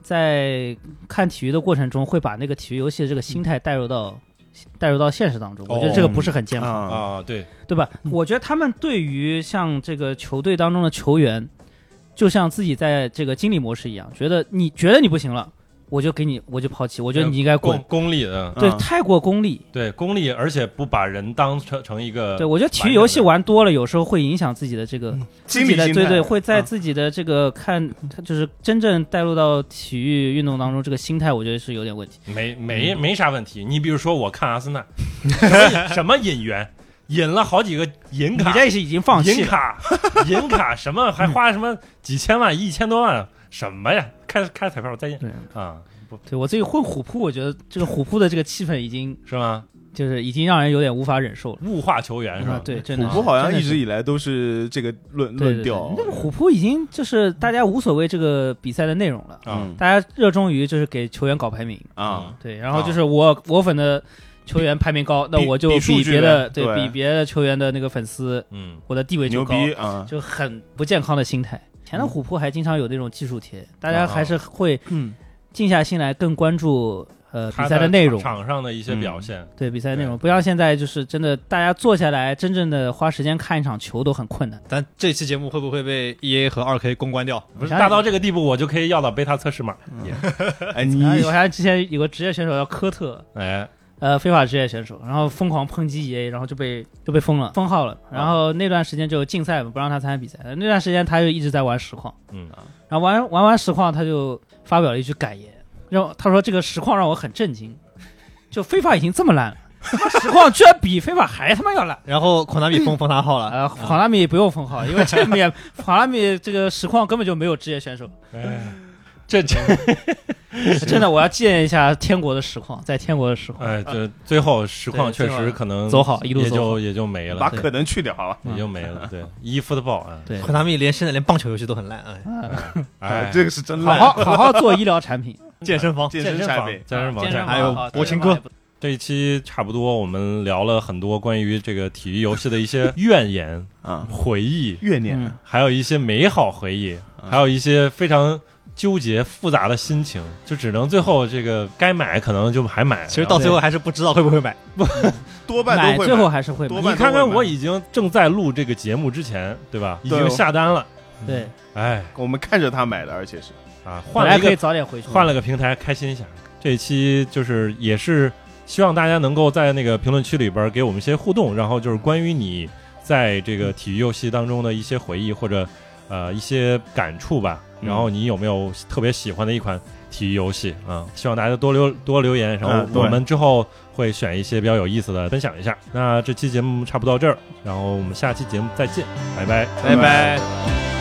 在看体育的过程中，会把那个体育游戏的这个心态带入到带入到现实当中。我觉得这个不是很健康。
哦啊
啊，对，
对吧？我觉得他们对于像这个球队当中的球员，就像自己在这个经理模式一样，觉得你觉得你不行了，我就给你，我就抛弃，我
我
觉得你应该滚
功。功利的，
对，
嗯
太过功利。
对功利，而且不把人当成成一个
对，我觉得体育游戏玩多了，有时候会影响自己的这个
心
自己
理
的
心态
对对，会在
嗯
自己的这个看，就是真正带入到体育运动当中，这个心态我觉得是有点问题。
没没没啥问题。你比如说，我看阿森 纳，什么什么引援，引了好几个银
你
卡，
这是已经放弃
银
了，
卡银卡什么还花什么几千万、一千多万啊什么呀？开开彩票再印
对
啊，不
对我自己混虎扑，我觉得这个虎扑的这个气氛已经
是吗？
就是已经让人有点无法忍受了。
物化球员是吧？
啊对，真
虎
的
扑好像一直
有
以来都是这个论论调，
那个虎扑已经就是大家无所谓这个比赛的内容了，
啊
嗯
大家热衷于就是给球员搞排名。
啊，
对，然后就是我、我粉的球员排名高，那
比
我就
比数
比
据
别的
呗对
比别的球员的那个粉丝，
嗯，
我的地位就
牛
高，
逼啊！
就很不健康的心态。以前的虎扑还经常有那种技术贴，大
啊
家还是会
嗯
静下心来更关注呃比
他
赛
在
的内容，嗯
场上的一些表现，
对比赛的内容，不像现在就是真的大家坐下来真正的花时间看一场球都很困难。
但这期节目会不会被 E A 和二 K 公关掉？
不是
想想嗯
大到这个地步，我就可以要到贝塔测试码。
哎，你
然后我还之前有个职业选手叫科特，
哎，
呃，非法职业选手，然后疯狂抨击 E EA，然后就被就被封了，封号了。然后那段时间就禁赛嘛，不让他参加比赛。那段时间他就一直在玩实况，
嗯，
然后玩玩完实况，他就发表了一句感言，让我他说这个实况让我很震惊，就非法已经这么烂了，他妈实况居然比非法还他妈要烂。
然后孔达米封封他号了，
呃，黄拉米不用封号，因为这面黄拉米这个实况根本就没有职业选手。哎
这这
真的，我要建一下天国的实况，在天国的实况
哎，这最后实况确
嗯对最
实
后
可能
走好，一路
也
走好。嗯
就也就
哎
没
把
了，
可能去掉了，
也就没了。对，一 football 啊，
对，
孔达米连现在连棒球游戏都很烂啊，
哎，
这个是真
好
烂。
好好好做医疗产品。
健身房
健身
健身
产
房
品，
健身房
啊健
产
身
品
房
还有
好
国情哥，
这一期差不多，我们聊了很多关于这个体育游戏的一 些怨言、
嗯
啊，
回忆，
怨
健
念
身房
还有一些美好回忆，
啊
还有一些非常纠结复杂的心情，就只能最后这个该买可能就还买。
其实到最后还是不
哦
知道会不会买。
多
嗯，
半
买
都会
最后还是会
多
买。
你
半都会
看
买
看，我已经正在录这个节目之前，对吧？已
对
经
哦
下单了，
对，
哎
我们看着他买的，而且是
啊，
本
换了
来
一
可以
个
早点回去，
换了个平台，开心一下。这一期就是也是希望大家能够在那个评论区里边给我们一些互动，然后就是关于你在这个体育游戏当中的一些回忆或者呃一些感触吧。
嗯
然后你有没有特别喜欢的一款体育游戏啊、希望大家多留多留言，然后
嗯对
我们之后会选一些比较有意思的分享一下。那这期节目差不多到这儿，然后我们下期节目再见，拜拜。
拜拜。
拜